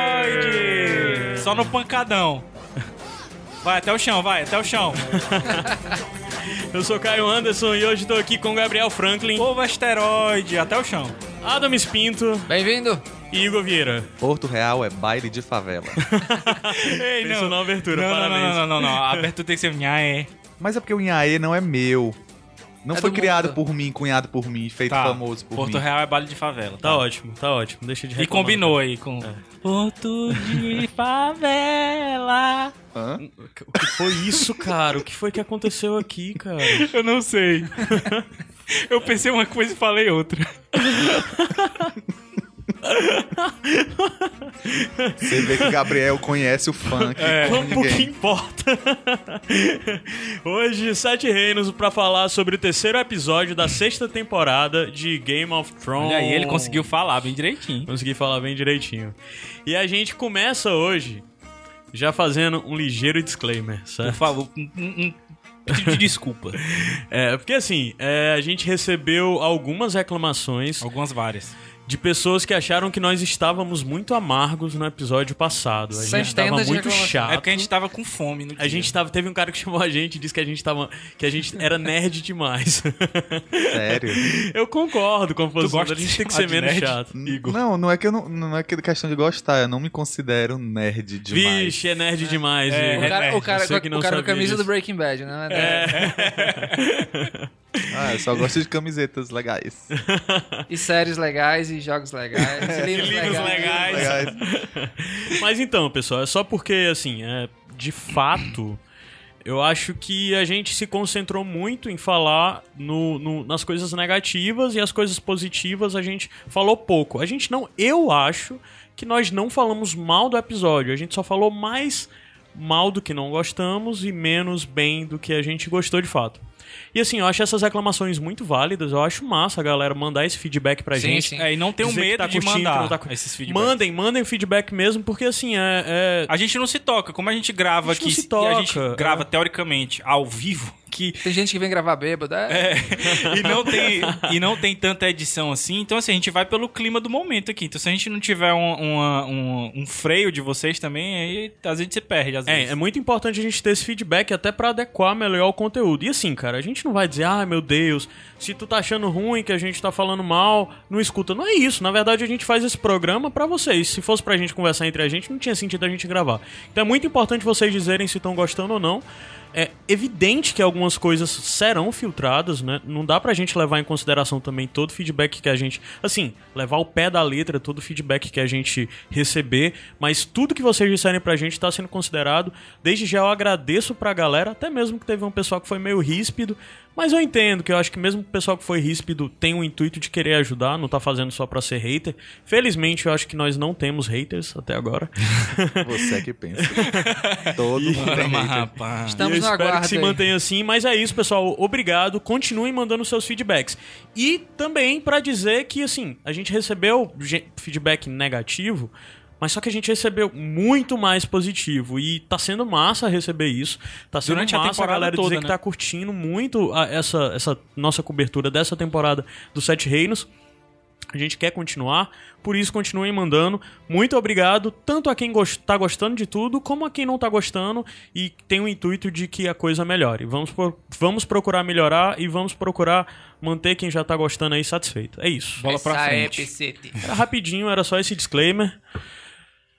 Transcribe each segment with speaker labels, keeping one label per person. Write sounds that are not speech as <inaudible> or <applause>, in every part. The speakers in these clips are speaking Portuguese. Speaker 1: Asteroide! Só no pancadão. Vai até o chão, vai, até o chão.
Speaker 2: Eu sou Caio Anderson e hoje estou aqui com Gabriel Franklin,
Speaker 1: Ovo asteroide, até o chão.
Speaker 2: Adams Pinto
Speaker 3: Bem-vindo!
Speaker 2: e Igor Vieira.
Speaker 4: Porto Real é baile de favela.
Speaker 2: Ei,
Speaker 1: não.
Speaker 2: na abertura,
Speaker 1: Não, não,
Speaker 2: parabéns.
Speaker 1: não, não, não, não. A abertura tem que ser minha, é.
Speaker 4: <laughs> Mas é porque o Inhaê não é meu. Não
Speaker 3: É
Speaker 4: foi
Speaker 3: do
Speaker 4: criado
Speaker 3: mundo.
Speaker 4: por mim, cunhado por mim, feito
Speaker 1: Tá.
Speaker 4: famoso por
Speaker 1: Porto
Speaker 4: mim.
Speaker 1: Real é baile de favela.
Speaker 2: Tá É. ótimo, tá ótimo. Deixa de
Speaker 1: E
Speaker 2: reclamar.
Speaker 1: combinou aí com.
Speaker 2: <laughs>
Speaker 1: Porto de favela.
Speaker 4: Hã?
Speaker 2: O que foi isso, cara? O que foi que aconteceu aqui, cara?
Speaker 1: Eu não sei. Eu pensei uma coisa e falei outra.
Speaker 4: Você vê que o Gabriel conhece o funk.
Speaker 2: <laughs>
Speaker 4: como
Speaker 2: Pouco que
Speaker 4: ninguém.
Speaker 2: importa. <laughs> Hoje, Sete Reinos pra falar sobre o terceiro episódio da sexta temporada de Game of Thrones.
Speaker 1: Olha aí, ele conseguiu falar bem direitinho.
Speaker 2: Consegui falar bem direitinho. E a gente começa hoje já fazendo um ligeiro disclaimer,
Speaker 1: Por
Speaker 2: certo?
Speaker 1: favor, um, um- um pedido
Speaker 2: <laughs>
Speaker 1: de desculpa.
Speaker 2: É, porque assim, é, a gente recebeu algumas reclamações
Speaker 1: Algumas várias.
Speaker 2: de pessoas que acharam que nós estávamos muito amargos no episódio passado. A gente estava
Speaker 3: Centenas de
Speaker 2: muito
Speaker 3: reclamações.
Speaker 2: chato.
Speaker 1: É porque a gente tava com fome no dia.
Speaker 2: A gente tava, teve um cara que chamou a gente e disse que a gente tava, que a gente era nerd
Speaker 1: <laughs>
Speaker 2: demais.
Speaker 4: Sério.
Speaker 2: Eu concordo com a posição,
Speaker 1: gosta
Speaker 2: a gente
Speaker 1: de
Speaker 2: tem que
Speaker 1: chamar
Speaker 2: ser
Speaker 1: de
Speaker 2: menos
Speaker 1: nerd? Hum,
Speaker 2: chato. <laughs> Igor.
Speaker 4: Não, não é que eu não, não é que questão de gostar, eu não me considero nerd demais.
Speaker 2: Vixe, é nerd demais,
Speaker 1: É,
Speaker 2: Igor.
Speaker 3: O cara, o
Speaker 2: Você que
Speaker 3: cara, com, a-
Speaker 2: não
Speaker 3: o cara com a
Speaker 2: sabia
Speaker 3: camisa do
Speaker 2: disso. É.
Speaker 3: Breaking Bad, né?
Speaker 4: Ah, eu só gosto de
Speaker 2: <laughs>
Speaker 4: camisetas legais.
Speaker 3: E séries legais, e jogos legais, e livros,
Speaker 1: livros
Speaker 2: É
Speaker 1: legais.
Speaker 4: legais.
Speaker 2: Mas então, pessoal, é só porque, assim, é, de fato, eu acho que a gente se concentrou muito em falar no, no- nas coisas negativas e as coisas positivas a gente falou pouco. A gente não, eu acho que nós não falamos mal do episódio, a gente só falou mais mal do que não gostamos e menos bem do que a gente gostou de fato. E assim, eu acho essas reclamações muito válidas, eu acho massa a galera mandar esse feedback pra
Speaker 3: Sim,
Speaker 2: gente.
Speaker 3: sim.
Speaker 1: É, e não tenho
Speaker 2: Dizer que
Speaker 1: medo
Speaker 2: tá
Speaker 1: de
Speaker 2: curtindo, que
Speaker 1: mandar
Speaker 2: não tá curtindo.
Speaker 1: esses feedbacks.
Speaker 2: Mandem, mandem feedback mesmo, porque assim, é- é,
Speaker 1: A gente não se toca. Como a gente grava
Speaker 2: A gente não
Speaker 1: aqui,
Speaker 2: se
Speaker 1: e a
Speaker 2: toca,
Speaker 1: gente
Speaker 2: é.
Speaker 1: grava teoricamente ao vivo, que
Speaker 3: Tem gente que vem gravar bêbado. É,
Speaker 1: e não tem e não tem tanta edição assim. Então assim, a gente vai pelo clima do momento aqui. Então se a gente não tiver um, uma- um- um freio de vocês também, aí às vezes se perde às
Speaker 2: É,
Speaker 1: vezes.
Speaker 2: é muito importante a gente ter esse feedback até pra adequar melhor o conteúdo. E assim, cara, a gente não vai dizer, ah, meu Deus, se tu tá achando ruim que a gente tá falando mal, não escuta. Não é isso. Na verdade, a gente faz esse programa pra vocês. Se fosse pra gente conversar entre a gente, não tinha sentido a gente gravar. Então é muito importante vocês dizerem se estão gostando ou não. É evidente que algumas coisas serão filtradas, né? Não dá pra gente levar em consideração também todo o feedback que a gente. Assim, levar o pé da letra, todo o feedback que a gente receber. Mas tudo que vocês disserem pra gente tá sendo considerado. Desde já eu agradeço pra galera, até mesmo que teve um pessoal que foi meio ríspido. Mas eu entendo que eu acho que mesmo o pessoal que foi ríspido tem o intuito de querer ajudar, não tá fazendo só pra ser hater. Felizmente eu acho que nós não temos haters até agora.
Speaker 4: Você é
Speaker 2: <laughs>
Speaker 4: que pensa. Todo mundo tem
Speaker 1: Mas,
Speaker 4: hater. Tá
Speaker 1: rapaz.
Speaker 3: Estamos
Speaker 2: E eu
Speaker 3: no
Speaker 2: espero
Speaker 3: aguardo
Speaker 2: que se
Speaker 3: aí.
Speaker 2: mantenha assim, mas é isso, pessoal. Obrigado. Continuem mandando seus feedbacks. E também pra dizer que assim, a gente recebeu ge- feedback negativo, mas só que a gente recebeu muito mais positivo e tá sendo massa receber isso. Tá sendo
Speaker 1: Durante a
Speaker 2: massa
Speaker 1: temporada
Speaker 2: galera
Speaker 1: toda,
Speaker 2: dizer
Speaker 1: né?
Speaker 2: que tá curtindo muito a- essa essa nossa cobertura dessa temporada do Sete Reinos. A gente quer continuar, por isso continuem mandando. Muito obrigado, tanto a quem gos- tá gostando de tudo, como a quem não tá gostando e tem o intuito de que a coisa melhore. Vamos, pro- vamos procurar melhorar e vamos procurar manter quem já tá gostando aí satisfeito. É isso.
Speaker 1: Bola pra
Speaker 3: Essa é
Speaker 1: frente.
Speaker 3: pecete.
Speaker 2: Era rapidinho, era só esse disclaimer.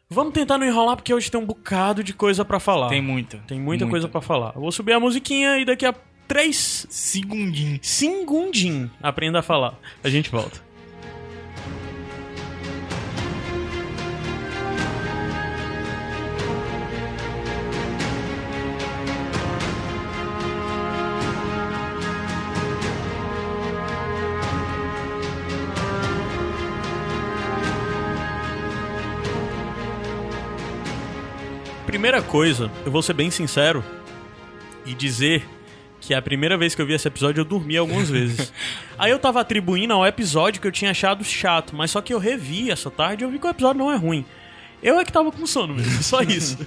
Speaker 2: Vamos tentar não enrolar, porque hoje tem um bocado de coisa pra falar.
Speaker 1: Tem muita.
Speaker 2: Tem muita, coisa pra falar. Eu vou subir a musiquinha e daqui a três
Speaker 1: Segundinho.
Speaker 2: segundos aprenda a falar. A gente volta. Primeira coisa, eu vou ser bem sincero e dizer que é a primeira vez que eu vi esse episódio eu dormi algumas
Speaker 3: <laughs>
Speaker 2: vezes. Aí eu tava atribuindo ao episódio que eu tinha achado chato, mas só que eu revi essa tarde e eu vi que o episódio não é ruim. Eu é que tava com sono mesmo, só
Speaker 3: <laughs>
Speaker 2: isso.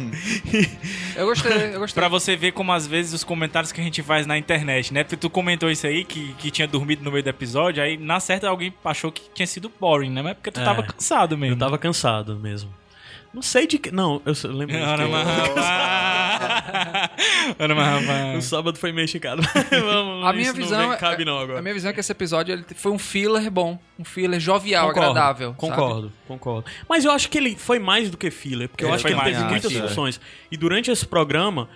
Speaker 3: Eu gostei, eu gostei.
Speaker 1: Pra você ver como às vezes os comentários que a gente faz na internet, né? Porque tu comentou isso aí, que, que tinha dormido no meio do episódio, aí na certa alguém achou que tinha sido boring, né? Mas porque tu
Speaker 2: É.
Speaker 1: tava cansado mesmo.
Speaker 2: Eu tava cansado mesmo. Não sei de que. Não, eu só- lembro de
Speaker 1: Ana
Speaker 2: que.
Speaker 1: Mahava. Ana
Speaker 2: O
Speaker 1: Mahava.
Speaker 2: sábado foi mexicano. <laughs> Vamos,
Speaker 3: A minha
Speaker 2: isso
Speaker 3: visão
Speaker 2: não vem-
Speaker 3: é-
Speaker 2: cabe não agora.
Speaker 3: A minha visão é que esse episódio ele foi um filler bom, um filler jovial, agradável. sabe?
Speaker 2: Concordo, concordo. Mas eu acho que ele foi mais do que filler, porque eu
Speaker 1: Ele
Speaker 2: acho
Speaker 1: foi
Speaker 2: que ele
Speaker 1: mais
Speaker 2: teve
Speaker 1: do que
Speaker 2: muitas
Speaker 1: filler.
Speaker 2: funções. E durante esse programa,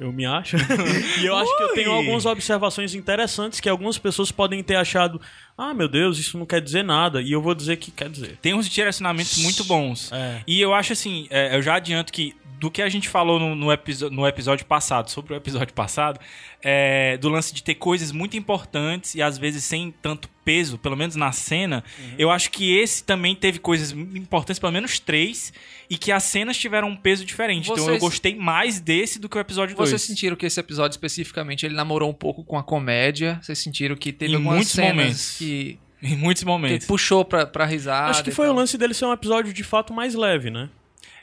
Speaker 2: eu me acho, <laughs> e eu acho que eu
Speaker 1: Ui!
Speaker 2: tenho algumas observações interessantes que algumas pessoas podem ter achado, ah, meu Deus, isso não quer dizer nada, e eu vou dizer que quer dizer.
Speaker 1: Tem uns direcionamentos muito bons.
Speaker 2: É.
Speaker 1: E eu acho assim, é, eu já adianto que do que a gente falou no, no episo- no episódio passado, sobre o episódio passado, é, do lance de ter coisas muito importantes e às vezes sem tanto peso, pelo menos na cena,
Speaker 3: Uhum.
Speaker 1: eu acho que esse também teve coisas muito importantes, pelo menos três, e que as cenas tiveram um peso diferente. Então eu
Speaker 3: Vocês-
Speaker 1: gostei mais desse do que o episódio 2.
Speaker 3: Vocês sentiram que esse episódio especificamente ele namorou um pouco com a comédia? Vocês sentiram que teve
Speaker 1: Em
Speaker 3: algumas
Speaker 1: muitos
Speaker 3: cenas
Speaker 1: momentos.
Speaker 3: que,
Speaker 1: Em muitos
Speaker 3: que
Speaker 1: momentos.
Speaker 3: puxou pra, pra risada?
Speaker 2: acho que
Speaker 3: e
Speaker 2: foi
Speaker 3: tal.
Speaker 2: o lance dele ser um episódio de fato mais leve, né?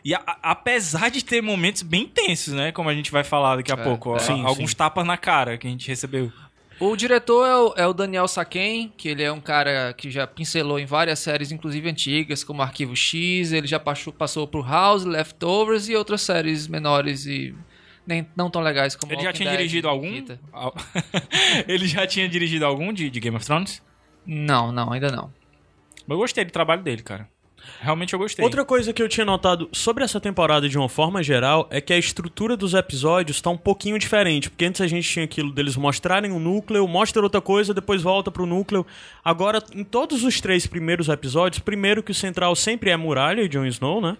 Speaker 1: E a- a- apesar de ter momentos bem tensos, né? Como a gente vai falar daqui a
Speaker 3: É,
Speaker 1: pouco.
Speaker 3: é.
Speaker 1: a-
Speaker 2: Sim,
Speaker 1: alguns
Speaker 2: sim.
Speaker 1: tapas na cara que a gente recebeu.
Speaker 3: O diretor é o, é o Daniel Saken, que ele é um cara que já pincelou em várias séries, inclusive antigas, como Arquivo X, ele já passou, passou pro House, Leftovers e outras séries menores e nem, não tão legais como
Speaker 1: Ele já
Speaker 3: Walking
Speaker 1: tinha
Speaker 3: Dead,
Speaker 1: dirigido algum?
Speaker 3: Kita.
Speaker 1: Al- <laughs> Ele já tinha dirigido algum de, de Game of Thrones?
Speaker 3: Não, não, ainda não.
Speaker 1: Mas eu gostei do trabalho dele, cara. Realmente eu gostei.
Speaker 2: Outra coisa que eu tinha notado sobre essa temporada de uma forma geral é que a estrutura dos episódios tá um pouquinho diferente, porque antes a gente tinha aquilo deles mostrarem o núcleo, mostra outra coisa, depois volta pro núcleo. Agora, em todos os três primeiros episódios, primeiro que o central sempre é a muralha e Jon Snow, né?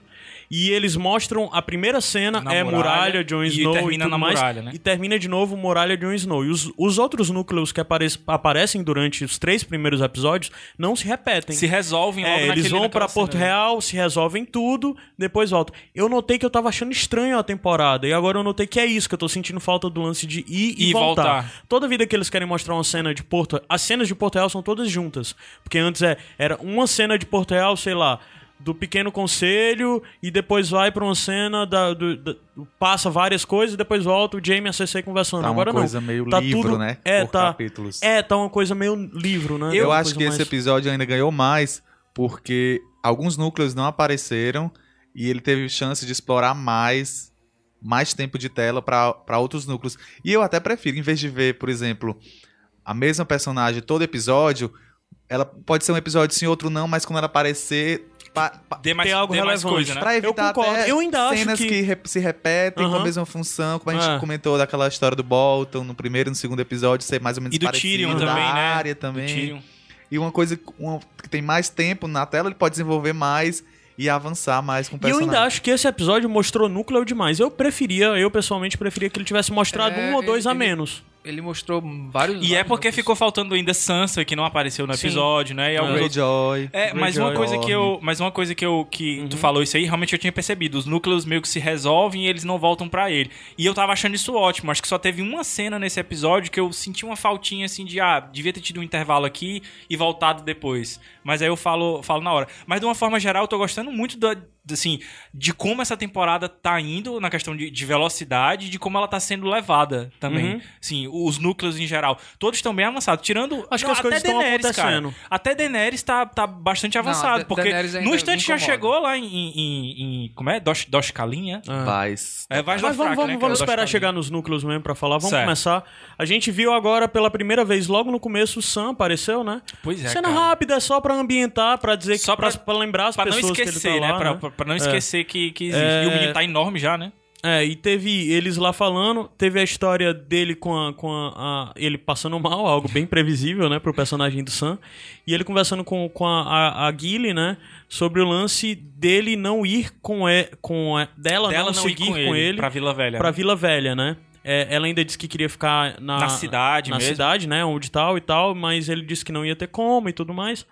Speaker 2: E eles mostram a primeira cena
Speaker 1: Na
Speaker 2: é
Speaker 1: muralha,
Speaker 2: muralha, Jon
Speaker 1: e
Speaker 2: Snow
Speaker 1: termina
Speaker 2: tudo
Speaker 1: na
Speaker 2: mais,
Speaker 1: muralha, né?
Speaker 2: e termina de novo muralha de Jon Snow. E os, os outros núcleos que apare- aparecem durante os três primeiros episódios não se repetem.
Speaker 1: Se resolvem logo
Speaker 2: É, eles
Speaker 1: naquele-
Speaker 2: vão
Speaker 1: naquela
Speaker 2: pra Porto
Speaker 1: cena, né?
Speaker 2: Real, se resolvem tudo, depois voltam. Eu notei que eu tava achando estranho a temporada, e agora eu notei que é isso, que eu tô sentindo falta do lance de ir e,
Speaker 1: E
Speaker 2: voltar.
Speaker 1: voltar.
Speaker 2: Toda vida que eles querem mostrar uma cena de Porto as cenas de Porto Real são todas juntas. Porque antes é, era uma cena de Porto Real, sei lá, do pequeno conselho, e depois vai pra uma cena da, do- da- passa várias coisas, e depois volta o Jamie e a CC conversando.
Speaker 4: Tá uma
Speaker 2: agora
Speaker 4: coisa
Speaker 2: não.
Speaker 4: meio
Speaker 2: tá
Speaker 4: livro,
Speaker 2: tudo,
Speaker 4: né?
Speaker 2: É,
Speaker 4: Por
Speaker 2: tá.
Speaker 4: capítulos.
Speaker 2: É, tá uma coisa meio livro, né?
Speaker 4: Eu
Speaker 2: Uma
Speaker 4: acho
Speaker 2: coisa
Speaker 4: que esse
Speaker 2: mais-
Speaker 4: episódio ainda ganhou mais porque alguns núcleos não apareceram e ele teve chance de explorar mais mais tempo de tela para outros núcleos. E eu até prefiro, em vez de ver, por exemplo, a mesma personagem todo episódio, ela pode ser um episódio sim, outro não, mas quando ela aparecer pa, pa-
Speaker 1: Dê mais,
Speaker 2: Tem algo
Speaker 1: dê mais
Speaker 2: relevante
Speaker 1: coisa, né?
Speaker 4: pra evitar
Speaker 2: concordo.
Speaker 4: até
Speaker 2: Eu ainda acho
Speaker 4: cenas
Speaker 2: que-
Speaker 4: re- se repetem com
Speaker 2: Aham.
Speaker 4: a mesma função, como a gente
Speaker 2: É.
Speaker 4: comentou daquela história do Bolton no primeiro e no segundo episódio ser mais ou menos
Speaker 1: E do
Speaker 4: parecido,
Speaker 1: Tyrion
Speaker 4: da
Speaker 1: também, né?
Speaker 4: área também.
Speaker 1: Tyrion.
Speaker 4: E uma coisa que- uma- que tem mais tempo na tela, ele pode desenvolver mais e avançar mais
Speaker 2: E
Speaker 4: com o
Speaker 2: eu
Speaker 4: personagem.
Speaker 2: ainda acho que esse episódio mostrou núcleo demais. Eu preferia, eu pessoalmente preferia que ele tivesse mostrado
Speaker 3: É,
Speaker 2: um ou
Speaker 3: ele-
Speaker 2: dois a
Speaker 3: ele-
Speaker 2: menos.
Speaker 3: Ele mostrou vários.
Speaker 1: E é
Speaker 3: vários
Speaker 1: porque
Speaker 3: outros.
Speaker 1: ficou faltando ainda Sansa, que não apareceu no
Speaker 2: Sim.
Speaker 1: episódio, né? E
Speaker 4: que é o
Speaker 1: alguns outros-
Speaker 4: Greyjoy.
Speaker 1: É, mas uma
Speaker 4: Greyjoy,
Speaker 1: coisa que
Speaker 4: Orne.
Speaker 1: eu, mas uma coisa que eu que tu falou isso aí, realmente eu tinha percebido, os núcleos meio que se resolvem e eles não voltam pra ele. E eu tava achando isso ótimo, acho que só teve uma cena nesse episódio que eu senti uma faltinha assim de ah, devia ter tido um intervalo aqui e voltado depois. Mas aí eu falo, falo na hora. Mas de uma forma geral, eu tô gostando muito da assim, de como essa temporada tá indo na questão de, de velocidade e de como ela tá sendo levada também.
Speaker 2: Uhum.
Speaker 1: Sim, os núcleos em geral, todos estão bem avançados, tirando
Speaker 2: Acho que
Speaker 1: não,
Speaker 2: as coisas
Speaker 1: até
Speaker 2: estão
Speaker 1: Daenerys, cara.
Speaker 2: acontecendo.
Speaker 1: Até Daenerys tá, tá bastante
Speaker 3: Não,
Speaker 1: avançado,
Speaker 3: Da-
Speaker 1: porque
Speaker 3: Daenerys ainda
Speaker 1: no instante
Speaker 3: me
Speaker 1: já
Speaker 3: incomoda.
Speaker 1: chegou lá em, em, em- como é? Dosh, Dosh Kalinha?
Speaker 4: Paz.
Speaker 1: É,
Speaker 2: Mas vamos,
Speaker 1: Vaz Lafrak, né,
Speaker 2: vamos,
Speaker 1: que é o
Speaker 2: vamos
Speaker 1: Dosh
Speaker 2: esperar
Speaker 1: Kalinha.
Speaker 2: chegar nos núcleos mesmo pra falar. Vamos
Speaker 1: Certo.
Speaker 2: começar. A gente viu agora pela primeira vez, logo no começo, o Sam apareceu, né?
Speaker 1: Pois é,
Speaker 2: Cena
Speaker 1: cara.
Speaker 2: rápida, é só pra ambientar, pra dizer
Speaker 1: Só
Speaker 2: que, pra,
Speaker 1: pra-
Speaker 2: pra lembrar as
Speaker 1: Pra não
Speaker 2: pessoas que
Speaker 1: esquecer,
Speaker 2: ele tá
Speaker 1: né?
Speaker 2: lá,
Speaker 1: Pra,
Speaker 2: né?
Speaker 1: pra- pra não
Speaker 2: É.
Speaker 1: esquecer que, que existe. E o menino tá enorme já, né?
Speaker 2: É, e teve eles lá falando, teve a história dele com a. Com a, a- ele passando mal, algo bem previsível, né, pro personagem do Sam. E ele conversando com, com a, a, a Gilly, né, sobre o lance dele não ir com, e, com e- dela, não,
Speaker 1: Dela não ir
Speaker 2: seguir com ele,
Speaker 1: pra
Speaker 2: pra,
Speaker 1: Vila Velha.
Speaker 2: Vila Velha, né. É, ela ainda disse que queria ficar na,
Speaker 1: Na cidade
Speaker 2: na
Speaker 1: mesmo.
Speaker 2: cidade, né, onde tal e tal, mas ele disse que não ia ter como e tudo mais.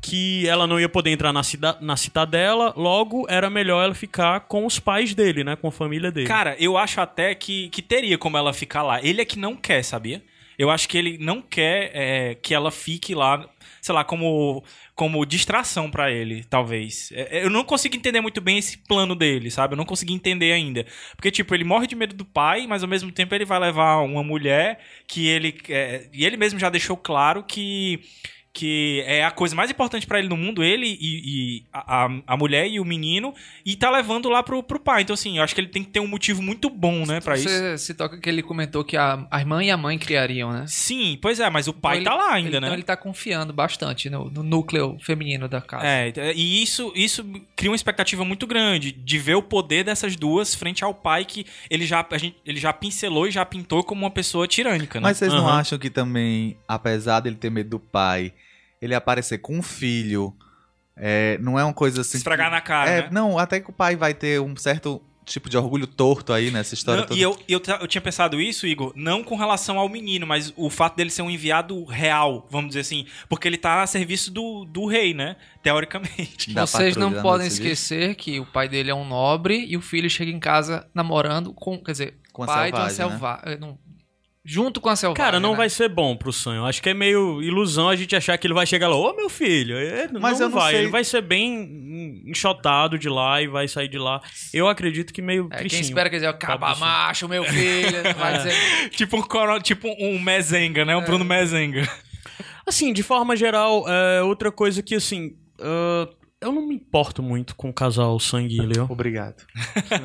Speaker 2: Que ela não ia poder entrar na, cida, na citadela, logo era melhor ela ficar com os pais dele, né? Com a família dele.
Speaker 1: Cara, eu acho até que, que teria como ela ficar lá. Ele é que não quer, sabia? Eu acho que ele não quer é, que ela fique lá, sei lá, como, como distração pra ele, talvez. É, Eu não consigo entender muito bem esse plano dele, sabe? Eu não consegui entender ainda. Porque, tipo, ele morre de medo do pai, mas ao mesmo tempo ele vai levar uma mulher que ele. é, e ele mesmo já deixou claro que. Que é a coisa mais importante pra ele no mundo, ele e, e a, a- a mulher e o menino, e tá levando lá pro, pro pai. Então, assim, eu acho que ele tem que ter um motivo muito bom, né, pra isso.
Speaker 3: Você se toca que ele comentou que a, a irmã e a mãe criariam, né?
Speaker 1: Sim, pois é, mas o pai tá
Speaker 3: Então
Speaker 1: lá
Speaker 3: ele-
Speaker 1: ainda,
Speaker 3: Então
Speaker 1: né?
Speaker 3: ele tá confiando bastante no, no núcleo feminino da casa.
Speaker 1: É, e isso, isso cria uma expectativa muito grande de ver o poder dessas duas frente ao pai que ele já, a gente, ele já pincelou e já pintou como uma pessoa tirânica, né?
Speaker 4: Mas é vocês não
Speaker 2: Aham.
Speaker 4: acham que também, apesar dele ter medo do pai, ele aparecer com um filho, é, não é uma coisa assim.
Speaker 1: Esfregar na cara,
Speaker 4: É,
Speaker 1: né?
Speaker 4: não, até que o pai vai ter um certo tipo de orgulho torto aí nessa história
Speaker 1: Não,
Speaker 4: toda.
Speaker 1: e eu, eu, ta- eu tinha pensado isso, Igor, não com relação ao menino, mas o fato dele ser um enviado real, vamos dizer assim, porque ele tá a serviço do, do rei, né? Teoricamente.
Speaker 4: Da
Speaker 3: Vocês
Speaker 4: patrulha,
Speaker 3: não
Speaker 4: né,
Speaker 3: podem
Speaker 4: você diz?
Speaker 3: esquecer que o pai dele é um nobre e o filho chega em casa namorando com, quer dizer,
Speaker 4: Com a
Speaker 3: pai de uma
Speaker 4: selvagem, né?
Speaker 3: selvagem, junto com a selvagem.
Speaker 2: Cara, não
Speaker 3: né?
Speaker 2: vai ser bom pro sonho. Acho que é meio ilusão a gente achar que ele vai chegar lá, ô meu filho, é,
Speaker 4: Mas
Speaker 2: não,
Speaker 4: eu não
Speaker 2: vai.
Speaker 4: sei.
Speaker 2: Ele vai ser bem enxotado de lá e vai sair de lá. Eu acredito que meio
Speaker 3: É, quem
Speaker 2: tristinho.
Speaker 3: espera quer dizer, acaba
Speaker 2: Cabecinho.
Speaker 3: macho, meu filho,
Speaker 4: <laughs>
Speaker 3: vai
Speaker 4: É.
Speaker 1: <laughs>
Speaker 3: dizer,
Speaker 1: tipo um coro- tipo um Mezenga,
Speaker 2: É.
Speaker 1: né? Um Bruno Mezenga.
Speaker 2: <laughs> Assim, de forma geral, é, outra coisa que, assim, ah, eu não me importo muito com o casal sangue e leão.
Speaker 4: Obrigado.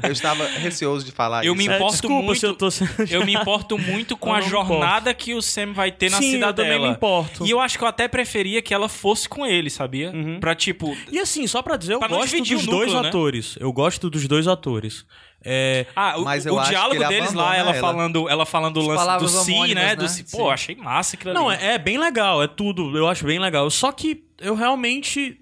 Speaker 4: eu estava receoso de falar
Speaker 1: Eu
Speaker 4: isso.
Speaker 1: me
Speaker 2: É,
Speaker 1: importo
Speaker 2: desculpa
Speaker 1: muito-
Speaker 2: se eu tô sendo...
Speaker 1: Eu me importo muito com
Speaker 2: Eu
Speaker 1: a
Speaker 2: não me
Speaker 1: jornada que o Sam vai ter na
Speaker 2: Sim,
Speaker 1: cidadela.
Speaker 2: eu também me importo.
Speaker 1: E eu acho que eu até preferia que ela fosse com ele, sabia?
Speaker 2: Uhum.
Speaker 1: Pra tipo.
Speaker 2: E assim, só pra dizer, eu
Speaker 1: Pra não
Speaker 2: gosto
Speaker 1: dividir
Speaker 2: dos
Speaker 1: o
Speaker 2: dois
Speaker 1: núcleo, né?
Speaker 2: atores. Eu gosto dos dois atores. É,
Speaker 1: Ah, o,
Speaker 4: Mas
Speaker 1: o
Speaker 4: eu acho que
Speaker 1: diálogo
Speaker 4: ele
Speaker 1: deles lá,
Speaker 4: abandona
Speaker 1: ela,
Speaker 4: ela.
Speaker 1: falando, ela falando o
Speaker 3: As
Speaker 1: lance do
Speaker 3: palavras
Speaker 1: si,
Speaker 3: homônimas,
Speaker 1: né? Do
Speaker 3: né?
Speaker 1: si.
Speaker 3: Sim.
Speaker 1: Pô, achei massa aquilo
Speaker 2: Não,
Speaker 1: ali.
Speaker 2: é, é bem legal, é tudo, eu acho bem legal. Só que eu realmente.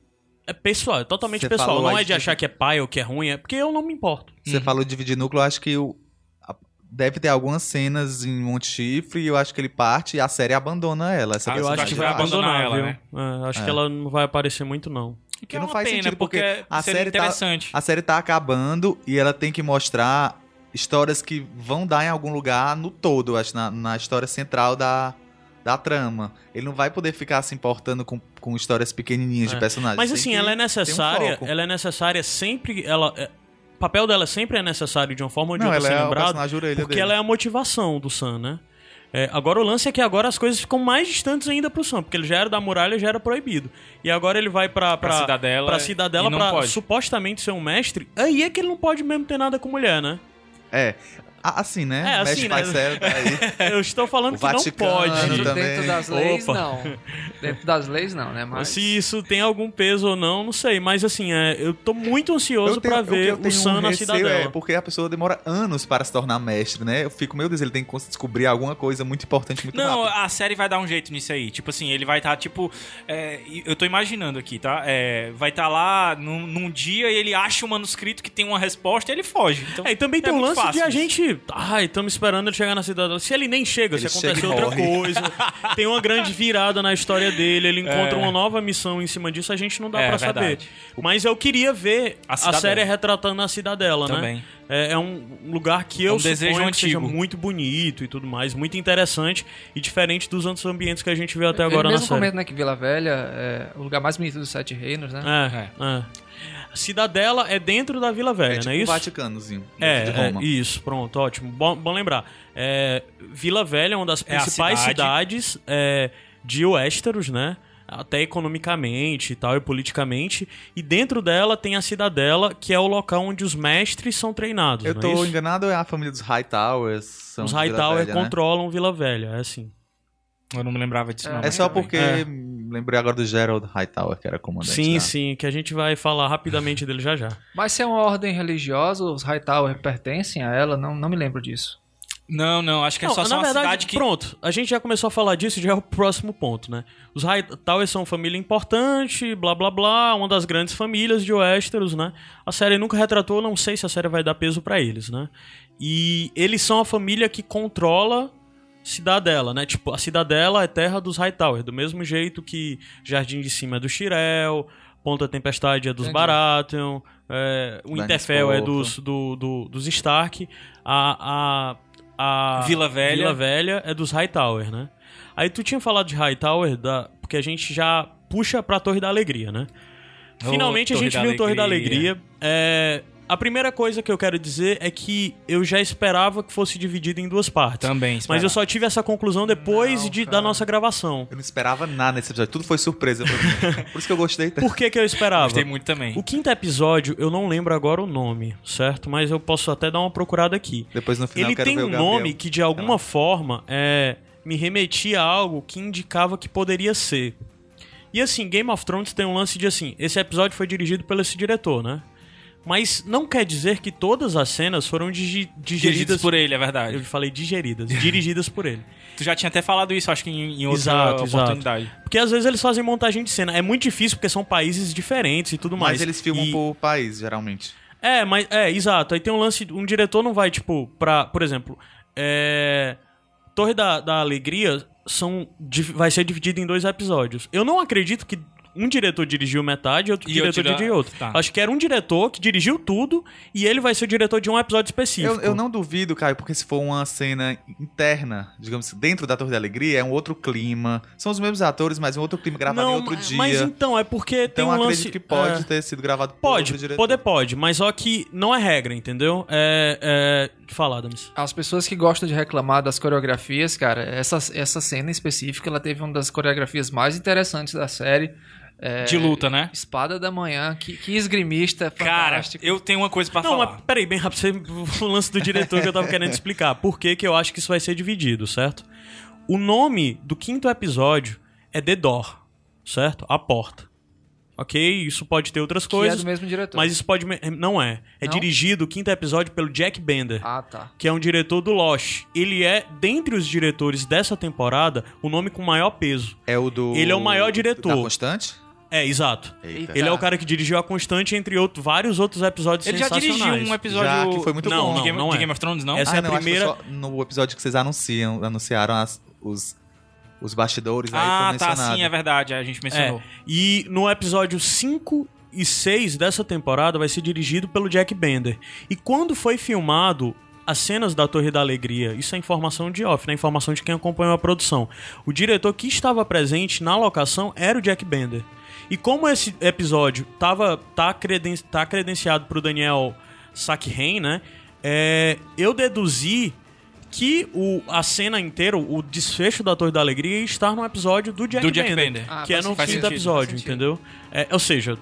Speaker 2: É pessoal, é totalmente
Speaker 4: Você
Speaker 2: pessoal.
Speaker 4: falou
Speaker 2: Não
Speaker 4: aí
Speaker 2: é de
Speaker 4: de-
Speaker 2: achar que é pai ou que é ruim, é porque eu não me importo.
Speaker 4: Você falou de dividir núcleo, eu acho que o- a- deve ter algumas cenas em Monte Chifre e eu acho que ele parte e a série abandona ela. Essa
Speaker 1: Ah, eu
Speaker 2: eu
Speaker 1: acho
Speaker 2: acho que
Speaker 4: personagem,
Speaker 1: que
Speaker 2: vai
Speaker 1: vai
Speaker 4: acho.
Speaker 1: abandonar
Speaker 2: abandonar
Speaker 1: ela,
Speaker 2: ela,
Speaker 1: né?
Speaker 2: acho
Speaker 4: É.
Speaker 2: que ela não vai aparecer muito, não.
Speaker 1: Que
Speaker 4: não
Speaker 1: é uma
Speaker 4: faz
Speaker 1: pena,
Speaker 4: sentido,
Speaker 1: porque,
Speaker 4: porque a
Speaker 1: seria
Speaker 4: série tá-
Speaker 1: interessante.
Speaker 4: A série tá acabando e ela tem que mostrar histórias que vão dar em algum lugar no todo, eu acho, na, na história central da, da trama. Ele não vai poder ficar se importando com, com histórias pequenininhas
Speaker 2: É.
Speaker 4: de personagens.
Speaker 2: Mas
Speaker 4: Tem
Speaker 2: assim,
Speaker 4: que
Speaker 2: ela é
Speaker 4: ter um
Speaker 2: necessária.
Speaker 4: foco.
Speaker 2: ela é necessária sempre. Ela, é- o papel dela sempre é necessário de uma forma ou de
Speaker 4: Não,
Speaker 2: outra
Speaker 4: ela
Speaker 2: ser
Speaker 4: é o
Speaker 2: lembrado.
Speaker 4: personagem orelha
Speaker 2: Porque
Speaker 4: dele.
Speaker 2: ela é a motivação do Sam, né? É, agora o lance é que agora as coisas ficam mais distantes ainda pro Sam, porque ele já era da muralha, já era proibido. E agora ele vai pra,
Speaker 1: Pra
Speaker 2: pra-
Speaker 1: Cidadela
Speaker 2: pra,
Speaker 1: e-
Speaker 2: cidadela é
Speaker 1: e não
Speaker 2: pra
Speaker 1: pode.
Speaker 2: supostamente ser um mestre. Aí é que ele não pode mesmo ter nada com mulher,
Speaker 1: <laughs>
Speaker 2: né?
Speaker 4: É. A- Assim, né?
Speaker 2: É, assim,
Speaker 4: Mexe
Speaker 2: né?
Speaker 4: faz sério, tá aí.
Speaker 2: Eu estou falando
Speaker 4: O
Speaker 2: que não
Speaker 4: Vaticano
Speaker 2: pode.
Speaker 3: dentro,
Speaker 4: também.
Speaker 3: dentro das leis,
Speaker 2: Opa.
Speaker 3: não. Dentro das leis, não, né? Mas
Speaker 2: Se isso tem algum peso ou não, não sei. Mas assim, é, eu tô muito ansioso
Speaker 4: Eu tenho-
Speaker 2: pra
Speaker 4: o que
Speaker 2: ver
Speaker 4: eu
Speaker 2: o,
Speaker 4: tenho um
Speaker 2: Sam na
Speaker 4: receio
Speaker 2: cidadela.
Speaker 4: É porque a pessoa demora anos para se tornar mestre, né? Eu fico, meu Deus, ele tem que descobrir alguma coisa muito importante, muito
Speaker 1: Não,
Speaker 4: rápido.
Speaker 1: a série vai dar um jeito nisso aí. Tipo assim, ele vai estar, tipo. é, e eu tô imaginando aqui, tá? É, vai estar lá num, num dia e ele acha um manuscrito que tem uma resposta e ele foge. Então,
Speaker 2: É, e também tem um
Speaker 1: muito
Speaker 2: lance de
Speaker 1: fácil
Speaker 2: a
Speaker 1: isso.
Speaker 2: gente. Ai, estamos esperando ele chegar na cidade. Se ele nem chega,
Speaker 4: Ele
Speaker 2: se
Speaker 4: chega
Speaker 2: acontecer
Speaker 4: e
Speaker 2: outra
Speaker 4: morre.
Speaker 1: <laughs>
Speaker 2: coisa. tem uma grande virada na história dele, ele encontra uma nova missão em cima disso, a gente não dá
Speaker 1: É,
Speaker 2: pra saber.
Speaker 1: verdade.
Speaker 2: Mas eu queria ver
Speaker 1: A
Speaker 2: a,
Speaker 1: cidadela.
Speaker 2: série retratando a cidadela,
Speaker 1: Também.
Speaker 2: né? É, é um lugar que
Speaker 1: É um
Speaker 2: eu
Speaker 1: desejo
Speaker 2: suponho que seja
Speaker 1: antigo.
Speaker 2: muito bonito e tudo mais, muito interessante e diferente dos outros ambientes que a gente viu até agora
Speaker 3: ele
Speaker 2: na
Speaker 3: mesmo
Speaker 2: série.
Speaker 3: comenta, né, que Vila Velha é o lugar mais bonito dos Sete Reinos, né?
Speaker 2: É, é. A cidadela é dentro da Vila Velha,
Speaker 4: É tipo
Speaker 2: não é
Speaker 4: um
Speaker 2: isso?
Speaker 4: Vaticanozinho
Speaker 2: É,
Speaker 4: de
Speaker 2: é,
Speaker 4: Roma.
Speaker 2: isso, pronto, ótimo. Bom, bom lembrar. É, Vila Velha é uma das
Speaker 1: É a
Speaker 2: principais
Speaker 1: cidade.
Speaker 2: cidades é, de Westeros, né? Até economicamente e tal, e politicamente. E dentro dela tem a Cidadela, que é o local onde os mestres são treinados.
Speaker 4: Eu
Speaker 2: não
Speaker 4: tô
Speaker 2: é isso?
Speaker 4: enganado ou é a família dos Hightowers? São
Speaker 2: Os
Speaker 4: de Vila
Speaker 2: Hightower
Speaker 4: Velha, né?
Speaker 2: controlam Vila Velha, é assim.
Speaker 1: Eu não me lembrava disso, não.
Speaker 4: É
Speaker 1: mas
Speaker 4: só
Speaker 1: tudo bem.
Speaker 4: porque
Speaker 2: É.
Speaker 4: lembrei agora do Gerald Hightower, que era comandante.
Speaker 2: sim,
Speaker 4: da-
Speaker 2: sim, que a gente vai falar rapidamente dele já já.
Speaker 3: Mas se é uma ordem religiosa, os Hightower pertencem a ela, não, não me lembro disso.
Speaker 1: Não, não, acho que é
Speaker 2: Não,
Speaker 1: só
Speaker 2: na
Speaker 1: só uma
Speaker 2: verdade,
Speaker 1: cidade que.
Speaker 2: pronto, a gente já começou a falar disso e já é o próximo ponto, né? Os Hightowers são família importante, blá blá blá, uma das grandes famílias de Westeros, né? A série nunca retratou, não sei se a série vai dar peso pra eles, né? E eles são a família que controla Cidadela, né? Tipo, a Cidadela é terra dos Hightower, do mesmo jeito que Jardim de Cima é do Shirel, Ponta Tempestade é dos
Speaker 3: Entendi.
Speaker 2: Baratheon, é, o Interfell é
Speaker 4: Lannisport.
Speaker 2: dos, do- do- dos Stark, a- a a
Speaker 1: Vila Velha.
Speaker 2: Vila Velha é dos Hightower, né? Aí tu tinha falado de Hightower, da... porque a gente já puxa pra Torre da Alegria, né?
Speaker 1: Ô,
Speaker 2: Finalmente a
Speaker 1: Torre
Speaker 2: gente
Speaker 1: da
Speaker 2: viu Torre da
Speaker 1: Alegria.
Speaker 2: Alegria. É, A primeira coisa que eu quero dizer é que eu já esperava que fosse dividido em duas partes.
Speaker 1: Também,
Speaker 2: Mas eu
Speaker 1: esperava.
Speaker 2: só tive essa conclusão depois
Speaker 3: Não,
Speaker 2: de-
Speaker 3: cara.
Speaker 2: da nossa gravação.
Speaker 4: Eu não esperava nada nesse episódio. Tudo foi surpresa. pra <laughs> mim. Por isso que eu gostei tanto.
Speaker 2: Por que, que eu esperava?
Speaker 1: Gostei muito também.
Speaker 2: O quinto episódio, eu não lembro agora o nome, certo? Mas eu posso até dar uma procurada aqui.
Speaker 4: Depois no final
Speaker 2: Ele
Speaker 4: eu quero
Speaker 2: tem
Speaker 4: ver
Speaker 2: um
Speaker 4: o Gabriel.
Speaker 2: nome que de alguma forma é, me remetia a algo que indicava que poderia ser. E assim, Game of Thrones tem um lance de assim, esse episódio foi dirigido pelo esse diretor, né? Mas não quer dizer que todas as cenas foram digi-
Speaker 1: Dirigidos
Speaker 2: digeridas
Speaker 1: por ele, é verdade.
Speaker 2: Eu falei digeridas, dirigidas por ele.
Speaker 1: Tu já tinha até falado isso, acho que em, em outra
Speaker 2: Exato, exato.
Speaker 1: oportunidade.
Speaker 2: Porque às vezes eles fazem montagem de cena. É muito difícil porque são países diferentes e tudo
Speaker 4: Mas,
Speaker 2: mais.
Speaker 4: eles filmam
Speaker 2: e...
Speaker 4: pro país, geralmente.
Speaker 2: É, mas é, exato. Aí tem um lance. Um diretor não vai, tipo, pra. Por exemplo, é. Torre da, da Alegria são, di- vai ser dividido em dois episódios. Eu não acredito que um diretor dirigiu metade e outro
Speaker 1: E eu
Speaker 2: diretor
Speaker 1: tira-
Speaker 2: dirigiu outro.
Speaker 1: tá.
Speaker 2: Acho que era um diretor que dirigiu tudo e ele vai ser o diretor de um episódio específico.
Speaker 4: Eu, eu não duvido, Caio, porque se for uma cena interna, digamos assim, dentro da Torre da Alegria, é um outro clima. São os mesmos atores, mas um outro clima gravado
Speaker 2: Não,
Speaker 4: em outro
Speaker 2: mas-
Speaker 4: dia.
Speaker 2: Mas então, é porque tem
Speaker 4: então
Speaker 2: um
Speaker 4: acredito
Speaker 2: lance.
Speaker 4: que pode
Speaker 2: é,
Speaker 4: ter sido gravado por outro
Speaker 2: Pode,
Speaker 4: diretor.
Speaker 2: poder pode, mas só que não é regra, entendeu? É. é... Fala, Adams.
Speaker 3: As pessoas que gostam de reclamar das coreografias, cara, essa, essa cena em específica, ela teve uma das coreografias mais interessantes da série. É,
Speaker 1: De luta, né?
Speaker 3: Espada da Manhã, que, que esgrimista
Speaker 4: é
Speaker 1: Cara,
Speaker 3: fantástico.
Speaker 1: eu tenho uma coisa pra
Speaker 2: Não,
Speaker 1: falar.
Speaker 2: mas peraí, bem rápido, você- <laughs> o lance do diretor que eu tava querendo explicar. Por que, que eu acho que isso vai ser dividido, certo? O nome do quinto episódio é The Door, certo? A porta. Ok? Isso pode ter outras
Speaker 3: que é
Speaker 2: coisas,
Speaker 3: do mesmo diretor.
Speaker 2: mas isso pode. me- Não é. É
Speaker 3: Não?
Speaker 2: dirigido o quinto episódio pelo Jack Bender.
Speaker 3: Ah, tá.
Speaker 2: Que é um diretor do Lost. Ele é, dentre os diretores dessa temporada, o nome com maior peso.
Speaker 4: É o do.
Speaker 2: Ele é o maior diretor.
Speaker 4: Da Constante?
Speaker 2: É, exato.
Speaker 4: Eita.
Speaker 2: Ele é o cara que dirigiu A Constante, entre outro, vários outros episódios
Speaker 1: Ele já
Speaker 2: sensacionais.
Speaker 1: dirigiu um episódio
Speaker 4: Já, que foi muito Ah,
Speaker 1: de
Speaker 2: bom. Não,
Speaker 1: Game,
Speaker 2: não
Speaker 1: de
Speaker 2: é.
Speaker 1: Game of Thrones, não?
Speaker 2: Essa é a
Speaker 4: não, acho que
Speaker 2: primeira-
Speaker 4: foi só no episódio que vocês anunciam, anunciaram as- os, os bastidores
Speaker 1: ah,
Speaker 4: aí foi
Speaker 1: tá,
Speaker 4: mencionado.
Speaker 1: sim, é verdade, a gente mencionou.
Speaker 2: E no episódio 5 e 6 dessa temporada vai ser dirigido pelo Jack Bender. E quando foi filmado as cenas da Torre da Alegria, isso é informação de off, né? Informação de quem acompanhou a produção. O diretor que estava presente na locação era o Jack Bender. E como esse episódio tava, tá, creden tá credenciado pro Daniel Sackheim, né? É, eu deduzi que o, a cena inteira, o desfecho da Torre da Alegria ia estar no episódio do Jack
Speaker 1: Do
Speaker 2: Bender
Speaker 1: Jack Bender.
Speaker 3: Ah,
Speaker 2: que é
Speaker 3: faz
Speaker 2: no
Speaker 1: faz
Speaker 2: fim do
Speaker 1: sentido,
Speaker 2: episódio,
Speaker 3: faz sentido.
Speaker 2: entendeu? É, ou seja,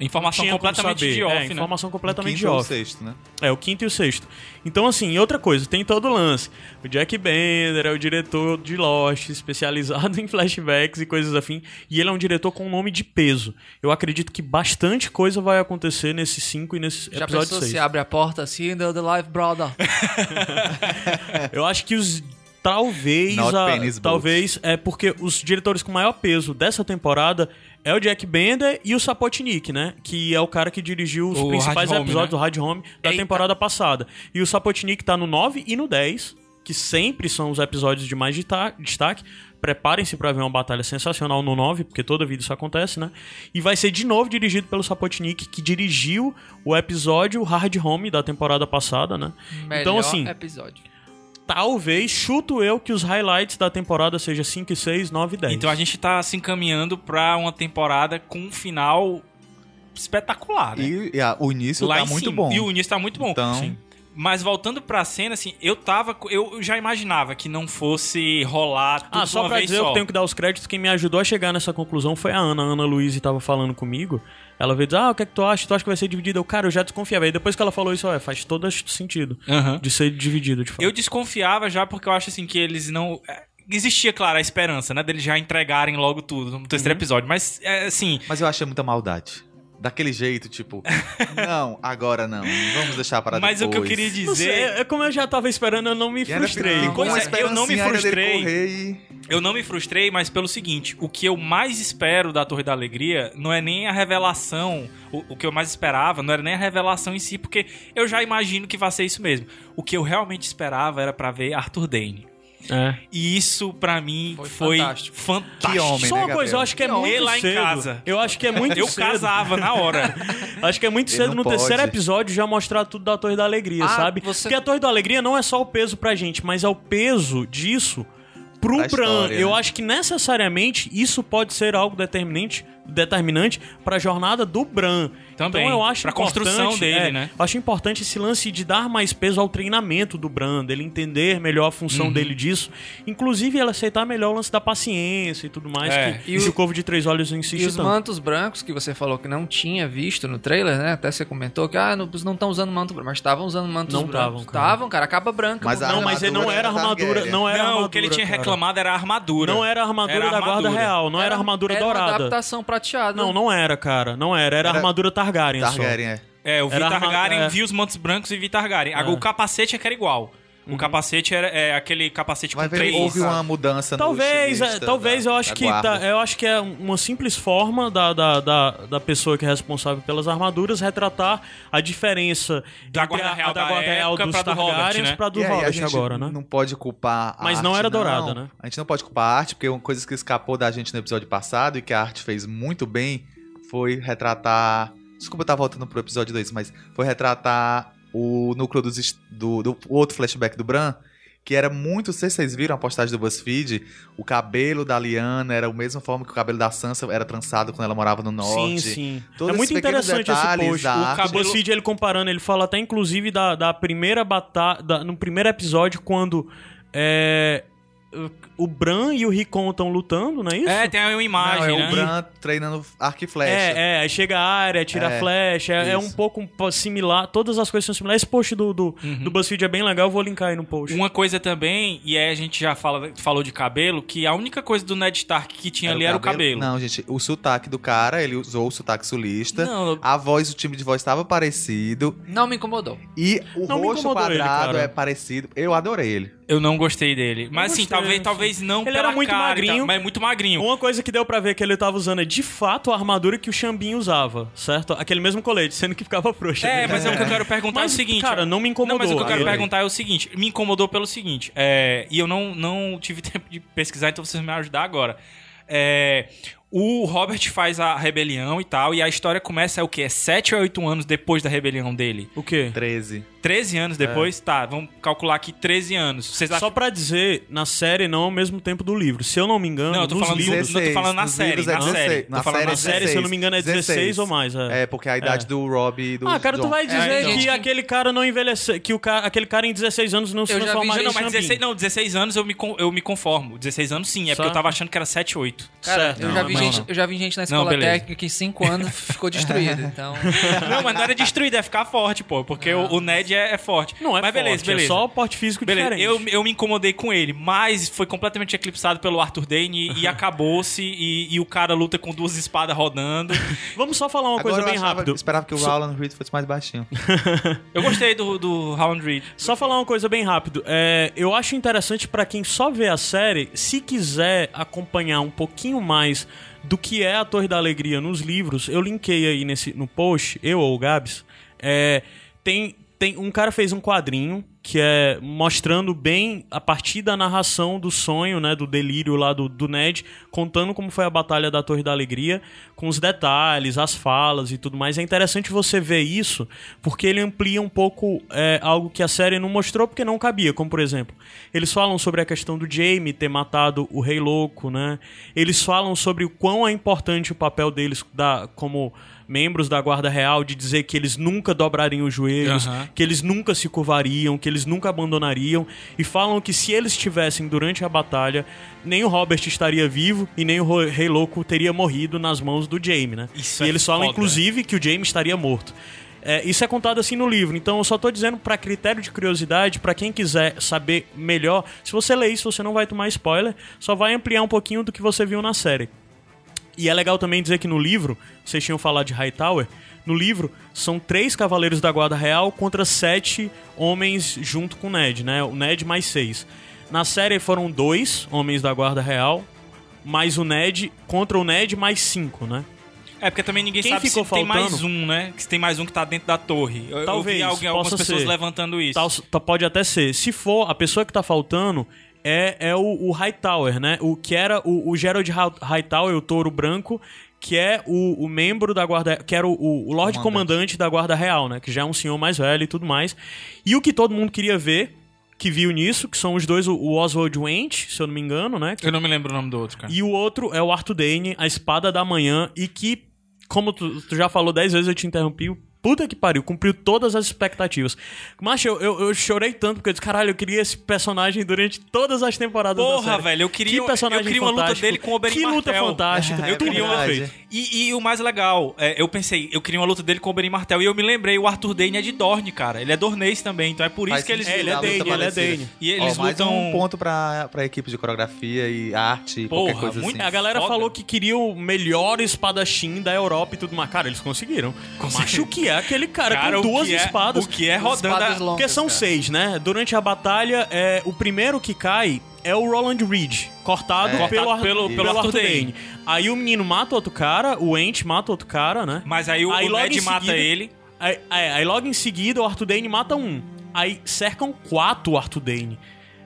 Speaker 1: Informação
Speaker 2: tinha É, como
Speaker 1: completamente
Speaker 2: saber.
Speaker 1: de off,
Speaker 2: É,
Speaker 1: né?
Speaker 2: informação completamente de
Speaker 4: Quinto ou
Speaker 2: off.
Speaker 4: sexto, né?
Speaker 2: É, o quinto e o sexto. Então, assim, e outra coisa, tem todo o lance. O Jack Bender é o diretor de Lost, especializado <laughs> em flashbacks e coisas afim, e ele é um diretor com um nome de peso. Eu acredito que bastante coisa vai acontecer nesse 5 e nesse
Speaker 3: Já
Speaker 2: episódio
Speaker 3: pensou
Speaker 2: 6.
Speaker 3: se abre a porta assim, The, the Life Brother?
Speaker 2: <laughs> Eu acho que os. Talvez.
Speaker 4: Not
Speaker 2: a-
Speaker 4: penis boobs.
Speaker 2: talvez. É porque os diretores com maior peso dessa temporada é o Jack Bender e o Sapotnik, né? Que é o cara que dirigiu os
Speaker 1: O
Speaker 2: principais
Speaker 1: Hard Home,
Speaker 2: episódios
Speaker 1: né?
Speaker 2: do Hard Home da
Speaker 3: Eita.
Speaker 2: temporada passada. E o Sapotnik tá no 9 e no 10, que sempre são os episódios de mais dita- destaque. Preparem-se pra ver uma batalha sensacional no 9, porque toda vida isso acontece, né? E vai ser de novo dirigido pelo Sapotnik, que dirigiu o episódio Hard Home da temporada passada, né?
Speaker 3: Melhor
Speaker 2: <laughs> então, assim,
Speaker 3: episódio.
Speaker 2: talvez, chuto eu, que os highlights da temporada seja 5 e 6, 9 e 10.
Speaker 1: Então a gente tá se encaminhando pra uma temporada com um final
Speaker 2: Tá
Speaker 1: espetacular, né?
Speaker 4: E, e a- o início
Speaker 1: Lá
Speaker 4: tá
Speaker 1: em
Speaker 4: muito
Speaker 1: cima.
Speaker 4: bom.
Speaker 1: E o início tá muito bom.
Speaker 4: Então-
Speaker 1: Sim. Mas voltando pra cena, assim, eu tava. co- Eu já imaginava que não fosse rolar tudo
Speaker 2: Ah,
Speaker 1: de
Speaker 2: só
Speaker 1: uma
Speaker 2: pra
Speaker 1: vez
Speaker 2: dizer,
Speaker 1: só.
Speaker 2: eu tenho que dar os créditos, quem me ajudou a chegar nessa conclusão foi a Ana. A Ana Luiz tava falando comigo. Ela veio dizer, ah, o que é que tu acha? Tu acha que vai ser dividido? Eu, cara, eu já desconfiava. Aí depois que ela falou isso, ó, é, faz todo esse sentido
Speaker 1: Aham.
Speaker 2: de ser dividido, de fato.
Speaker 1: Eu desconfiava já porque eu acho assim que eles não. é, Existia, claro, a esperança, né? Deles já entregarem logo tudo no
Speaker 2: Uhum.
Speaker 1: terceiro episódio. Mas, é, assim,
Speaker 4: Mas eu achei muita maldade. Daquele jeito, tipo, não, agora não. Vamos deixar para
Speaker 1: mas o que eu queria dizer.
Speaker 2: Não sei, é como eu já tava esperando, eu não me
Speaker 4: assim,
Speaker 2: frustrei.
Speaker 1: fica- Pois é,
Speaker 4: né?
Speaker 1: eu não me frustrei.
Speaker 4: E...
Speaker 1: Eu não me frustrei, mas pelo seguinte: o que eu mais espero da Torre da Alegria não é nem a revelação. O, o que eu mais esperava não era nem a revelação em si, porque eu já imagino que vai ser isso mesmo. O que eu realmente esperava era pra ver Arthur Dane.
Speaker 2: É.
Speaker 1: E isso, pra mim,
Speaker 3: Foi
Speaker 1: foi,
Speaker 3: fantástico.
Speaker 1: fantástico.
Speaker 4: Que homem,
Speaker 2: Só uma
Speaker 4: né, Gabriel?
Speaker 2: coisa, eu acho que é
Speaker 1: Não,
Speaker 2: muito
Speaker 1: e lá em
Speaker 2: cedo.
Speaker 1: casa?
Speaker 2: Eu acho que é muito
Speaker 1: Eu
Speaker 2: cedo.
Speaker 1: casava na hora.
Speaker 2: Acho que é muito
Speaker 4: Ele
Speaker 2: cedo
Speaker 4: não
Speaker 2: no
Speaker 4: pode.
Speaker 2: terceiro episódio já mostrar tudo da Torre da Alegria,
Speaker 3: Ah,
Speaker 2: sabe?
Speaker 3: você-
Speaker 2: Porque a Torre da Alegria não é só o peso pra gente, mas é o peso disso pro Bran,
Speaker 4: pra história,
Speaker 2: eu
Speaker 4: né?
Speaker 2: acho que necessariamente isso pode ser algo determinante, determinante para a jornada do Bran.
Speaker 1: Também,
Speaker 2: então eu acho
Speaker 1: pra
Speaker 2: importante,
Speaker 1: construção dele,
Speaker 2: é,
Speaker 1: né?
Speaker 2: eu Acho importante esse lance de dar mais peso ao treinamento do Bran, ele entender melhor a função dele disso, inclusive ele aceitar melhor o lance da paciência e tudo mais
Speaker 1: É.
Speaker 2: que
Speaker 3: E
Speaker 2: esse
Speaker 3: o-
Speaker 2: Corvo de Três Olhos insiste
Speaker 3: E os
Speaker 2: tanto.
Speaker 3: mantos brancos que você falou que não tinha visto no trailer, né? Até você comentou que ah, não estão usando manto branco, mas estavam usando mantos
Speaker 2: Não
Speaker 3: brancos.
Speaker 2: tavam, cara.
Speaker 3: Tavam, cara. Capa branca.
Speaker 4: Mas a
Speaker 3: por
Speaker 2: Não,
Speaker 3: nada.
Speaker 2: mas ele não
Speaker 4: armadura
Speaker 2: era
Speaker 4: da
Speaker 2: armadura,
Speaker 4: Targaryen.
Speaker 2: <laughs> não era
Speaker 1: não,
Speaker 2: armadura.
Speaker 1: o que ele tinha
Speaker 2: cara.
Speaker 1: reclamado era a armadura.
Speaker 2: Não era a armadura
Speaker 1: Era a
Speaker 2: da guarda
Speaker 1: armadura.
Speaker 2: real, não era, a armadura
Speaker 3: era Uma
Speaker 2: dourada.
Speaker 3: adaptação prateada.
Speaker 2: Não, não era, cara. Não era, era, a
Speaker 4: Era
Speaker 2: armadura Targaryen,
Speaker 4: Targaryen, é.
Speaker 1: É, eu vi
Speaker 2: Era arma-
Speaker 1: Targaryen,
Speaker 2: é.
Speaker 1: vi os mantos brancos e vi Targaryen. Agora,
Speaker 2: É. Uhum.
Speaker 1: o capacete é que era igual. O capacete era é, aquele capacete
Speaker 4: Vai
Speaker 1: com
Speaker 4: ver,
Speaker 1: três...
Speaker 4: houve
Speaker 1: sabe?
Speaker 4: uma mudança no
Speaker 2: Talvez, é,
Speaker 4: estilista
Speaker 2: talvez
Speaker 4: da-
Speaker 2: eu acho
Speaker 4: da
Speaker 2: que
Speaker 4: né? guarda.
Speaker 2: tá- eu acho que é uma simples forma da, da, da, da pessoa que é responsável pelas armaduras retratar a diferença
Speaker 1: Da
Speaker 2: entre
Speaker 1: Guarda
Speaker 2: a- a
Speaker 1: Real
Speaker 2: da
Speaker 1: da
Speaker 2: guarda real
Speaker 1: época
Speaker 2: dos
Speaker 1: pra do Hobbit,
Speaker 2: Targaryens
Speaker 1: né?
Speaker 2: pra do
Speaker 4: E aí, a
Speaker 2: Hobbit
Speaker 4: gente
Speaker 2: agora, né?
Speaker 4: não pode culpar a
Speaker 2: Mas
Speaker 4: arte,
Speaker 2: não era dourada, né?
Speaker 4: A gente não pode culpar a arte, porque uma coisa que escapou da gente no episódio passado e que a arte fez muito bem foi retratar. Desculpa, eu tava voltando pro episódio 2, mas foi retratar o núcleo dos est- do, do outro flashback do Bran, que era muito. Não sei se vocês viram a postagem do BuzzFeed. O cabelo da Liana era a mesma forma que o cabelo da Sansa era trançado quando ela morava no norte.
Speaker 2: Sim, sim.
Speaker 4: Todos
Speaker 2: é muito
Speaker 4: esses pequenos
Speaker 2: interessante esse
Speaker 4: detalhes
Speaker 2: post.
Speaker 4: da
Speaker 2: O
Speaker 4: arte.
Speaker 2: Cabo Cid, ele comparando, ele fala até inclusive da, da primeira batalha, no primeiro episódio, quando é, o Bran e o Rickon estão lutando, não é isso?
Speaker 1: É, tem aí uma imagem,
Speaker 4: Não, é
Speaker 1: né?
Speaker 4: o Bran treinando arco e flecha.
Speaker 2: É, é, aí chega a área, tira a
Speaker 4: É,
Speaker 2: flecha, é, é um
Speaker 4: isso.
Speaker 2: pouco similar, todas as coisas são similares. Esse post do, do,
Speaker 1: Uhum.
Speaker 2: do BuzzFeed é bem legal, eu vou linkar aí no post.
Speaker 1: Uma coisa também, e aí a gente já fala, falou de cabelo, que a única coisa do Ned Stark que tinha ali era o cabelo.
Speaker 4: Não, gente, o sotaque do cara, ele usou o sotaque sulista.
Speaker 1: Não,
Speaker 4: A voz, o time de voz estava parecido.
Speaker 3: Não me incomodou.
Speaker 4: E o
Speaker 2: Não me
Speaker 4: rosto
Speaker 2: incomodou ele,
Speaker 4: quadrado
Speaker 2: cara.
Speaker 4: é parecido. Eu adorei ele.
Speaker 1: eu não gostei dele. Mas
Speaker 2: gostei,
Speaker 1: assim, talvez,
Speaker 2: sim.
Speaker 1: talvez não
Speaker 2: Ele
Speaker 1: pela
Speaker 2: era muito
Speaker 1: cara e tal,
Speaker 2: magrinho.
Speaker 1: mas é muito magrinho.
Speaker 2: Uma coisa que deu pra ver que ele tava usando é de fato a armadura que o Xambinho usava, certo? Aquele mesmo colete, sendo que ficava frouxa.
Speaker 1: É, mas é o que eu quero perguntar
Speaker 2: Mas,
Speaker 1: é o seguinte.
Speaker 2: cara, não me incomodou.
Speaker 1: Não, mas o que eu quero
Speaker 2: Adorei.
Speaker 1: perguntar é o seguinte: me incomodou pelo seguinte, é, e eu não, não tive <laughs> tempo de pesquisar, então vocês me ajudar agora. É, o Robert faz a rebelião e tal, e a história começa é o quê? É 7 ou 8 anos depois da rebelião dele?
Speaker 2: O quê?
Speaker 4: 13.
Speaker 1: 13 anos depois? Tá, vamos calcular aqui 13 anos. Vocês acham
Speaker 2: É. Só pra dizer, na série não ao mesmo tempo do livro. Se eu não me engano,
Speaker 1: Não, eu tô
Speaker 2: nos
Speaker 1: falando
Speaker 2: livros...
Speaker 1: não, eu tô falando na
Speaker 4: nos
Speaker 1: série,
Speaker 4: livros é
Speaker 1: na série.
Speaker 4: 16.
Speaker 1: Tô falando
Speaker 2: Na
Speaker 1: na
Speaker 2: série, se eu não me engano, é 16, ou mais. É.
Speaker 4: É, porque a idade do Rob e do
Speaker 2: Ah, cara, tu
Speaker 4: John.
Speaker 2: vai dizer
Speaker 1: É,
Speaker 3: então.
Speaker 2: que aquele cara não envelheceu, que o ca- aquele cara em 16 anos não se
Speaker 3: Eu já vi
Speaker 2: transformaria
Speaker 1: Mas
Speaker 3: gente-
Speaker 1: não,
Speaker 2: em
Speaker 1: mas
Speaker 2: Xambinho.
Speaker 1: 16, não, 16 anos eu me, con- eu me conformo. 16 anos sim,
Speaker 2: Só-
Speaker 1: é porque eu tava achando que era 7, 8.
Speaker 3: Cara,
Speaker 2: Certo.
Speaker 3: eu,
Speaker 2: Não,
Speaker 3: já vi
Speaker 2: não,
Speaker 3: gente,
Speaker 2: não.
Speaker 3: eu já vi gente na escola
Speaker 1: beleza.
Speaker 3: técnica que em
Speaker 1: <laughs>
Speaker 3: 5 anos ficou destruída. Então,
Speaker 1: <laughs> Não, mas não era destruído, é ficar forte, pô. Porque o, o Ned é, é forte.
Speaker 2: Não é
Speaker 1: mas beleza,
Speaker 2: forte,
Speaker 1: beleza.
Speaker 2: é só o porte físico
Speaker 1: Beleza,
Speaker 2: diferente.
Speaker 1: eu, eu me incomodei com ele, mas foi completamente eclipsado pelo Arthur
Speaker 2: <laughs>
Speaker 1: Dane e, e acabou-se. E, e o cara luta com duas espadas rodando.
Speaker 2: Vamos só falar uma
Speaker 4: Agora
Speaker 2: coisa
Speaker 4: eu
Speaker 2: bem
Speaker 4: achava-
Speaker 2: rápido.
Speaker 4: Esperava que o Roland Reed fosse mais baixinho.
Speaker 1: Eu gostei do, do Round Reed.
Speaker 2: Só falar uma coisa bem rápido. É, eu acho interessante pra quem só vê a série, se quiser acompanhar um pouquinho mais do que é a Torre da Alegria nos livros, eu linkei aí nesse, no post, eu ou o Gabs, é, tem, tem um cara fez um quadrinho que é mostrando bem a partir da narração do sonho, né, do delírio lá do, do Ned, contando como foi a batalha da Torre da Alegria, com os detalhes, as falas e tudo mais. É interessante você ver isso, porque ele amplia um pouco é, algo que a série não mostrou porque não cabia, como por exemplo, eles falam sobre a questão do Jaime ter matado o Rei Louco, né? Eles falam sobre o quão é importante o papel deles da, como membros da Guarda Real de dizer que eles nunca dobrariam os joelhos,
Speaker 1: Aham.
Speaker 2: que eles nunca se curvariam, que eles nunca abandonariam, e falam que se eles estivessem durante a batalha, nem o Robert estaria vivo e nem o Ro- Rei Louco teria morrido nas mãos do Jaime, né?
Speaker 1: Isso
Speaker 2: e
Speaker 1: é
Speaker 2: eles falam,
Speaker 1: foda.
Speaker 2: inclusive, que o Jaime estaria morto. É, isso é contado assim no livro, então eu só tô dizendo pra critério de curiosidade, pra quem quiser saber melhor, se você ler isso, você não vai tomar spoiler, só vai ampliar um pouquinho do que você viu na série. E é legal também dizer que no livro, vocês tinham falado de Hightower, no livro são três cavaleiros da Guarda Real contra sete homens junto com o Ned, né? O Ned mais seis. Na série foram dois homens da Guarda Real, mais o Ned, contra o Ned mais cinco, né?
Speaker 1: É, porque também ninguém
Speaker 2: Quem
Speaker 1: sabe
Speaker 2: ficou
Speaker 1: se
Speaker 2: faltando?
Speaker 1: tem mais um, né? Se tem mais um que tá dentro da torre. Eu- Eu,
Speaker 2: Talvez,
Speaker 1: vi alguém, algumas
Speaker 2: possa
Speaker 1: pessoas
Speaker 2: ser.
Speaker 1: levantando isso.
Speaker 2: Tal- tá- pode até ser. Se for, a pessoa que tá faltando é, é o, o Hightower, né? O que era o, o Gerald Ha- Hightower, o touro branco, que é o, o membro da guarda... Que era o, o, o Lorde Comandante da Guarda Real, né? Que já é um senhor mais velho e tudo mais. E o que todo mundo queria ver, que viu nisso, que são os dois, o- o Oswald Wendt, se eu não me engano, né? que-
Speaker 1: Eu não me lembro o nome do outro, cara.
Speaker 2: E o outro é o Arthur Dane, A Espada da Manhã, e que, como tu, tu já falou dez vezes, eu te interrompi. o Puta que pariu, cumpriu todas as expectativas. Mas eu, eu, eu chorei tanto porque eu disse, caralho, eu queria esse personagem durante todas as temporadas da
Speaker 1: Porra,
Speaker 2: série.
Speaker 1: velho, eu queria,
Speaker 2: que
Speaker 1: eu
Speaker 2: personagem
Speaker 1: queria uma luta
Speaker 2: fantástico.
Speaker 1: dele com o Oberyn
Speaker 2: Que luta
Speaker 1: Martel.
Speaker 2: fantástica.
Speaker 4: É
Speaker 2: eu queria uma
Speaker 4: verdade.
Speaker 1: assim.
Speaker 2: feita.
Speaker 1: E, e o mais legal, é, eu pensei, eu queria uma luta dele com o Oberyn Martel. E eu me lembrei, o Arthur Dane é de Dorne, cara. Ele é dornês também, então é por isso
Speaker 4: Faz
Speaker 1: que eles
Speaker 4: sentido,
Speaker 2: ele é
Speaker 4: a luta
Speaker 2: Dane, ele é
Speaker 4: parecida.
Speaker 2: Dane.
Speaker 1: E eles
Speaker 4: Ó, mais
Speaker 1: lutam-
Speaker 4: um ponto pra, pra equipe de coreografia e arte e qualquer
Speaker 1: Porra,
Speaker 4: coisa
Speaker 1: muito-
Speaker 2: A
Speaker 4: assim.
Speaker 2: galera
Speaker 1: Foda.
Speaker 2: falou que queria o melhor espadachim da Europa e tudo mais. Cara, eles conseguiram. Mas o que é aquele cara,
Speaker 1: Cara, o
Speaker 2: com duas
Speaker 1: que é-
Speaker 2: espadas?
Speaker 1: o que é rodando
Speaker 3: Espadas
Speaker 1: a-
Speaker 3: longas,
Speaker 2: Porque são
Speaker 3: cara.
Speaker 2: seis, né? Durante a batalha, é, o primeiro que cai é o Roland Reed, cortado,
Speaker 4: É.
Speaker 2: pelo,
Speaker 1: Cortado
Speaker 2: Ar-
Speaker 1: pelo-
Speaker 2: pelo
Speaker 1: pelo
Speaker 2: Arthur
Speaker 1: Arthur
Speaker 2: Dane.
Speaker 1: Dane.
Speaker 2: Aí o menino mata outro cara, o Ent mata outro cara, né?
Speaker 1: Mas aí o,
Speaker 2: Aí
Speaker 1: o
Speaker 2: logo
Speaker 1: Ned
Speaker 2: em
Speaker 1: mata
Speaker 2: seguida-
Speaker 1: ele.
Speaker 2: Aí, aí- aí logo em seguida o Arthur Dane mata um. Aí cercam quatro o Arthur Dane.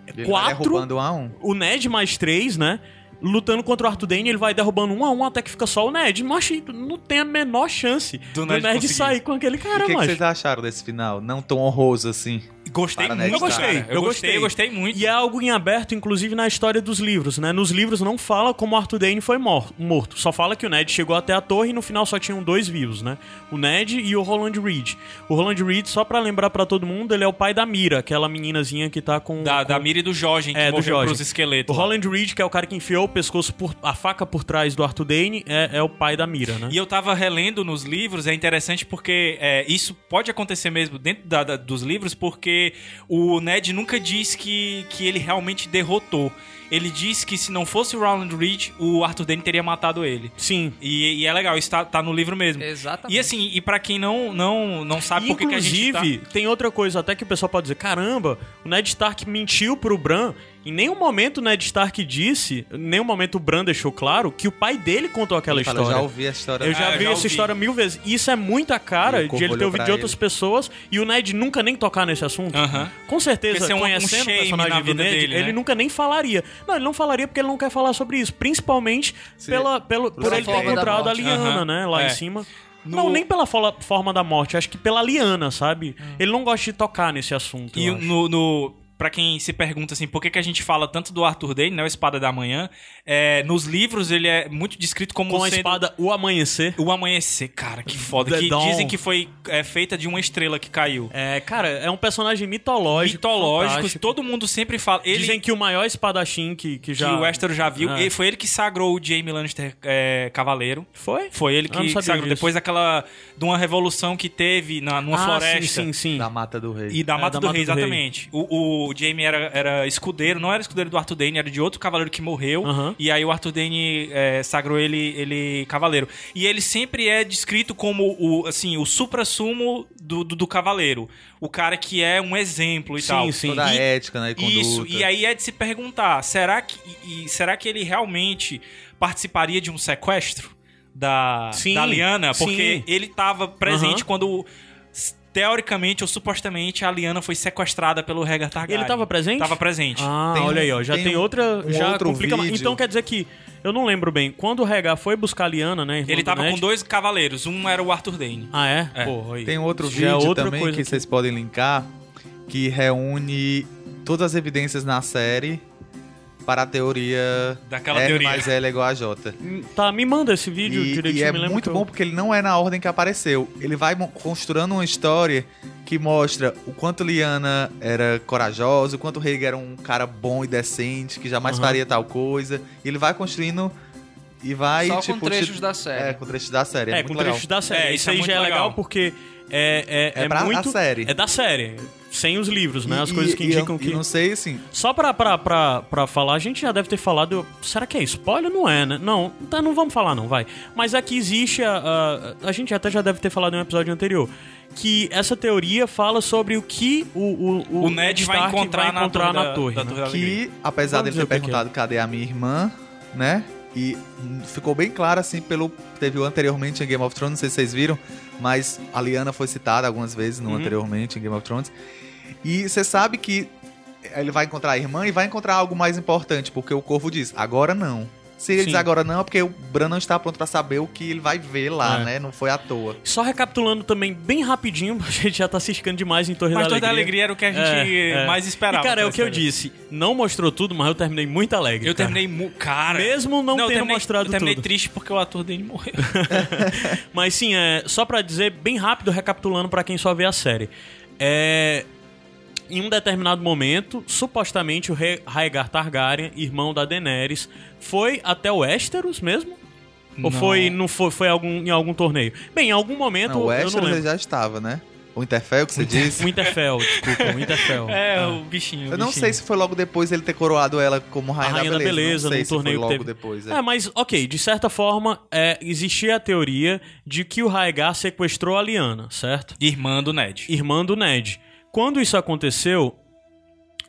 Speaker 4: Ele vai
Speaker 2: quatro
Speaker 4: derrubando um a um.
Speaker 2: o Ned mais três, né? Lutando contra o Arthur Dane, ele vai derrubando um a um até que fica só o Ned. Mas não tem a menor chance do, Ned,
Speaker 1: Ned conseguir.
Speaker 2: sair com aquele
Speaker 4: E
Speaker 2: cara,
Speaker 4: o que, que
Speaker 2: macho.
Speaker 4: vocês acharam desse final? Não tão honroso assim.
Speaker 1: Gostei
Speaker 4: Para,
Speaker 1: muito.
Speaker 4: Ned, Eu
Speaker 2: gostei,
Speaker 1: cara.
Speaker 2: eu
Speaker 1: Eu gostei, eu
Speaker 2: gostei.
Speaker 1: gostei muito.
Speaker 2: E é algo em aberto, inclusive, na história dos livros, né? Nos livros não fala como o Arthur Dane foi mor- morto. Só fala que o Ned chegou até a torre e no final só tinham dois vivos, né? O Ned e o Roland Reed. O Roland Reed, só pra lembrar pra todo mundo, ele é o pai da Mira, aquela meninazinha que tá com...
Speaker 1: Da,
Speaker 2: com-
Speaker 1: da Mira e do Jorge, que
Speaker 2: É, do
Speaker 1: morreu
Speaker 2: Jorge.
Speaker 1: pros
Speaker 2: O
Speaker 1: esqueletos. lá.
Speaker 2: Roland Reed, que é o cara que enfiou o pescoço, por, a faca por trás do Arthur Dane, é, é o pai da Mira, né?
Speaker 1: E eu tava relendo nos livros, é interessante porque é, isso pode acontecer mesmo dentro da- da- dos livros, porque o Ned nunca diz que, que ele realmente derrotou. Ele diz que se não fosse o Roland Reed, o Arthur Dane teria matado ele.
Speaker 2: Sim.
Speaker 1: E, e é legal, isso tá, tá no livro mesmo.
Speaker 3: Exatamente.
Speaker 1: E assim, e pra quem não, não, não sabe por que que a gente tá...
Speaker 2: Inclusive, tem outra coisa até que o pessoal pode dizer: caramba, o Ned Stark mentiu pro Bran. Em nenhum momento o Ned Stark disse, em nenhum momento o Bran deixou claro que o pai dele contou aquela
Speaker 4: Eu falo,
Speaker 2: história.
Speaker 4: já ouvi a história.
Speaker 2: Eu já
Speaker 1: Ah, eu
Speaker 2: vi
Speaker 1: já
Speaker 2: essa
Speaker 1: ouvi.
Speaker 2: história mil vezes. E Isso é muita
Speaker 4: E
Speaker 2: cara
Speaker 4: o
Speaker 2: de
Speaker 4: corvo
Speaker 2: ele ter
Speaker 4: olhou
Speaker 2: ouvido
Speaker 4: pra
Speaker 2: de outras
Speaker 4: ele.
Speaker 2: pessoas e o Ned nunca nem tocar nesse assunto.
Speaker 1: Aham.
Speaker 2: Com certeza,
Speaker 1: Porque esse é um- um
Speaker 2: conhecendo o
Speaker 1: shame
Speaker 2: personagem
Speaker 1: na
Speaker 2: do
Speaker 1: vida
Speaker 2: Ned,
Speaker 1: dele,
Speaker 2: ele
Speaker 1: né?
Speaker 2: nunca nem falaria. Não, ele não falaria porque ele não quer falar sobre isso. Principalmente
Speaker 4: Se-
Speaker 2: pela, pelo, por ele ter
Speaker 3: forma da
Speaker 2: encontrado a
Speaker 3: morte.
Speaker 2: Liana,
Speaker 1: Aham.
Speaker 2: né? Lá em
Speaker 1: É.
Speaker 2: cima.
Speaker 1: No-
Speaker 2: Não, nem pela fola- forma da morte, acho que pela Liana, sabe?
Speaker 4: Hum.
Speaker 2: Ele não gosta de tocar nesse assunto.
Speaker 1: E
Speaker 2: eu acho.
Speaker 1: no, no para quem se pergunta assim, por que, que a gente fala tanto do Arthur Dane, né, o Espada da Manhã? é, nos livros ele é muito descrito como
Speaker 2: Com a
Speaker 1: sendo
Speaker 2: espada, o amanhecer.
Speaker 1: o amanhecer, cara, que foda.
Speaker 2: The
Speaker 1: que
Speaker 2: Dawn.
Speaker 1: dizem que foi é, feita de uma estrela que caiu.
Speaker 2: É, cara, é um personagem mitológico.
Speaker 1: Mitológicos,
Speaker 2: fantástico.
Speaker 1: todo mundo sempre fala. Ele
Speaker 2: Dizem que o maior espadachim que, que
Speaker 1: que
Speaker 2: já.
Speaker 1: o Westeros já viu,
Speaker 2: Ah.
Speaker 1: ele- foi ele que sagrou o Jaime Lannister é, Cavaleiro.
Speaker 2: Foi?
Speaker 1: Foi ele que
Speaker 2: Ah, não sabia
Speaker 1: sagrou
Speaker 2: disso.
Speaker 1: depois daquela de uma revolução que teve na numa
Speaker 2: Ah,
Speaker 1: floresta.
Speaker 2: Sim, sim, sim.
Speaker 4: Da Mata do Rei.
Speaker 1: E da
Speaker 2: É,
Speaker 1: Mata
Speaker 2: da
Speaker 1: do
Speaker 2: Mata
Speaker 1: Rei,
Speaker 2: do Rei.
Speaker 1: exatamente. O, o Jamie era, era escudeiro, não era escudeiro do Arthur Dane, era de outro cavaleiro que morreu.
Speaker 2: Aham.
Speaker 1: E aí o Arthur Dane é, sagrou ele, ele cavaleiro. E ele sempre é descrito como o, assim, o supra-sumo do, do, do cavaleiro. O cara que é um exemplo e
Speaker 2: Sim,
Speaker 1: tal.
Speaker 2: sim.
Speaker 4: Toda a
Speaker 1: E-
Speaker 4: ética, né? E conduta.
Speaker 1: isso, e aí é de se perguntar, será que, e- e será que ele realmente participaria de um sequestro da,
Speaker 2: Sim,
Speaker 1: da Liana?
Speaker 2: sim.
Speaker 1: Porque ele estava presente
Speaker 2: Aham.
Speaker 1: quando, s- teoricamente ou supostamente, a Liana foi sequestrada pelo Rhaegar Targaryen.
Speaker 2: Ele tava presente?
Speaker 1: Tava presente.
Speaker 2: Ah,
Speaker 4: Tem
Speaker 2: olha
Speaker 4: um-
Speaker 2: aí, ó. Já tem,
Speaker 4: tem um-
Speaker 2: outra.
Speaker 4: um
Speaker 2: já
Speaker 4: outro
Speaker 2: complica mais.
Speaker 4: vídeo.
Speaker 2: Então quer dizer que. Eu não lembro bem. Quando o Regar foi buscar a Liana, né? irmã
Speaker 1: ele
Speaker 2: do
Speaker 1: tava
Speaker 2: Ned-
Speaker 1: com dois cavaleiros, um era o Arthur Dane.
Speaker 2: Ah, é?
Speaker 1: É.
Speaker 2: Porra, aí.
Speaker 4: Tem outro
Speaker 2: Já é
Speaker 4: vídeo
Speaker 2: outra
Speaker 4: também
Speaker 2: coisa
Speaker 4: que
Speaker 2: aqui.
Speaker 4: vocês podem linkar, que reúne todas as evidências na série para a teoria
Speaker 1: Daquela
Speaker 4: R
Speaker 1: teoria.
Speaker 4: mais L é igual a J.
Speaker 2: Tá, me manda esse vídeo
Speaker 4: E,
Speaker 2: direitinho,
Speaker 4: e é
Speaker 2: me lembro
Speaker 4: muito
Speaker 2: que eu-
Speaker 4: bom porque ele não é na ordem que apareceu. Ele vai mo- construindo uma história que mostra o quanto Liana era corajosa, o quanto Rhaegar era um cara bom e decente, que jamais
Speaker 2: Aham.
Speaker 4: faria tal coisa. E ele vai construindo e vai,
Speaker 3: Só
Speaker 4: tipo...
Speaker 3: com trechos
Speaker 4: te-
Speaker 3: da
Speaker 4: É,
Speaker 3: série.
Speaker 4: com trechos da série. É,
Speaker 2: É,
Speaker 4: muito
Speaker 2: com
Speaker 4: legal.
Speaker 2: trechos da série.
Speaker 1: É,
Speaker 2: isso
Speaker 1: isso é
Speaker 2: aí já é
Speaker 1: muito
Speaker 2: legal
Speaker 1: legal.
Speaker 2: porque é, é, é,
Speaker 4: É pra
Speaker 2: muito.
Speaker 4: a série.
Speaker 2: É da série. Sem os livros, né? As
Speaker 4: E-
Speaker 2: coisas
Speaker 4: e-
Speaker 2: que
Speaker 4: e
Speaker 2: indicam
Speaker 4: eu-
Speaker 2: que.
Speaker 4: E não sei, assim,
Speaker 2: Só pra, pra, pra, pra falar, a gente já deve ter falado. Será que é spoiler? Não é, né? Não, tá, não vamos falar, não, vai. Mas é que existe. A, a, a gente até já deve ter falado em um episódio anterior. Que essa teoria fala sobre o que o, o,
Speaker 1: O Ned vai
Speaker 2: Stark
Speaker 1: encontrar na
Speaker 2: encontrar
Speaker 1: torre da- da
Speaker 2: né?
Speaker 1: torre da-
Speaker 4: que apesar
Speaker 2: Vamos
Speaker 4: dele
Speaker 2: dizer o que que
Speaker 4: ter
Speaker 2: é.
Speaker 4: perguntado cadê a minha irmã, né? E hum, ficou bem claro assim pelo teve o anteriormente em Game of Thrones, não sei se vocês viram, mas a Lyanna foi citada algumas vezes no
Speaker 2: Uhum.
Speaker 4: anteriormente em Game of Thrones. E você sabe que ele vai encontrar a irmã e vai encontrar algo mais importante, porque o Corvo diz: "Agora não". Se eles
Speaker 2: Sim.
Speaker 4: agora não, é porque o Bran não está pronto pra saber o que ele vai ver lá,
Speaker 2: É.
Speaker 4: né? Não foi à toa.
Speaker 2: Só recapitulando também, bem rapidinho, <laughs> a gente já tá se esticando demais em Torre
Speaker 1: Mas
Speaker 2: da
Speaker 1: toda a alegria era o que a gente
Speaker 2: É, é.
Speaker 1: mais esperava.
Speaker 2: E, cara, é o que eu
Speaker 1: disse.
Speaker 2: disse. Não mostrou tudo, mas eu terminei muito alegre.
Speaker 1: Eu
Speaker 2: cara.
Speaker 1: terminei. mu- Cara.
Speaker 2: Mesmo não
Speaker 1: eu
Speaker 2: tendo
Speaker 1: terminei-
Speaker 2: mostrado
Speaker 1: Eu terminei
Speaker 2: tudo.
Speaker 1: triste porque o ator dele morreu.
Speaker 2: Mas sim, é, só pra dizer, bem rápido, recapitulando pra quem só vê a série. É, em um determinado momento, supostamente o rei Raegar Targaryen, irmão da Daenerys, foi até o Westeros mesmo? Ou
Speaker 1: Não.
Speaker 2: foi, não foi, foi algum, em algum torneio? Bem, em algum momento,
Speaker 4: Não, o
Speaker 2: eu não
Speaker 4: Westeros ele
Speaker 2: lembro.
Speaker 4: já estava, né? O Interfell que você disse. <laughs>
Speaker 2: Winterfell, desculpa, Winterfell. Ah.
Speaker 1: É, o bichinho. o
Speaker 4: Eu não
Speaker 1: bichinho.
Speaker 4: sei se foi logo depois ele ter coroado ela como
Speaker 2: um A
Speaker 4: Rainha,
Speaker 2: Rainha da Beleza,
Speaker 4: não sei
Speaker 2: num
Speaker 4: se
Speaker 2: torneio que
Speaker 4: foi logo
Speaker 2: teve.
Speaker 4: depois.
Speaker 2: É, mas ok, de certa forma, é, existia a teoria de que o Raegar sequestrou a Lyanna, certo?
Speaker 1: Irmã do Ned.
Speaker 2: irmã do Ned. Quando isso aconteceu,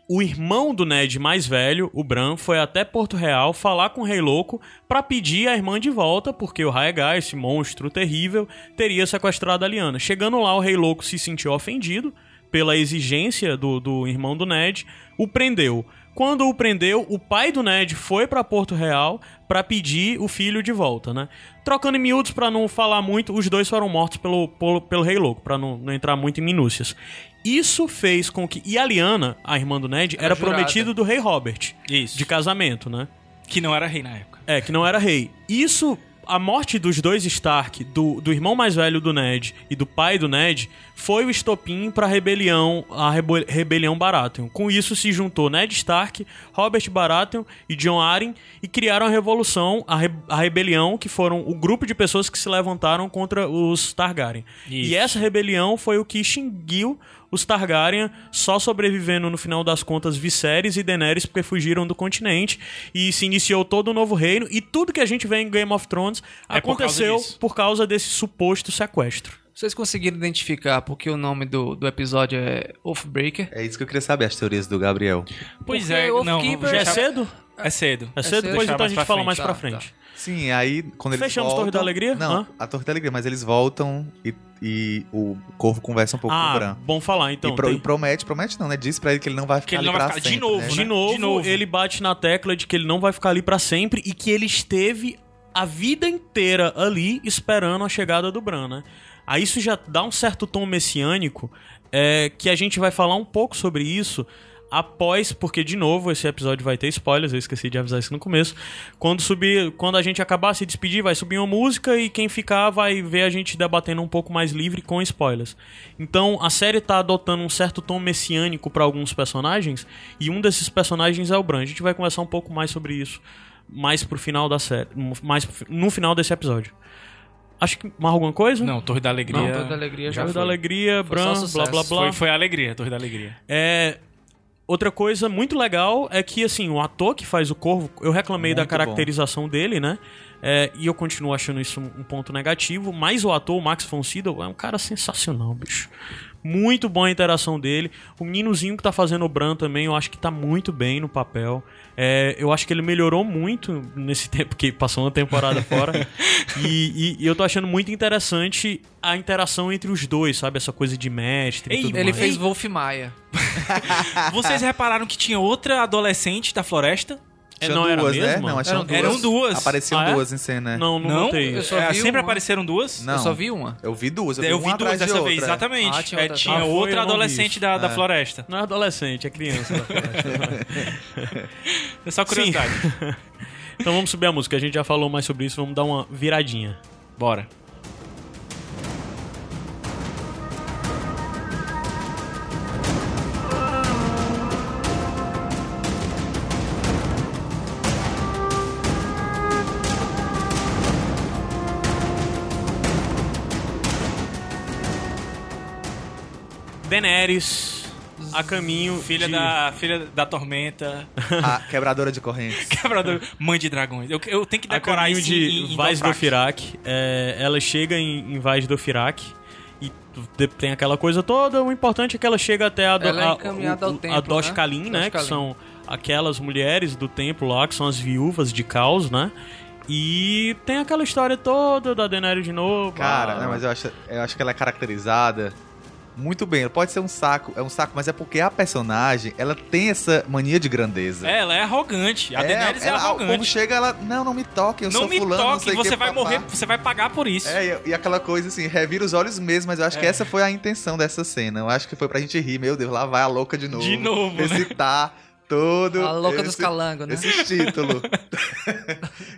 Speaker 2: o irmão do Ned mais velho, o Bran, foi até Porto Real falar com o Rei Louco pra pedir a irmã de volta, porque o Raegar, esse monstro terrível, teria sequestrado a Lyanna. Chegando lá, o Rei Louco se sentiu ofendido pela exigência do, do irmão do Ned, o prendeu. Quando o prendeu, o pai do Ned foi pra Porto Real pra pedir o filho de volta, né? Trocando em miúdos pra não falar muito, os dois foram mortos pelo, pelo, pelo Rei Louco, pra não, não entrar muito em minúcias. Isso fez com que. E a Lyanna, a irmã do Ned, era,
Speaker 3: Era jurada.
Speaker 2: prometida do Rei Robert,
Speaker 1: Isso.
Speaker 2: de casamento, né?
Speaker 1: Que não era rei na época.
Speaker 2: É, que não era rei. Isso, a morte dos dois Stark, do, do irmão mais velho do Ned e do pai do Ned, foi o estopim pra rebelião, a rebo- rebelião Baratheon. Com isso se juntou Ned Stark, Robert Baratheon e John Arryn e criaram a revolução, a, re- a rebelião, que foram o grupo de pessoas que se levantaram contra os Targaryen.
Speaker 1: Isso.
Speaker 2: E essa rebelião foi o que extinguiu os Targaryen, só sobrevivendo no final das contas Viserys e Daenerys porque fugiram do continente e se iniciou todo um novo reino e tudo que a gente vê em Game of Thrones
Speaker 1: É por causa
Speaker 2: aconteceu por causa,
Speaker 1: disso.
Speaker 2: desse suposto sequestro.
Speaker 3: Vocês conseguiram identificar porque o nome do, do episódio é Oathbreaker?
Speaker 4: É isso que eu queria saber, as teorias do Gabriel.
Speaker 1: Pois
Speaker 3: Porque
Speaker 1: é,
Speaker 3: o
Speaker 1: não.
Speaker 3: Keeper-
Speaker 1: vou
Speaker 2: Já é
Speaker 1: deixar-
Speaker 2: cedo?
Speaker 1: É cedo.
Speaker 2: É cedo?
Speaker 3: cedo.
Speaker 2: Pois
Speaker 1: Deixar
Speaker 2: então a
Speaker 1: mais
Speaker 2: gente
Speaker 1: pra
Speaker 2: fala
Speaker 1: frente.
Speaker 2: mais pra
Speaker 3: Tá,
Speaker 2: frente.
Speaker 4: Sim, aí quando eles
Speaker 2: Fechamos
Speaker 4: voltam...
Speaker 2: Torre da Alegria?
Speaker 4: Não,
Speaker 2: Hã?
Speaker 4: a Torre da Alegria, mas eles voltam e, e o Corvo conversa um pouco com o
Speaker 2: Ah,
Speaker 4: Bran.
Speaker 2: bom falar então.
Speaker 4: e, pro-
Speaker 2: tem-
Speaker 4: e promete, promete não, né? Diz pra ele que ele não vai ficar
Speaker 1: Que ele
Speaker 4: ali
Speaker 1: não vai
Speaker 4: pra
Speaker 1: ficar- de
Speaker 4: sempre,
Speaker 1: novo,
Speaker 4: né?
Speaker 1: né?
Speaker 2: De novo,
Speaker 1: De novo.
Speaker 2: ele bate na tecla de que ele não vai ficar ali pra sempre e que ele esteve a vida inteira ali esperando a chegada do Bran, né? Aí isso já dá um certo tom messiânico, é, que a gente vai falar um pouco sobre isso após, porque de novo esse episódio vai ter spoilers, eu esqueci de avisar isso no começo. Quando subir, quando a gente acabar se despedir, vai subir uma música e quem ficar vai ver a gente debatendo um pouco mais livre com spoilers. Então, a série tá adotando um certo tom messiânico pra alguns personagens e um desses personagens é o Bran. A gente vai conversar um pouco mais sobre isso mais pro final da série, mais pro fi- no final desse episódio. Acho que mais alguma coisa?
Speaker 1: Não, Torre da Alegria.
Speaker 3: Não, Torre da Alegria já
Speaker 2: Torre da
Speaker 3: foi.
Speaker 2: Alegria,
Speaker 3: Foi
Speaker 2: Bran,
Speaker 3: só
Speaker 2: blá
Speaker 3: sucesso.
Speaker 2: blá blá.
Speaker 1: Foi, foi a alegria, Torre da Alegria.
Speaker 2: É, outra coisa muito legal é que, assim, o ator que faz o Corvo, eu reclamei da
Speaker 4: Muito
Speaker 2: caracterização dele, né? É, e eu continuo achando isso um um ponto negativo, mas o ator, o Max von Sydow, é um cara sensacional, bicho. Muito boa a interação dele. O meninozinho que tá fazendo o Bran também, eu acho que tá muito bem no papel. É, eu acho que ele melhorou muito nesse <laughs> tempo, que passou uma temporada fora. E, e- e eu tô achando muito interessante a interação entre os dois, sabe? Essa coisa de mestre e
Speaker 1: Ei,
Speaker 2: tudo
Speaker 3: Ele
Speaker 2: mais.
Speaker 3: fez Wolf Maia.
Speaker 4: Ah.
Speaker 1: Vocês repararam que tinha outra adolescente da floresta?
Speaker 2: É,
Speaker 4: Tinha
Speaker 2: não era
Speaker 4: duas, né?
Speaker 2: mesmo?
Speaker 4: Não, acho
Speaker 3: Eram
Speaker 4: que
Speaker 1: Eram duas.
Speaker 4: Apareciam
Speaker 2: Ah, é?
Speaker 4: duas em cena, né?
Speaker 2: Não, não,
Speaker 1: Não?
Speaker 2: notei isso.
Speaker 3: Eu só
Speaker 1: É,
Speaker 3: vi
Speaker 1: sempre
Speaker 3: uma.
Speaker 1: apareceram duas?
Speaker 4: Não.
Speaker 3: Eu só vi uma.
Speaker 4: Eu vi duas, eu,
Speaker 1: Eu vi
Speaker 4: uma
Speaker 1: duas
Speaker 4: atrás de
Speaker 1: dessa
Speaker 4: outra.
Speaker 1: vez, exatamente.
Speaker 3: Ah, tinha
Speaker 1: É,
Speaker 3: outra.
Speaker 1: tinha
Speaker 2: Ah, foi, eu
Speaker 1: outra
Speaker 2: não vi
Speaker 1: adolescente
Speaker 2: isso.
Speaker 1: da, da floresta.
Speaker 2: Não é adolescente, é
Speaker 1: <laughs>
Speaker 2: criança.
Speaker 1: É só
Speaker 3: <laughs>
Speaker 1: curiosidade.
Speaker 2: então vamos subir a música, a gente já falou mais sobre isso, vamos dar uma viradinha.
Speaker 1: Bora.
Speaker 2: Daenerys, a caminho.
Speaker 1: Filha
Speaker 2: de-
Speaker 1: da, filha da tormenta, <laughs>
Speaker 4: A quebradora de correntes.
Speaker 1: quebrador, mãe de dragões. Eu, eu tenho que
Speaker 2: A
Speaker 1: decorar
Speaker 2: caminho
Speaker 1: isso em,
Speaker 2: de
Speaker 1: em
Speaker 2: Vaz do
Speaker 1: Dofrak.
Speaker 2: Firak. ela chega em, em Vaz do Firak. E de- tem aquela coisa toda. O importante é que ela chega até a, do,
Speaker 3: Ela é
Speaker 2: a-
Speaker 3: encaminhada
Speaker 2: o-
Speaker 3: ao
Speaker 2: o-
Speaker 3: templo,
Speaker 2: a
Speaker 3: né?
Speaker 2: Dosh Kalin, né?
Speaker 3: Dosh
Speaker 2: Que
Speaker 3: Kalin.
Speaker 2: são aquelas mulheres do templo lá, que são as viúvas de caos, né? E tem aquela história toda da Daenerys de novo.
Speaker 4: Cara,
Speaker 2: ah,
Speaker 4: não, mas eu acho, eu acho que ela é caracterizada muito bem. Ela pode ser um saco, é um saco, mas é porque a personagem, ela tem essa mania de grandeza.
Speaker 1: É, ela é arrogante. A Daenerys é
Speaker 4: ela- O povo
Speaker 1: arrogante.
Speaker 4: chega, ela, não, não me toque, eu
Speaker 1: Não
Speaker 4: sou
Speaker 1: me
Speaker 4: fulano, não
Speaker 1: toque,
Speaker 4: sei o
Speaker 1: você
Speaker 4: que,
Speaker 1: vai
Speaker 4: papá.
Speaker 1: morrer, você vai pagar por isso.
Speaker 4: É, e, e aquela coisa assim, revira os olhos mesmo, mas eu acho que
Speaker 1: É.
Speaker 4: essa foi a intenção dessa cena. Eu acho que foi pra gente rir, meu Deus, lá vai a louca de novo.
Speaker 1: De novo, né?
Speaker 4: Excitar todo
Speaker 3: A louca dos
Speaker 4: esse,
Speaker 3: calangos, né?
Speaker 4: esse
Speaker 3: <laughs>
Speaker 4: título.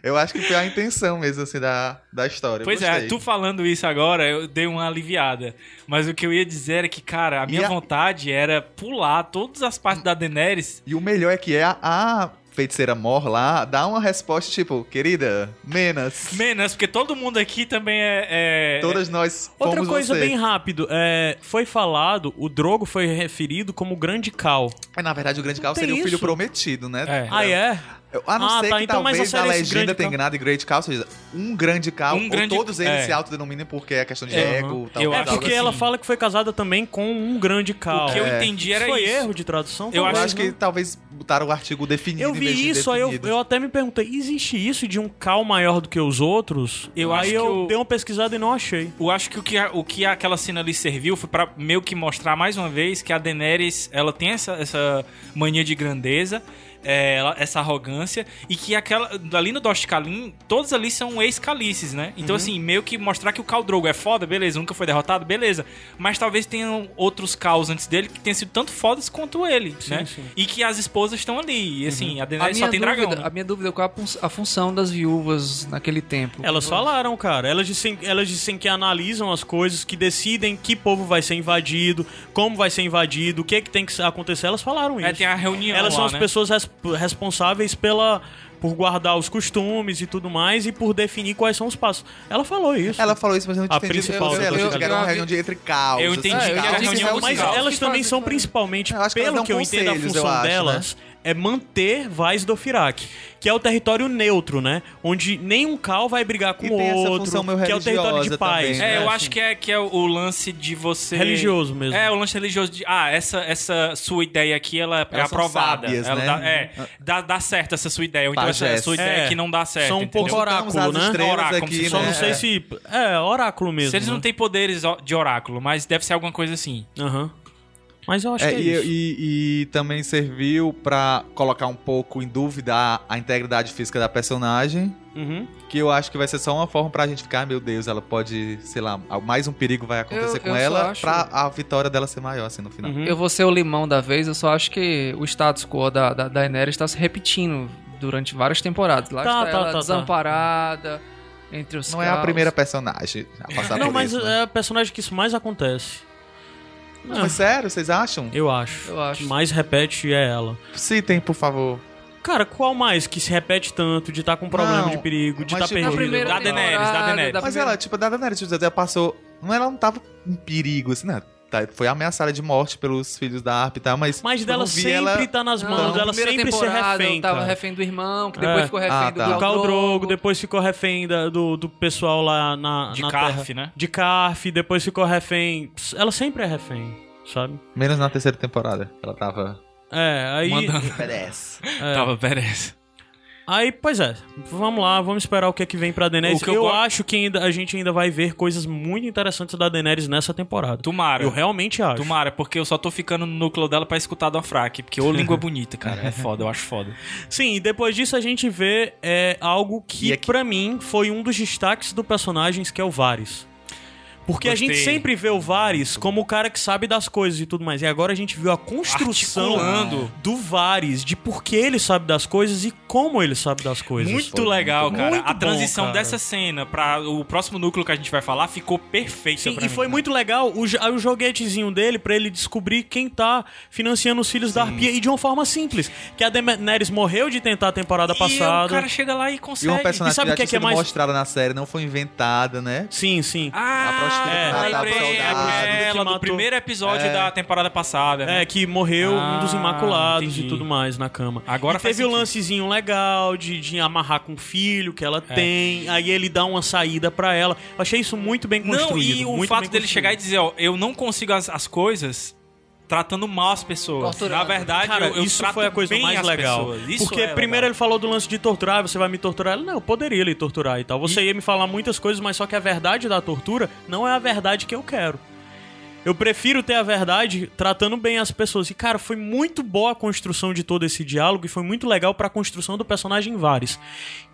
Speaker 4: eu acho que foi a intenção mesmo, assim, da, da história. Eu
Speaker 1: Pois é,
Speaker 4: gostei.
Speaker 1: tu falando isso agora, eu dei uma aliviada. Mas o que eu ia dizer é que, cara, a minha
Speaker 4: a-
Speaker 1: vontade era pular todas as partes da Daenerys.
Speaker 4: E o melhor é que é a, a feiticeira mor lá dá uma resposta tipo, querida, menos.
Speaker 1: Menos, porque todo mundo aqui também é. é-
Speaker 4: Todas nós fomos
Speaker 2: Outra coisa
Speaker 4: você.
Speaker 2: bem rápido, é, foi falado, o Drogo foi referido como o Grande Cal.
Speaker 4: Mas, na verdade, o grande carro
Speaker 2: Tem
Speaker 4: seria o filho
Speaker 2: isso?
Speaker 4: prometido, né?
Speaker 1: É.
Speaker 2: Ah, é?
Speaker 4: Eu- A não
Speaker 2: Ah,
Speaker 4: ser
Speaker 2: tá,
Speaker 4: que
Speaker 2: então, mas a
Speaker 4: talvez a
Speaker 2: série é esse
Speaker 4: legenda
Speaker 2: grande
Speaker 4: tenha
Speaker 2: cal.
Speaker 4: ganhado Great Cal, ou seja, um grande cal,
Speaker 1: Um grande-
Speaker 4: ou todos eles
Speaker 1: é.
Speaker 4: se autodenominem porque é questão de
Speaker 1: É,
Speaker 4: ego,
Speaker 1: aham.
Speaker 4: tal,
Speaker 1: Eu
Speaker 4: tal,
Speaker 2: É
Speaker 1: acho
Speaker 4: algo
Speaker 2: porque
Speaker 1: que-
Speaker 4: assim.
Speaker 2: ela fala que foi casada também com um Grande Cal.
Speaker 1: O que eu
Speaker 4: É.
Speaker 1: entendi era
Speaker 2: foi
Speaker 1: isso.
Speaker 2: erro de tradução?
Speaker 1: Eu
Speaker 4: Eu
Speaker 2: talvez,
Speaker 4: acho que
Speaker 2: né?
Speaker 4: talvez botaram o artigo definido
Speaker 2: Eu
Speaker 4: em
Speaker 2: vi
Speaker 4: vez de
Speaker 2: isso, aí eu,
Speaker 4: indefinido.
Speaker 2: eu até me perguntei, existe isso de um cal maior do que os outros?
Speaker 1: Eu
Speaker 2: aí
Speaker 1: acho que
Speaker 2: eu
Speaker 1: o-
Speaker 2: dei uma pesquisada e não achei.
Speaker 1: Eu acho que o que, a- o que aquela cena ali serviu foi pra meio que mostrar mais uma vez que a Daenerys, ela tem essa, essa mania de grandeza, é, ela- essa arrogância, e que aquela ali no Dost Kalin, todos ali são ex-calices, né?
Speaker 2: Uhum.
Speaker 1: Então, assim, meio que mostrar que o Khal Drogo é foda, beleza, nunca foi derrotado, beleza, mas talvez tenham outros Khals antes dele que tenham sido tanto fodas quanto ele, né?
Speaker 2: sim. Uhum.
Speaker 1: E que as esposas estão ali, e assim, a
Speaker 3: A
Speaker 1: Daenerys
Speaker 3: minha,
Speaker 1: só tem
Speaker 3: dúvida,
Speaker 1: dragão. né?
Speaker 3: a minha dúvida é qual a fun- a função das viúvas naquele tempo.
Speaker 2: Elas falaram, cara. Elas dizem, elas dizem que analisam as coisas, que decidem que povo vai ser invadido, como vai ser invadido, o que é que tem que acontecer. Elas falaram
Speaker 1: É,
Speaker 2: isso.
Speaker 1: tem a reunião
Speaker 2: Elas
Speaker 1: lá,
Speaker 2: são as
Speaker 1: né?
Speaker 2: pessoas res- responsáveis pela por guardar os costumes e tudo mais e por definir quais são os passos. Ela falou isso.
Speaker 4: Ela falou isso, mas eu não
Speaker 2: A
Speaker 4: entendi.
Speaker 2: principal
Speaker 4: eu sei,
Speaker 2: da
Speaker 4: ela
Speaker 2: Dost
Speaker 4: achou que era uma
Speaker 3: Kalin.
Speaker 4: reunião de entre causas.
Speaker 1: Eu entendi
Speaker 4: assim,
Speaker 1: que
Speaker 3: era
Speaker 4: causas,
Speaker 3: reunião
Speaker 4: causas,
Speaker 3: de
Speaker 1: entre
Speaker 2: Mas
Speaker 1: Legal.
Speaker 4: causas.
Speaker 2: elas também são
Speaker 3: Fazem, fazem.
Speaker 2: principalmente,
Speaker 4: Eu acho que elas
Speaker 2: pelo
Speaker 4: dão
Speaker 2: que eu entendo, a
Speaker 4: conselhos,
Speaker 2: função
Speaker 4: eu acho, né?
Speaker 2: delas é manter Vaz do Firac, que é o território neutro, né? Onde nenhum cal vai brigar com
Speaker 4: E
Speaker 2: o
Speaker 4: tem essa
Speaker 2: outro,
Speaker 4: função meio
Speaker 2: que é o território de
Speaker 4: religiosa
Speaker 2: paz. Assim,
Speaker 1: É,
Speaker 4: também, né?
Speaker 1: eu
Speaker 4: Assim.
Speaker 1: acho que é, que é o- o lance de você.
Speaker 2: Religioso mesmo.
Speaker 1: É, o lance religioso de. Ah, essa, essa sua ideia aqui, ela é
Speaker 4: Elas são
Speaker 1: aprovada.
Speaker 4: sábias,
Speaker 1: Ela
Speaker 4: né?
Speaker 1: dá, é, dá, dá certo essa sua ideia. Ou então essa,
Speaker 4: Pajés.
Speaker 1: sua ideia
Speaker 2: Uhum. É.
Speaker 1: que não dá certo.
Speaker 2: São um
Speaker 1: entendeu?
Speaker 2: pouco
Speaker 4: Juntamos
Speaker 2: oráculo,
Speaker 4: Então, as
Speaker 2: né?
Speaker 4: estrelas
Speaker 1: Oráculo,
Speaker 4: aqui,
Speaker 1: como se um
Speaker 2: Só
Speaker 4: né?
Speaker 2: não sei
Speaker 4: É.
Speaker 2: se. É, oráculo mesmo.
Speaker 1: Se eles não
Speaker 2: né?
Speaker 1: têm poderes ó- de oráculo, mas deve ser alguma coisa assim.
Speaker 2: Aham. Mas eu acho
Speaker 4: É,
Speaker 2: que é
Speaker 4: e,
Speaker 2: isso.
Speaker 4: e- e também serviu pra colocar um pouco em dúvida a, a integridade física da personagem.
Speaker 2: Uhum.
Speaker 4: Que eu acho que vai ser só uma forma pra gente ficar, "Ah, meu Deus, ela pode, sei lá, mais um perigo vai acontecer
Speaker 3: Eu-
Speaker 4: com
Speaker 3: eu só
Speaker 4: ela
Speaker 3: acho-
Speaker 4: pra a vitória dela ser maior, assim, no final.
Speaker 2: Uhum.
Speaker 3: Eu vou ser o limão da vez, eu só acho que o status quo da, da, da Daenerys está se repetindo durante várias temporadas. Lá
Speaker 2: Tá,
Speaker 3: está
Speaker 2: tá,
Speaker 3: ela
Speaker 2: tá, tá.
Speaker 3: desamparada, entre os
Speaker 4: Não é a
Speaker 3: caos.
Speaker 4: primeira personagem a passar
Speaker 2: Não,
Speaker 4: por
Speaker 2: mas
Speaker 4: isso, né?
Speaker 2: é a personagem que isso mais acontece. Ah,
Speaker 4: Não, mas sério, vocês acham?
Speaker 2: Eu acho.
Speaker 3: Eu acho.
Speaker 2: Que mais repete é ela.
Speaker 4: Citem, por favor.
Speaker 2: Cara, qual mais que se repete tanto de estar com problema
Speaker 4: Não,
Speaker 2: de perigo, de
Speaker 4: mas
Speaker 2: estar
Speaker 4: tipo,
Speaker 2: perdido?
Speaker 4: na primeira
Speaker 1: Da Daenerys, da
Speaker 3: temporada,
Speaker 2: Tá
Speaker 1: Daenerys.
Speaker 3: da
Speaker 4: mas
Speaker 3: primeira-
Speaker 4: ela, tipo, da Daenerys, tipo, ela passou... não, Ela não tava em perigo, assim, né? Tá, foi ameaçada de morte pelos filhos da Arp e tal, mas...
Speaker 2: Mas
Speaker 4: eu
Speaker 2: dela
Speaker 4: não vi
Speaker 2: sempre
Speaker 4: ela-
Speaker 2: tá nas
Speaker 3: Não,
Speaker 2: mãos,
Speaker 3: na
Speaker 2: ela
Speaker 3: primeira
Speaker 2: sempre se
Speaker 3: temporada
Speaker 2: refém,
Speaker 3: Tava
Speaker 2: cara.
Speaker 3: refém do irmão, que depois
Speaker 2: É.
Speaker 3: ficou refém
Speaker 4: Ah, tá.
Speaker 3: do
Speaker 2: Do
Speaker 4: Do
Speaker 2: Khal Drogo,
Speaker 3: Drogo.
Speaker 2: depois ficou refém da- do, do pessoal lá na,
Speaker 1: De
Speaker 2: Ah, na
Speaker 1: Karf,
Speaker 2: terra.
Speaker 1: né?
Speaker 2: De Carf, depois ficou refém... Ela sempre é refém, sabe?
Speaker 4: Menos na terceira temporada. Ela tava...
Speaker 2: É, aí...
Speaker 1: Mandando.
Speaker 2: <laughs>
Speaker 4: Parece.
Speaker 2: É.
Speaker 1: Tava, parece.
Speaker 2: Aí, pois é, vamos lá, vamos esperar o que é que vem pra Daenerys.
Speaker 1: O
Speaker 2: Eu,
Speaker 1: que eu go-
Speaker 2: acho que ainda, a gente ainda vai ver coisas muito interessantes da Daenerys nessa temporada.
Speaker 1: Tomara.
Speaker 2: Eu realmente acho.
Speaker 1: Tomara, porque eu só tô ficando no núcleo dela pra escutar do Afraque. Porque
Speaker 2: <laughs>
Speaker 1: ô língua bonita, cara. É foda, eu acho foda.
Speaker 2: Sim, e depois disso a gente vê é, algo que,
Speaker 4: E
Speaker 2: pra
Speaker 4: aqui-
Speaker 2: mim, foi um dos destaques do personagem, que é o Varys. Porque a gente
Speaker 1: Gostei.
Speaker 2: sempre vê o Varys como o cara que sabe das coisas e tudo mais. E agora a gente viu a construção
Speaker 1: Articulando.
Speaker 2: do Varys, de por que ele sabe das coisas e como ele sabe das coisas.
Speaker 1: Muito
Speaker 4: foi
Speaker 1: legal,
Speaker 4: muito
Speaker 1: cara.
Speaker 2: bom.
Speaker 1: a transição
Speaker 2: Muito bom, cara.
Speaker 1: dessa cena pra o próximo núcleo que a gente vai falar ficou perfeita
Speaker 2: Sim,
Speaker 1: é pra
Speaker 2: e
Speaker 1: mim, né?
Speaker 2: foi
Speaker 1: cara.
Speaker 2: muito legal o, jo- o joguetezinho dele pra ele descobrir quem tá financiando os filhos da Arpia e de uma forma simples. Que a Daenerys morreu de tentar a temporada
Speaker 1: E o
Speaker 2: passada.
Speaker 1: cara chega lá e
Speaker 4: E
Speaker 1: consegue.
Speaker 4: uma personagem
Speaker 2: E sabe o
Speaker 4: que
Speaker 2: que
Speaker 4: já
Speaker 2: é que é
Speaker 4: tinha sido
Speaker 2: mais-
Speaker 4: mostrada na série, não foi inventada, né?
Speaker 2: Sim, sim.
Speaker 1: Ah,
Speaker 4: A prostituta
Speaker 1: é,
Speaker 2: lá da
Speaker 1: lembrei,
Speaker 2: saudade.
Speaker 1: é
Speaker 2: Que
Speaker 1: ela do
Speaker 2: matou.
Speaker 1: primeiro episódio da temporada passada. né?
Speaker 2: É, que morreu um dos
Speaker 1: Ah,
Speaker 2: Imaculados
Speaker 1: entendi.
Speaker 2: e tudo mais na cama.
Speaker 1: Agora
Speaker 2: e
Speaker 1: faz
Speaker 2: teve o
Speaker 1: sentido.
Speaker 2: lancezinho legal de, de amarrar com o filho que
Speaker 1: É.
Speaker 2: ela tem, aí ele dá uma saída pra ela. Eu achei isso muito bem construído.
Speaker 1: Não, e o
Speaker 2: muito
Speaker 1: fato
Speaker 2: bem
Speaker 1: dele
Speaker 2: construído.
Speaker 1: chegar e dizer, ó, eu não consigo as, as coisas tratando mal as pessoas.
Speaker 3: Torturando.
Speaker 1: Na verdade,
Speaker 2: Cara,
Speaker 1: eu, eu
Speaker 2: isso
Speaker 1: trato
Speaker 2: foi a coisa
Speaker 1: bem
Speaker 2: mais
Speaker 1: as
Speaker 2: legal.
Speaker 1: pessoas. Isso
Speaker 2: Porque
Speaker 1: é legal.
Speaker 2: primeiro ele falou do lance de torturar, você vai me torturar. Ele, não, eu poderia lhe torturar e tal. Você ia me falar muitas coisas, mas só que a verdade da tortura não é a verdade que eu quero. Eu prefiro ter a verdade tratando bem as pessoas. E, cara, foi muito boa a construção de todo esse diálogo e foi muito legal pra construção do personagem Varys.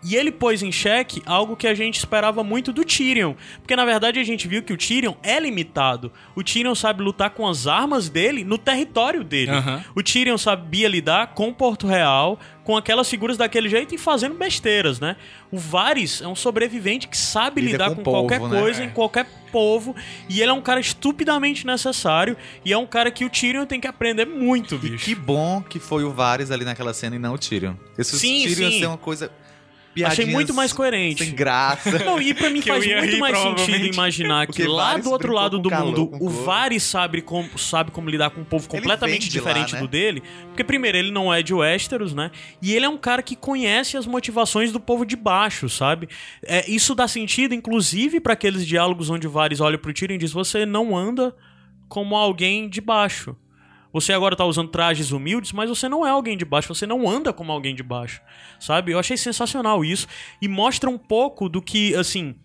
Speaker 2: E ele pôs em xeque algo que a gente esperava muito do Tyrion. Porque, na verdade, a gente viu que o Tyrion é limitado. O Tyrion sabe lutar com as armas dele no território dele.
Speaker 1: Aham.
Speaker 2: O Tyrion sabia lidar com Porto Real, com aquelas figuras daquele jeito e fazendo besteiras, né? O Varys é um sobrevivente que sabe
Speaker 4: Lida
Speaker 2: lidar
Speaker 4: com
Speaker 2: com,
Speaker 4: o povo,
Speaker 2: qualquer
Speaker 4: né?
Speaker 2: coisa,
Speaker 4: É.
Speaker 2: em qualquer povo, e ele é um cara estupidamente necessário, e é um cara que o Tyrion tem que aprender muito,
Speaker 4: E
Speaker 2: bicho.
Speaker 4: que bom que foi o Varys ali naquela cena e não o Tyrion. Esse
Speaker 2: Sim,
Speaker 4: Tyrion ia
Speaker 2: sim.
Speaker 4: ser uma coisa.
Speaker 2: Achei
Speaker 4: piadinhas
Speaker 2: muito mais
Speaker 4: Sem
Speaker 2: coerente. <laughs>
Speaker 4: graça.
Speaker 2: Não, e pra mim
Speaker 1: Que eu
Speaker 2: faz
Speaker 1: ia
Speaker 2: muito
Speaker 1: rir,
Speaker 2: mais sentido
Speaker 1: provavelmente.
Speaker 2: imaginar que
Speaker 4: Porque
Speaker 2: lá
Speaker 4: Varys
Speaker 2: do outro
Speaker 4: brincou
Speaker 2: lado
Speaker 4: com
Speaker 2: do
Speaker 4: calor,
Speaker 2: mundo
Speaker 4: com
Speaker 2: o
Speaker 4: couro.
Speaker 2: Varys sabe como, sabe como lidar com um povo completamente
Speaker 4: vem de lá,
Speaker 2: diferente
Speaker 4: né?
Speaker 2: do dele. Porque, primeiro, ele não é de Westeros, né? E ele é um cara que conhece as motivações do povo de baixo, sabe? É, isso dá sentido, inclusive, pra aqueles diálogos onde o Varys olha pro Tyrion e diz: Você não anda como alguém de baixo. Você agora tá usando trajes humildes, mas você não é alguém de baixo, você não anda como alguém de baixo, sabe? Eu achei sensacional isso e mostra um pouco do que, assim,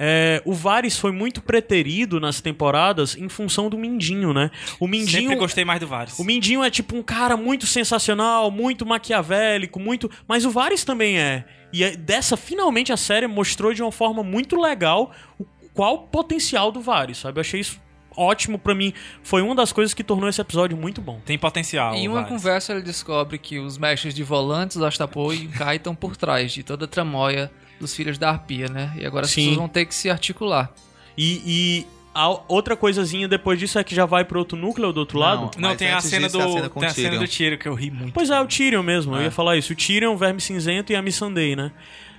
Speaker 2: é, o Varys foi muito preterido nas temporadas em função do Mindinho, né? O Mindinho
Speaker 1: Sempre gostei mais do Varys.
Speaker 2: o Mindinho é tipo um cara muito sensacional, muito maquiavélico, muito. Mas o Varys também é. E é- dessa, finalmente, a série mostrou de uma forma muito legal o qual o potencial do Varys, sabe? Eu achei isso ótimo pra mim. Foi uma das coisas que tornou esse episódio muito bom.
Speaker 1: Tem potencial.
Speaker 3: Em
Speaker 1: o
Speaker 3: uma
Speaker 1: Varys.
Speaker 3: conversa ele descobre que os mestres de volantes, Astapor e Kai estão por trás de toda a tramóia dos filhos da Arpia, né? E agora as
Speaker 2: Sim.
Speaker 3: pessoas vão ter que se articular.
Speaker 2: E. e a outra coisazinha depois disso é que já vai pro outro núcleo do outro lado.
Speaker 1: Não,
Speaker 4: Mas
Speaker 1: tem a
Speaker 4: antes
Speaker 1: cena
Speaker 4: disso,
Speaker 1: do.
Speaker 4: a cena com
Speaker 1: tem a
Speaker 4: o
Speaker 1: cena
Speaker 4: Tyrion.
Speaker 1: do tiro que eu ri muito.
Speaker 2: Pois é, o Tyrion mesmo, eu
Speaker 4: É.
Speaker 2: ia falar isso. O Tyrion, o Verme Cinzento e a Missandei, né?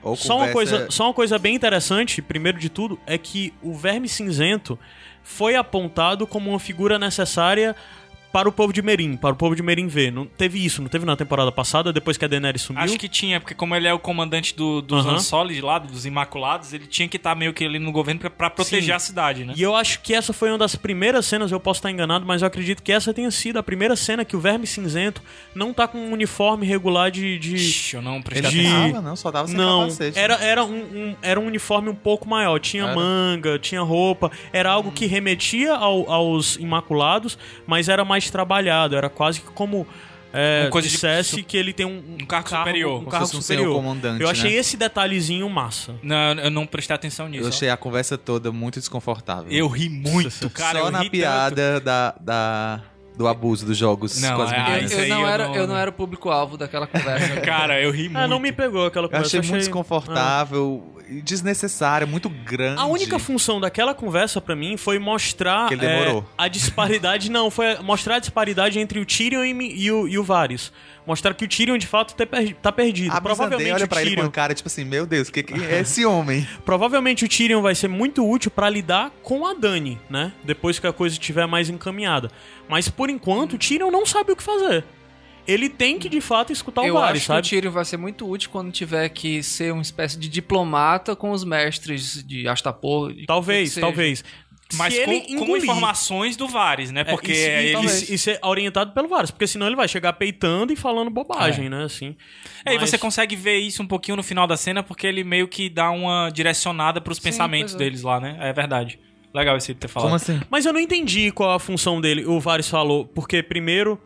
Speaker 4: Ou
Speaker 2: Só uma,
Speaker 4: conversa-
Speaker 2: coisa, só uma coisa bem interessante, primeiro de tudo, é que o Verme Cinzento foi apontado como uma figura necessária para o povo de Merim, para o povo de Merim ver. Não teve isso, não teve na temporada passada, depois que a Daenerys sumiu.
Speaker 1: Acho que tinha, porque como ele é o comandante do, dos
Speaker 2: Aham.
Speaker 1: Unsolid lá, dos Imaculados, ele tinha que estar meio que ali no governo pra, pra proteger
Speaker 2: Sim.
Speaker 1: a cidade, né?
Speaker 2: E eu acho que essa foi uma das primeiras cenas, eu posso estar enganado, mas eu acredito que essa tenha sido a primeira cena que o Verme Cinzento não tá com um uniforme regular de- de,
Speaker 1: Ixi, eu não prestei
Speaker 4: Ele
Speaker 2: de-
Speaker 1: atenção.
Speaker 4: tava, não, só tava sem
Speaker 2: Não,
Speaker 4: capacete. né?
Speaker 2: era, era, um, um- era um uniforme um pouco maior. Tinha
Speaker 4: Era?
Speaker 2: manga, tinha roupa. Era algo que remetia ao- aos Imaculados, mas era mais trabalhado. Era quase que como é,
Speaker 1: Uma coisa de-
Speaker 2: dissesse que ele tem um,
Speaker 1: um cargo superior.
Speaker 2: Um
Speaker 1: Como
Speaker 2: cargo
Speaker 4: se fosse um senhor
Speaker 2: superior.
Speaker 4: comandante,
Speaker 2: Eu achei
Speaker 4: né?
Speaker 2: esse detalhezinho massa.
Speaker 1: Não, eu não prestei atenção nisso.
Speaker 4: Eu achei a conversa toda muito desconfortável.
Speaker 1: Eu ri muito, cara.
Speaker 4: Só
Speaker 1: eu
Speaker 4: na
Speaker 1: ri tanto.
Speaker 4: piada da, da- do abuso dos jogos
Speaker 1: Não,
Speaker 4: com as
Speaker 1: é-
Speaker 3: Eu,
Speaker 1: Ah,
Speaker 4: meninas.
Speaker 1: isso
Speaker 4: Eu,
Speaker 3: eu
Speaker 1: aí
Speaker 3: não
Speaker 1: eu
Speaker 3: era,
Speaker 1: não-
Speaker 3: eu não era o público-alvo daquela conversa.
Speaker 1: Cara, eu ri muito.
Speaker 2: Ah, não me pegou aquela conversa.
Speaker 4: achei muito desconfortável, e desnecessária, muito grande.
Speaker 2: A única função daquela conversa pra mim foi mostrar
Speaker 4: Que ele demorou.
Speaker 2: é, a disparidade, não, foi mostrar a disparidade entre o Tyrion e, mi- e o, e o Varys. Mostrar que o Tyrion de fato tá perdi- tá perdido.
Speaker 4: A Provavelmente
Speaker 2: provavelmente
Speaker 4: olha
Speaker 2: o
Speaker 4: pra ele com
Speaker 2: Tyrion,
Speaker 4: a cara, tipo assim, meu Deus, que, que é esse homem?
Speaker 2: provavelmente o Tyrion vai ser muito útil pra lidar com a Dany, né? Depois que a coisa estiver mais encaminhada. Mas por enquanto o Tyrion não sabe o que fazer. Ele tem que de fato escutar
Speaker 3: eu
Speaker 2: o Varys,
Speaker 3: acho
Speaker 2: Então sabe?
Speaker 3: que o Tyrion vai ser muito útil quando tiver que ser uma espécie de diplomata com os mestres de Astapor. de que
Speaker 2: Talvez,
Speaker 3: seja.
Speaker 2: talvez.
Speaker 1: Mas
Speaker 2: Se
Speaker 1: com,
Speaker 2: ele
Speaker 1: com
Speaker 2: engolir-
Speaker 1: informações do Vares, né?
Speaker 2: É,
Speaker 1: Porque
Speaker 2: e, se- e-
Speaker 4: então
Speaker 1: ele.
Speaker 2: e, e ser é orientado pelo Varys, porque senão ele vai chegar peitando e falando bobagem, né? Assim.
Speaker 1: É, e
Speaker 2: Mas-
Speaker 1: você consegue ver isso um pouquinho no final da cena, porque ele meio que dá uma direcionada pros pensamentos
Speaker 3: pois é.
Speaker 1: deles lá, né? É verdade. Legal esse ter falado.
Speaker 4: Como assim?
Speaker 2: Mas eu não entendi qual a função dele, o Varys falou, porque primeiro.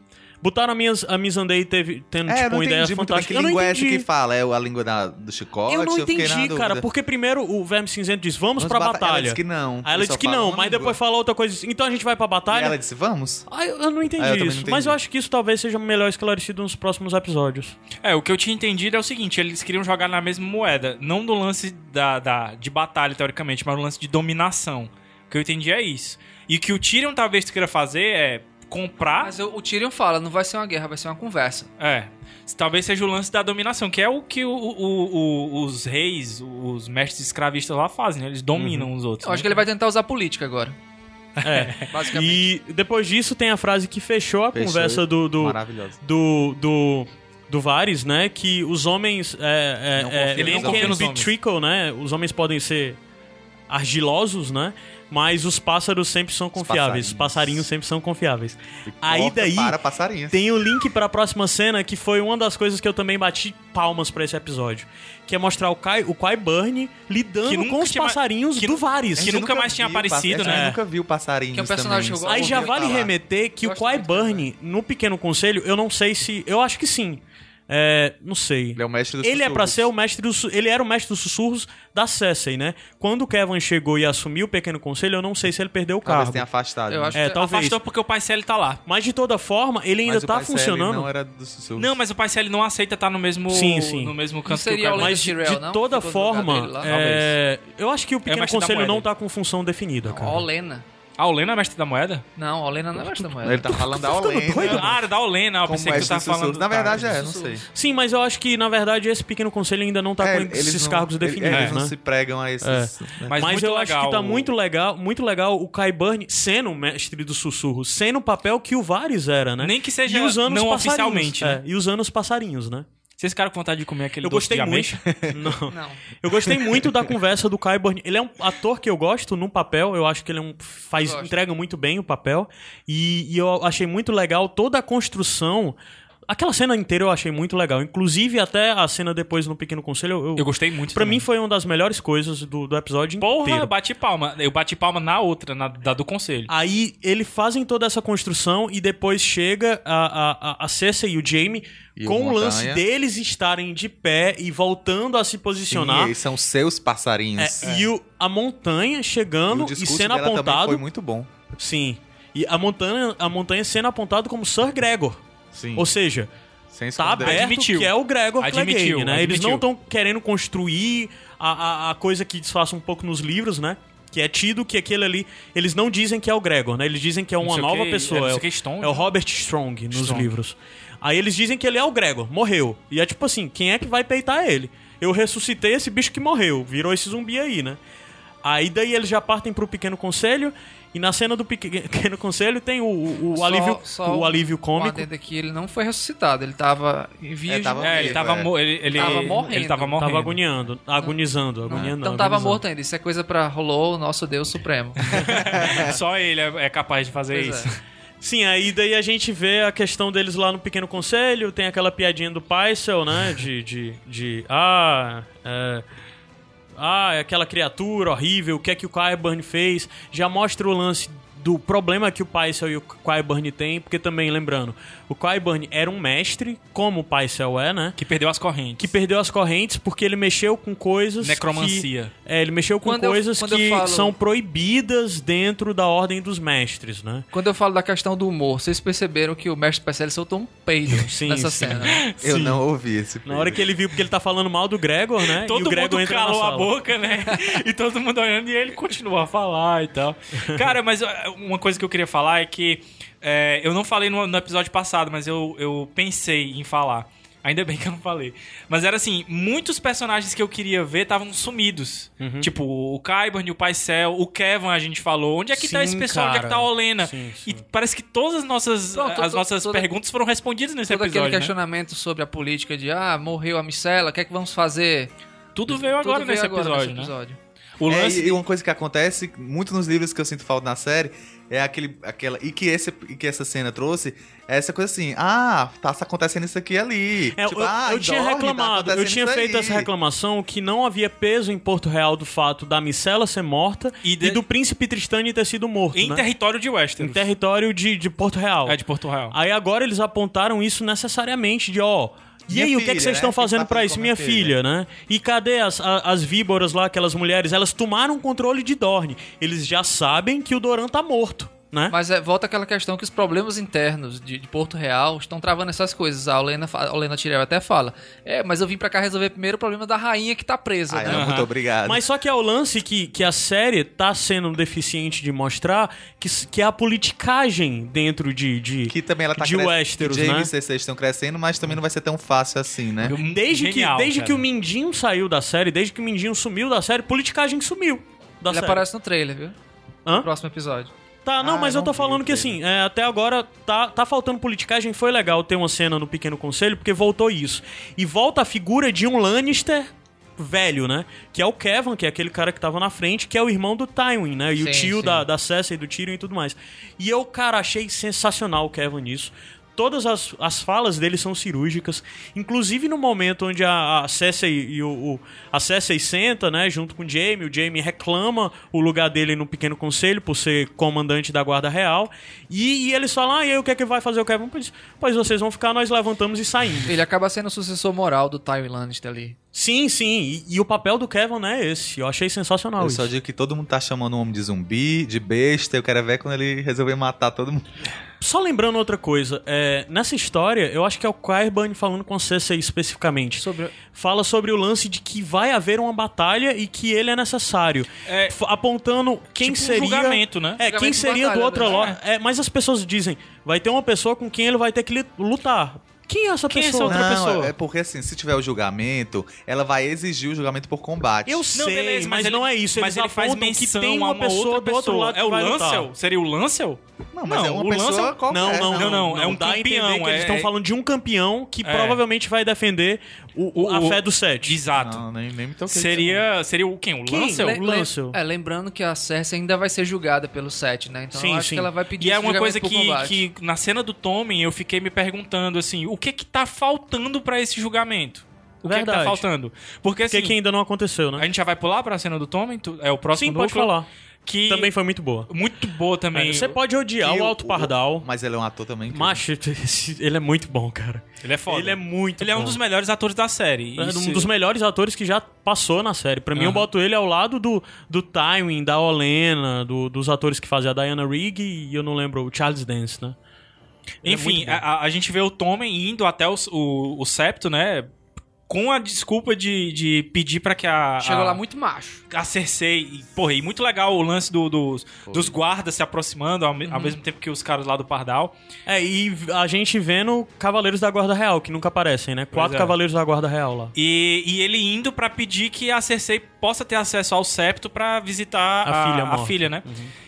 Speaker 2: Botaram a, minhas, a Missandei teve, tendo,
Speaker 4: é, eu
Speaker 2: tipo,
Speaker 4: não
Speaker 2: uma ideia
Speaker 4: entendi muito bem que
Speaker 2: fantástica. Eu não
Speaker 4: língua é essa
Speaker 2: entendi.
Speaker 4: que fala. É a língua da- do chicote?
Speaker 2: eu não
Speaker 4: fiquei na
Speaker 2: entendi,
Speaker 4: dúvida.
Speaker 2: cara, porque primeiro o Verme Cinzento diz, vamos,
Speaker 4: Vamos
Speaker 2: pra
Speaker 4: bata-
Speaker 2: batalha.
Speaker 4: Ela disse que não.
Speaker 2: Aí ela
Speaker 4: Ele só
Speaker 2: disse que
Speaker 4: fala
Speaker 2: não,
Speaker 4: uma
Speaker 2: mas
Speaker 4: língua.
Speaker 2: depois fala outra coisa. Então a gente vai pra
Speaker 4: E
Speaker 2: batalha.
Speaker 4: ela disse, vamos?
Speaker 2: Ah, eu, eu não entendi
Speaker 4: Ah, eu também
Speaker 2: isso.
Speaker 4: não
Speaker 2: Mas
Speaker 4: entendi.
Speaker 2: eu acho que isso talvez seja melhor esclarecido nos próximos episódios.
Speaker 4: assim?
Speaker 1: É, o que eu tinha entendido é o seguinte: eles queriam jogar na mesma moeda. Não do lance da, da- de batalha, teoricamente, mas no lance de dominação. O que eu entendi é isso. E o que o Tyrion talvez queira fazer é comprar.
Speaker 3: Mas o o Tyrion fala, não vai ser uma guerra, vai ser uma conversa.
Speaker 1: É. Talvez seja o lance da dominação, que é o que o- o- o- os reis, os mestres escravistas lá fazem, né? Eles dominam os outros.
Speaker 3: Uhum. Eu acho que
Speaker 1: né?
Speaker 3: ele vai tentar usar política agora,
Speaker 2: É.
Speaker 3: <laughs> basicamente.
Speaker 2: E depois disso tem a frase que fechou a
Speaker 4: Fechou.
Speaker 2: conversa do, do,
Speaker 4: Maravilhosa.
Speaker 2: do, do, do Varys, né? Que os homens. É, é,
Speaker 4: Não
Speaker 2: é,
Speaker 4: confia
Speaker 2: they
Speaker 1: nos
Speaker 2: can
Speaker 1: homens.
Speaker 2: be trickle, né? Os homens podem ser argilosos, né? Mas os pássaros sempre são confiáveis. Os
Speaker 4: passarinhos.
Speaker 2: passarinhos sempre são confiáveis.
Speaker 4: E
Speaker 2: Aí
Speaker 4: corta
Speaker 2: daí-
Speaker 4: Para passarinho.
Speaker 2: Tem o link pra próxima cena, que foi uma das coisas que eu também bati palmas pra esse episódio. Que é mostrar o Kai, o Kai Byrne
Speaker 1: Que
Speaker 2: lidando
Speaker 1: nunca
Speaker 2: com os
Speaker 1: tinha mais-
Speaker 2: passarinhos
Speaker 1: que
Speaker 2: do
Speaker 1: nu-
Speaker 2: Vares.
Speaker 1: que nunca mais tinha
Speaker 4: viu
Speaker 1: aparecido,
Speaker 4: pass- A gente
Speaker 1: né?
Speaker 4: nunca viu passarinhos
Speaker 3: Que é um personagem
Speaker 4: também,
Speaker 3: que eu
Speaker 4: só
Speaker 2: Aí já
Speaker 4: ouviu
Speaker 2: vale
Speaker 4: falar.
Speaker 2: remeter que o
Speaker 3: Gosto
Speaker 2: Kai
Speaker 3: muito dele,
Speaker 2: Byrne, no Pequeno Conselho, eu não sei se. Eu acho que sim. É, não sei.
Speaker 4: Ele é o mestre dos
Speaker 2: Ele é pra
Speaker 4: sussurros.
Speaker 2: ser o mestre dos. Ele era o mestre dos sussurros da Cersei, né? Quando o Kevin chegou e assumiu o Pequeno Conselho, eu não sei se ele perdeu o
Speaker 4: Talvez
Speaker 2: cargo.
Speaker 4: tenha afastado.
Speaker 3: Eu
Speaker 4: né?
Speaker 3: acho
Speaker 2: É,
Speaker 3: que
Speaker 2: talvez.
Speaker 1: Afastou porque o Paisel tá lá.
Speaker 2: Mas de toda forma, ele ainda
Speaker 4: Mas o
Speaker 2: tá
Speaker 4: Pacelli
Speaker 2: funcionando.
Speaker 4: Não é era dos sussurros.
Speaker 1: Não, mas o Paisel não aceita estar no mesmo
Speaker 2: Sim, sim.
Speaker 1: no mesmo
Speaker 3: Não
Speaker 1: canto
Speaker 3: seria
Speaker 1: que
Speaker 3: o
Speaker 1: o Kylo Ren.
Speaker 2: Mas de,
Speaker 3: Tyrell,
Speaker 2: de
Speaker 3: não?
Speaker 2: toda
Speaker 3: Ficou no lugar
Speaker 2: forma,
Speaker 3: dele lá?
Speaker 2: é, eu acho que o
Speaker 1: É o
Speaker 2: Pequeno
Speaker 1: mestre da
Speaker 2: Conselho
Speaker 1: moeda.
Speaker 2: não tá com função definida, cara.
Speaker 3: Olena.
Speaker 1: A Olena é a mestre da moeda?
Speaker 3: Não, Olena não é mais da moeda.
Speaker 4: Ele tá falando da Olena.
Speaker 2: doido?
Speaker 4: né?
Speaker 1: Ah, era da Olena, eu
Speaker 4: Como
Speaker 3: é
Speaker 1: pensei que
Speaker 4: mestre
Speaker 1: tu tava
Speaker 4: dos sussurros.
Speaker 1: falando.
Speaker 4: Na verdade
Speaker 1: tá.
Speaker 4: é, não sei.
Speaker 2: Sim, mas eu acho que, na verdade, esse Pequeno Conselho ainda não tá
Speaker 4: É,
Speaker 2: com esses
Speaker 4: não-
Speaker 2: cargos
Speaker 4: ele-
Speaker 2: definidos,
Speaker 4: Eles
Speaker 2: né? É.
Speaker 4: não se pregam a esses. né?
Speaker 1: Mas,
Speaker 2: Mas,
Speaker 1: muito
Speaker 2: eu
Speaker 1: legal.
Speaker 2: acho que tá muito legal, muito legal o Kai Byrne sendo o mestre do sussurro, sendo o papel que o Varys era, né?
Speaker 1: Nem que seja
Speaker 2: e usando os
Speaker 1: não
Speaker 2: passarinhos,
Speaker 1: oficialmente, né?
Speaker 2: é, e usando os passarinhos, né?
Speaker 1: Vocês ficaram com vontade de comer aquele
Speaker 2: Eu
Speaker 1: doce de
Speaker 2: gostei muito.
Speaker 1: ameixa?
Speaker 2: <laughs>
Speaker 1: <laughs>
Speaker 2: Não.
Speaker 3: Não.
Speaker 2: Eu gostei muito da conversa do Kai Byrne. Ele é um ator que eu gosto no papel. Eu acho que ele é um faz
Speaker 3: Eu gosto.
Speaker 2: entrega muito bem o papel. E, e eu achei muito legal toda a construção. Aquela cena inteira eu achei muito legal. Inclusive até a cena depois no Pequeno Conselho. Eu,
Speaker 1: Eu gostei muito.
Speaker 2: Pra
Speaker 1: também.
Speaker 2: mim foi uma das melhores coisas do, do episódio
Speaker 1: Porra,
Speaker 2: inteiro.
Speaker 1: eu bati palma. Eu bati palma na outra, na, da do conselho.
Speaker 2: Aí eles fazem toda essa construção e depois chega a, a, a- a Cersei e o Jaime
Speaker 4: E o
Speaker 2: com o
Speaker 4: Montanha.
Speaker 2: lance deles estarem de pé e voltando a se posicionar.
Speaker 4: Sim, e são seus passarinhos.
Speaker 2: É, E o- a montanha
Speaker 4: E
Speaker 2: chegando
Speaker 4: o
Speaker 2: e,
Speaker 4: discurso
Speaker 2: sendo
Speaker 4: dela também
Speaker 2: apontado.
Speaker 4: Foi muito bom.
Speaker 2: Sim. E a montanha, a montanha sendo apontado como Sir Gregor.
Speaker 4: Sim.
Speaker 2: Ou seja,
Speaker 4: Sem
Speaker 2: tá
Speaker 4: esconder.
Speaker 2: aberto
Speaker 1: Admitiu.
Speaker 2: que é o Gregor
Speaker 1: Admitiu,
Speaker 2: Clegane, né? Eles
Speaker 1: admitiu.
Speaker 2: não estão querendo construir a, a, a coisa que disfarça um pouco nos livros, né? Que é tido que aquele ali. Eles não dizem que é o Gregor, né? Eles dizem que é
Speaker 1: Não
Speaker 2: uma
Speaker 1: sei o
Speaker 2: nova
Speaker 1: que, é,
Speaker 2: pessoa.
Speaker 1: não
Speaker 2: É,
Speaker 1: sei
Speaker 2: o-
Speaker 1: o que, Strong,
Speaker 2: é o Robert Strong nos
Speaker 1: Strong.
Speaker 2: livros. Aí eles dizem que ele é o Gregor, morreu. E é tipo assim: quem é que vai peitar ele? Eu ressuscitei esse bicho que morreu, virou esse zumbi aí, né? Aí daí eles já partem pro pequeno conselho. E na cena do peque- <laughs> pequeno conselho tem o, o- o
Speaker 3: Só-
Speaker 2: alívio,
Speaker 3: só
Speaker 2: o alívio
Speaker 3: Um
Speaker 2: cômico.
Speaker 3: adendo aqui, ele não foi ressuscitado. Ele tava em
Speaker 4: É,
Speaker 3: virgem.
Speaker 4: tava-
Speaker 1: É, ele tava,
Speaker 4: É.
Speaker 1: mo- ele, ele,
Speaker 3: Tava morrendo.
Speaker 1: Ele tava morrendo.
Speaker 2: Tava agoniando, agonizando, agonizando.
Speaker 3: Então tava
Speaker 2: agonizando.
Speaker 3: morto ainda. Isso é coisa pra rolou o nosso Deus
Speaker 2: <laughs>
Speaker 3: Supremo.
Speaker 1: <laughs> Só ele é é capaz de fazer
Speaker 3: Pois
Speaker 1: isso.
Speaker 2: Sim, aí daí a gente vê a questão deles lá no Pequeno Conselho, tem aquela piadinha do Paisel, né? De. de, de ah. É, ah, é aquela criatura horrível, o que é que o Qyburn fez? Já mostra o lance do problema que o Paisel e o Qyburn têm, porque também, lembrando, o Qyburn era um mestre, como o Paisel é, né?
Speaker 1: Que perdeu as correntes.
Speaker 2: Que perdeu as correntes porque ele mexeu com coisas. que-
Speaker 1: Necromancia.
Speaker 2: É, ele mexeu com
Speaker 3: Quando eu-
Speaker 2: coisas
Speaker 3: quando eu
Speaker 2: que
Speaker 3: falo-
Speaker 2: são proibidas dentro da ordem dos mestres, né?
Speaker 3: Quando eu falo da questão do humor, vocês perceberam que o mestre Pacelli soltou um peido
Speaker 2: Sim,
Speaker 3: nessa
Speaker 2: sim.
Speaker 3: cena. né?
Speaker 4: Eu
Speaker 2: Sim.
Speaker 4: não ouvi esse.
Speaker 2: Na hora que ele viu, porque ele tá falando mal do Gregor, né? e
Speaker 1: Todo
Speaker 2: o Gregor
Speaker 1: mundo
Speaker 2: entra na
Speaker 1: calou a
Speaker 2: sala.
Speaker 1: boca, né? <laughs> E todo mundo olhando e ele continua a falar e tal. Cara, mas é, uma coisa que eu queria falar é que é, eu não falei no, no episódio passado, mas eu, eu pensei em falar. Ainda bem que eu não falei. Mas era assim, muitos personagens que eu queria ver estavam sumidos. Tipo, o Kyburn, o Paisel, o Kevin, a gente falou. Onde é que tá
Speaker 2: Sim,
Speaker 1: esse pessoal? Onde é que tá
Speaker 2: cara.
Speaker 1: a Olena?
Speaker 2: Sim, sim.
Speaker 1: E parece que todas as nossas,
Speaker 3: Pronto,
Speaker 1: as
Speaker 3: to-
Speaker 1: nossas
Speaker 3: toda-
Speaker 1: perguntas foram respondidas nesse
Speaker 3: Todo aquele
Speaker 1: episódio. né?
Speaker 3: questionamento sobre a política de ah, morreu a micela, o que é que vamos fazer?
Speaker 1: Tudo veio
Speaker 3: Tudo
Speaker 1: agora,
Speaker 3: veio
Speaker 1: nesse,
Speaker 3: agora
Speaker 1: episódio,
Speaker 3: nesse
Speaker 1: né?
Speaker 3: episódio.
Speaker 1: O
Speaker 4: É,
Speaker 1: lance
Speaker 4: e e uma coisa que acontece muito nos livros que eu sinto falta na série é aquele, aquela e que esse e que essa cena trouxe é essa coisa assim, ah, tá acontecendo isso aqui e ali.
Speaker 2: É,
Speaker 4: Tipo,
Speaker 2: eu,
Speaker 4: ah,
Speaker 2: eu tinha
Speaker 4: dorme, tá
Speaker 2: reclamado, eu
Speaker 4: acontecendo
Speaker 2: tinha
Speaker 4: isso
Speaker 2: feito
Speaker 4: aí.
Speaker 2: essa reclamação que não havia peso em Porto Real do fato da Micela ser morta
Speaker 1: E
Speaker 2: e,
Speaker 1: de-
Speaker 2: do príncipe Tristane ter sido morto,
Speaker 1: em
Speaker 2: né?
Speaker 1: território de Westeros.
Speaker 2: Em território Ah, de, de Porto Real.
Speaker 1: É de Porto Real.
Speaker 2: Aí agora eles apontaram isso necessariamente de, ó... E
Speaker 4: Minha
Speaker 2: aí, o que, é que
Speaker 4: filha,
Speaker 2: vocês
Speaker 4: né?
Speaker 2: estão
Speaker 4: Quem
Speaker 2: fazendo
Speaker 4: tá
Speaker 2: pra
Speaker 4: fazendo
Speaker 2: isso,
Speaker 4: como
Speaker 2: minha
Speaker 4: é que é,
Speaker 2: filha, né? E cadê as, a- as víboras lá, aquelas mulheres? Elas tomaram controle de Dorne. Eles já sabem que o Doran tá morto, né?
Speaker 3: Mas é, volta aquela questão que os problemas internos de, de Porto Real estão travando essas coisas. A Olena, fa- a Olena Tirel até fala: É, mas eu vim pra cá resolver primeiro o problema da rainha que tá presa,
Speaker 4: Ah,
Speaker 3: né?
Speaker 4: não, muito obrigado.
Speaker 2: Mas só que é o lance que, que a série tá sendo deficiente de mostrar que, s- que é a politicagem dentro de. de
Speaker 4: que também ela tá
Speaker 2: de
Speaker 4: cres-
Speaker 2: Westeros,
Speaker 4: que Jaime
Speaker 2: né?
Speaker 4: e Cersei estão crescendo, mas também não vai ser tão fácil assim, né?
Speaker 2: Desde,
Speaker 1: Genial,
Speaker 2: que, desde
Speaker 1: cara.
Speaker 2: que o Mindinho saiu da série, desde que o Mindinho sumiu da série, politicagem sumiu da
Speaker 3: Ele
Speaker 1: Tá
Speaker 2: série.
Speaker 3: aparece no trailer, viu?
Speaker 2: Hã?
Speaker 3: Próximo episódio.
Speaker 2: Tá, não,
Speaker 4: Ah,
Speaker 2: mas
Speaker 4: eu
Speaker 2: eu tô
Speaker 4: não vi
Speaker 2: falando
Speaker 4: o
Speaker 2: que assim, é, até agora tá, tá faltando politicagem. Foi legal ter uma cena no Pequeno Conselho, porque voltou isso. E volta a figura de um Lannister velho, né? Que é o Kevin, que é aquele cara que tava na frente, que é o irmão do Tywin, né? E o
Speaker 3: Sim,
Speaker 2: tio
Speaker 3: sim.
Speaker 2: da, da Cersei, do Tyrion e tudo mais. E eu, cara, achei sensacional o Kevin nisso. Todas as, as falas dele são cirúrgicas. Inclusive no momento onde a, a Cersei e o, o- a Cersei senta, né, junto com o Jaime, o Jaime reclama o lugar dele no pequeno conselho por ser comandante da guarda real. E, e eles falam: "Ah, e aí o que é que vai fazer o Kevin?" Pois, pois vocês vão ficar, nós levantamos e saímos.
Speaker 3: Ele acaba sendo o sucessor moral do Tywin Lannister ali.
Speaker 2: Sim, sim. E, e o papel do Kevin, né, é esse. Eu achei sensacional
Speaker 4: Eu
Speaker 2: isso.
Speaker 4: só digo que todo mundo tá chamando o homem de zumbi, de besta. Eu quero é ver quando ele resolver matar todo mundo.
Speaker 2: Só lembrando outra coisa, é, nessa história, eu acho que é o Qyburn falando com a Cersei especificamente.
Speaker 3: Sobre...
Speaker 2: Fala sobre o lance de que vai haver uma batalha e que ele é necessário.
Speaker 1: É,
Speaker 2: F- apontando quem
Speaker 1: tipo um
Speaker 2: seria.
Speaker 1: julgamento, né?
Speaker 2: É, quem
Speaker 3: Julgamento de
Speaker 2: seria do
Speaker 3: batalha,
Speaker 2: outro
Speaker 3: né?
Speaker 2: lado. É, mas as pessoas dizem, vai ter uma pessoa com quem ele vai ter que li- lutar. Quem é essa
Speaker 1: Quem é essa
Speaker 2: pessoa?
Speaker 1: outra
Speaker 4: não,
Speaker 1: pessoa.
Speaker 4: é porque assim, se tiver o julgamento, ela vai exigir o julgamento por combate.
Speaker 2: Eu sei, mas, não é isso.
Speaker 1: mas
Speaker 2: Eles
Speaker 1: ele faz
Speaker 2: apontam que
Speaker 1: menção
Speaker 2: tem
Speaker 1: a
Speaker 2: uma, pessoa do outro lado.
Speaker 1: É
Speaker 2: que
Speaker 1: o
Speaker 2: vai lutar.
Speaker 1: Lancel? Seria o Lancel?
Speaker 4: Não, mas
Speaker 1: Não,
Speaker 4: é uma
Speaker 1: o um
Speaker 4: pessoa
Speaker 1: Lancel-
Speaker 4: qualquer.
Speaker 2: um-
Speaker 4: né?
Speaker 2: Não, não, não, não,
Speaker 1: é um
Speaker 2: dá a entender
Speaker 1: campeão,
Speaker 2: que eles
Speaker 1: é-
Speaker 2: estão
Speaker 1: é-
Speaker 2: falando de um campeão que
Speaker 1: É.
Speaker 2: provavelmente vai defender o, o- a
Speaker 1: O-
Speaker 2: fé do Sete.
Speaker 1: Exato.
Speaker 4: Não, nem, nem me toquei.
Speaker 1: Seria, seria o quem? O
Speaker 2: Quem?
Speaker 1: Lancel?
Speaker 2: Le- Lancel.
Speaker 3: É, lembrando que a Cersei ainda vai ser julgada pelo Sete, né? Então
Speaker 2: Sim,
Speaker 3: eu acho
Speaker 2: sim.
Speaker 3: que ela vai pedir
Speaker 1: E é
Speaker 3: esse
Speaker 1: uma coisa
Speaker 3: julgamento por
Speaker 1: que,
Speaker 3: combate.
Speaker 1: que na cena do Tommen eu fiquei me perguntando assim, o que que tá faltando pra esse julgamento? O que, que tá
Speaker 2: Verdade.
Speaker 1: faltando? Porque
Speaker 2: Porque
Speaker 1: assim,
Speaker 2: que ainda não aconteceu,
Speaker 1: a
Speaker 2: né?
Speaker 1: gente já vai pular pra cena do Tommen, Tu- é o próximo
Speaker 2: Sim, pode
Speaker 1: núcleo,
Speaker 2: falar.
Speaker 1: que
Speaker 2: Também foi muito boa.
Speaker 1: muito boa também.
Speaker 2: Você pode odiar
Speaker 4: Que
Speaker 2: é o Alto Pardal.
Speaker 4: Mas ele é um ator também. incrível.
Speaker 2: Macho, esse- ele é muito bom, cara.
Speaker 1: Ele é foda.
Speaker 2: Ele é muito
Speaker 1: Ele é um
Speaker 2: bom.
Speaker 1: dos melhores atores da série.
Speaker 2: É
Speaker 1: Isso-
Speaker 2: um dos melhores atores que já passou na série. Pra mim, eu
Speaker 1: Aham.
Speaker 2: boto ele ao lado do, do Tywin, da Olena, do- dos atores que fazem a Diana Rigg e eu não lembro, o Charles Dance, né? Ele é
Speaker 1: Enfim,
Speaker 2: muito bom.
Speaker 1: a, a- a gente vê o Tommen indo até o, o, o septo, né? Com a desculpa de, de pedir pra que a.
Speaker 3: Chegou
Speaker 1: a-
Speaker 3: lá muito macho.
Speaker 1: a Cersei. E, porra, e muito legal o lance do- dos, dos guardas se aproximando ao, me-
Speaker 2: Uhum.
Speaker 1: ao mesmo tempo que os caras lá do Pardal.
Speaker 2: É, e a gente vendo Cavaleiros da Guarda Real, que nunca aparecem, né? Quatro
Speaker 1: é.
Speaker 2: Cavaleiros da Guarda Real lá.
Speaker 1: E, e ele indo pra pedir que a Cersei possa ter acesso ao septo pra visitar
Speaker 2: A
Speaker 1: a,
Speaker 2: filha
Speaker 1: a
Speaker 2: morta. Uhum.
Speaker 1: filha, né?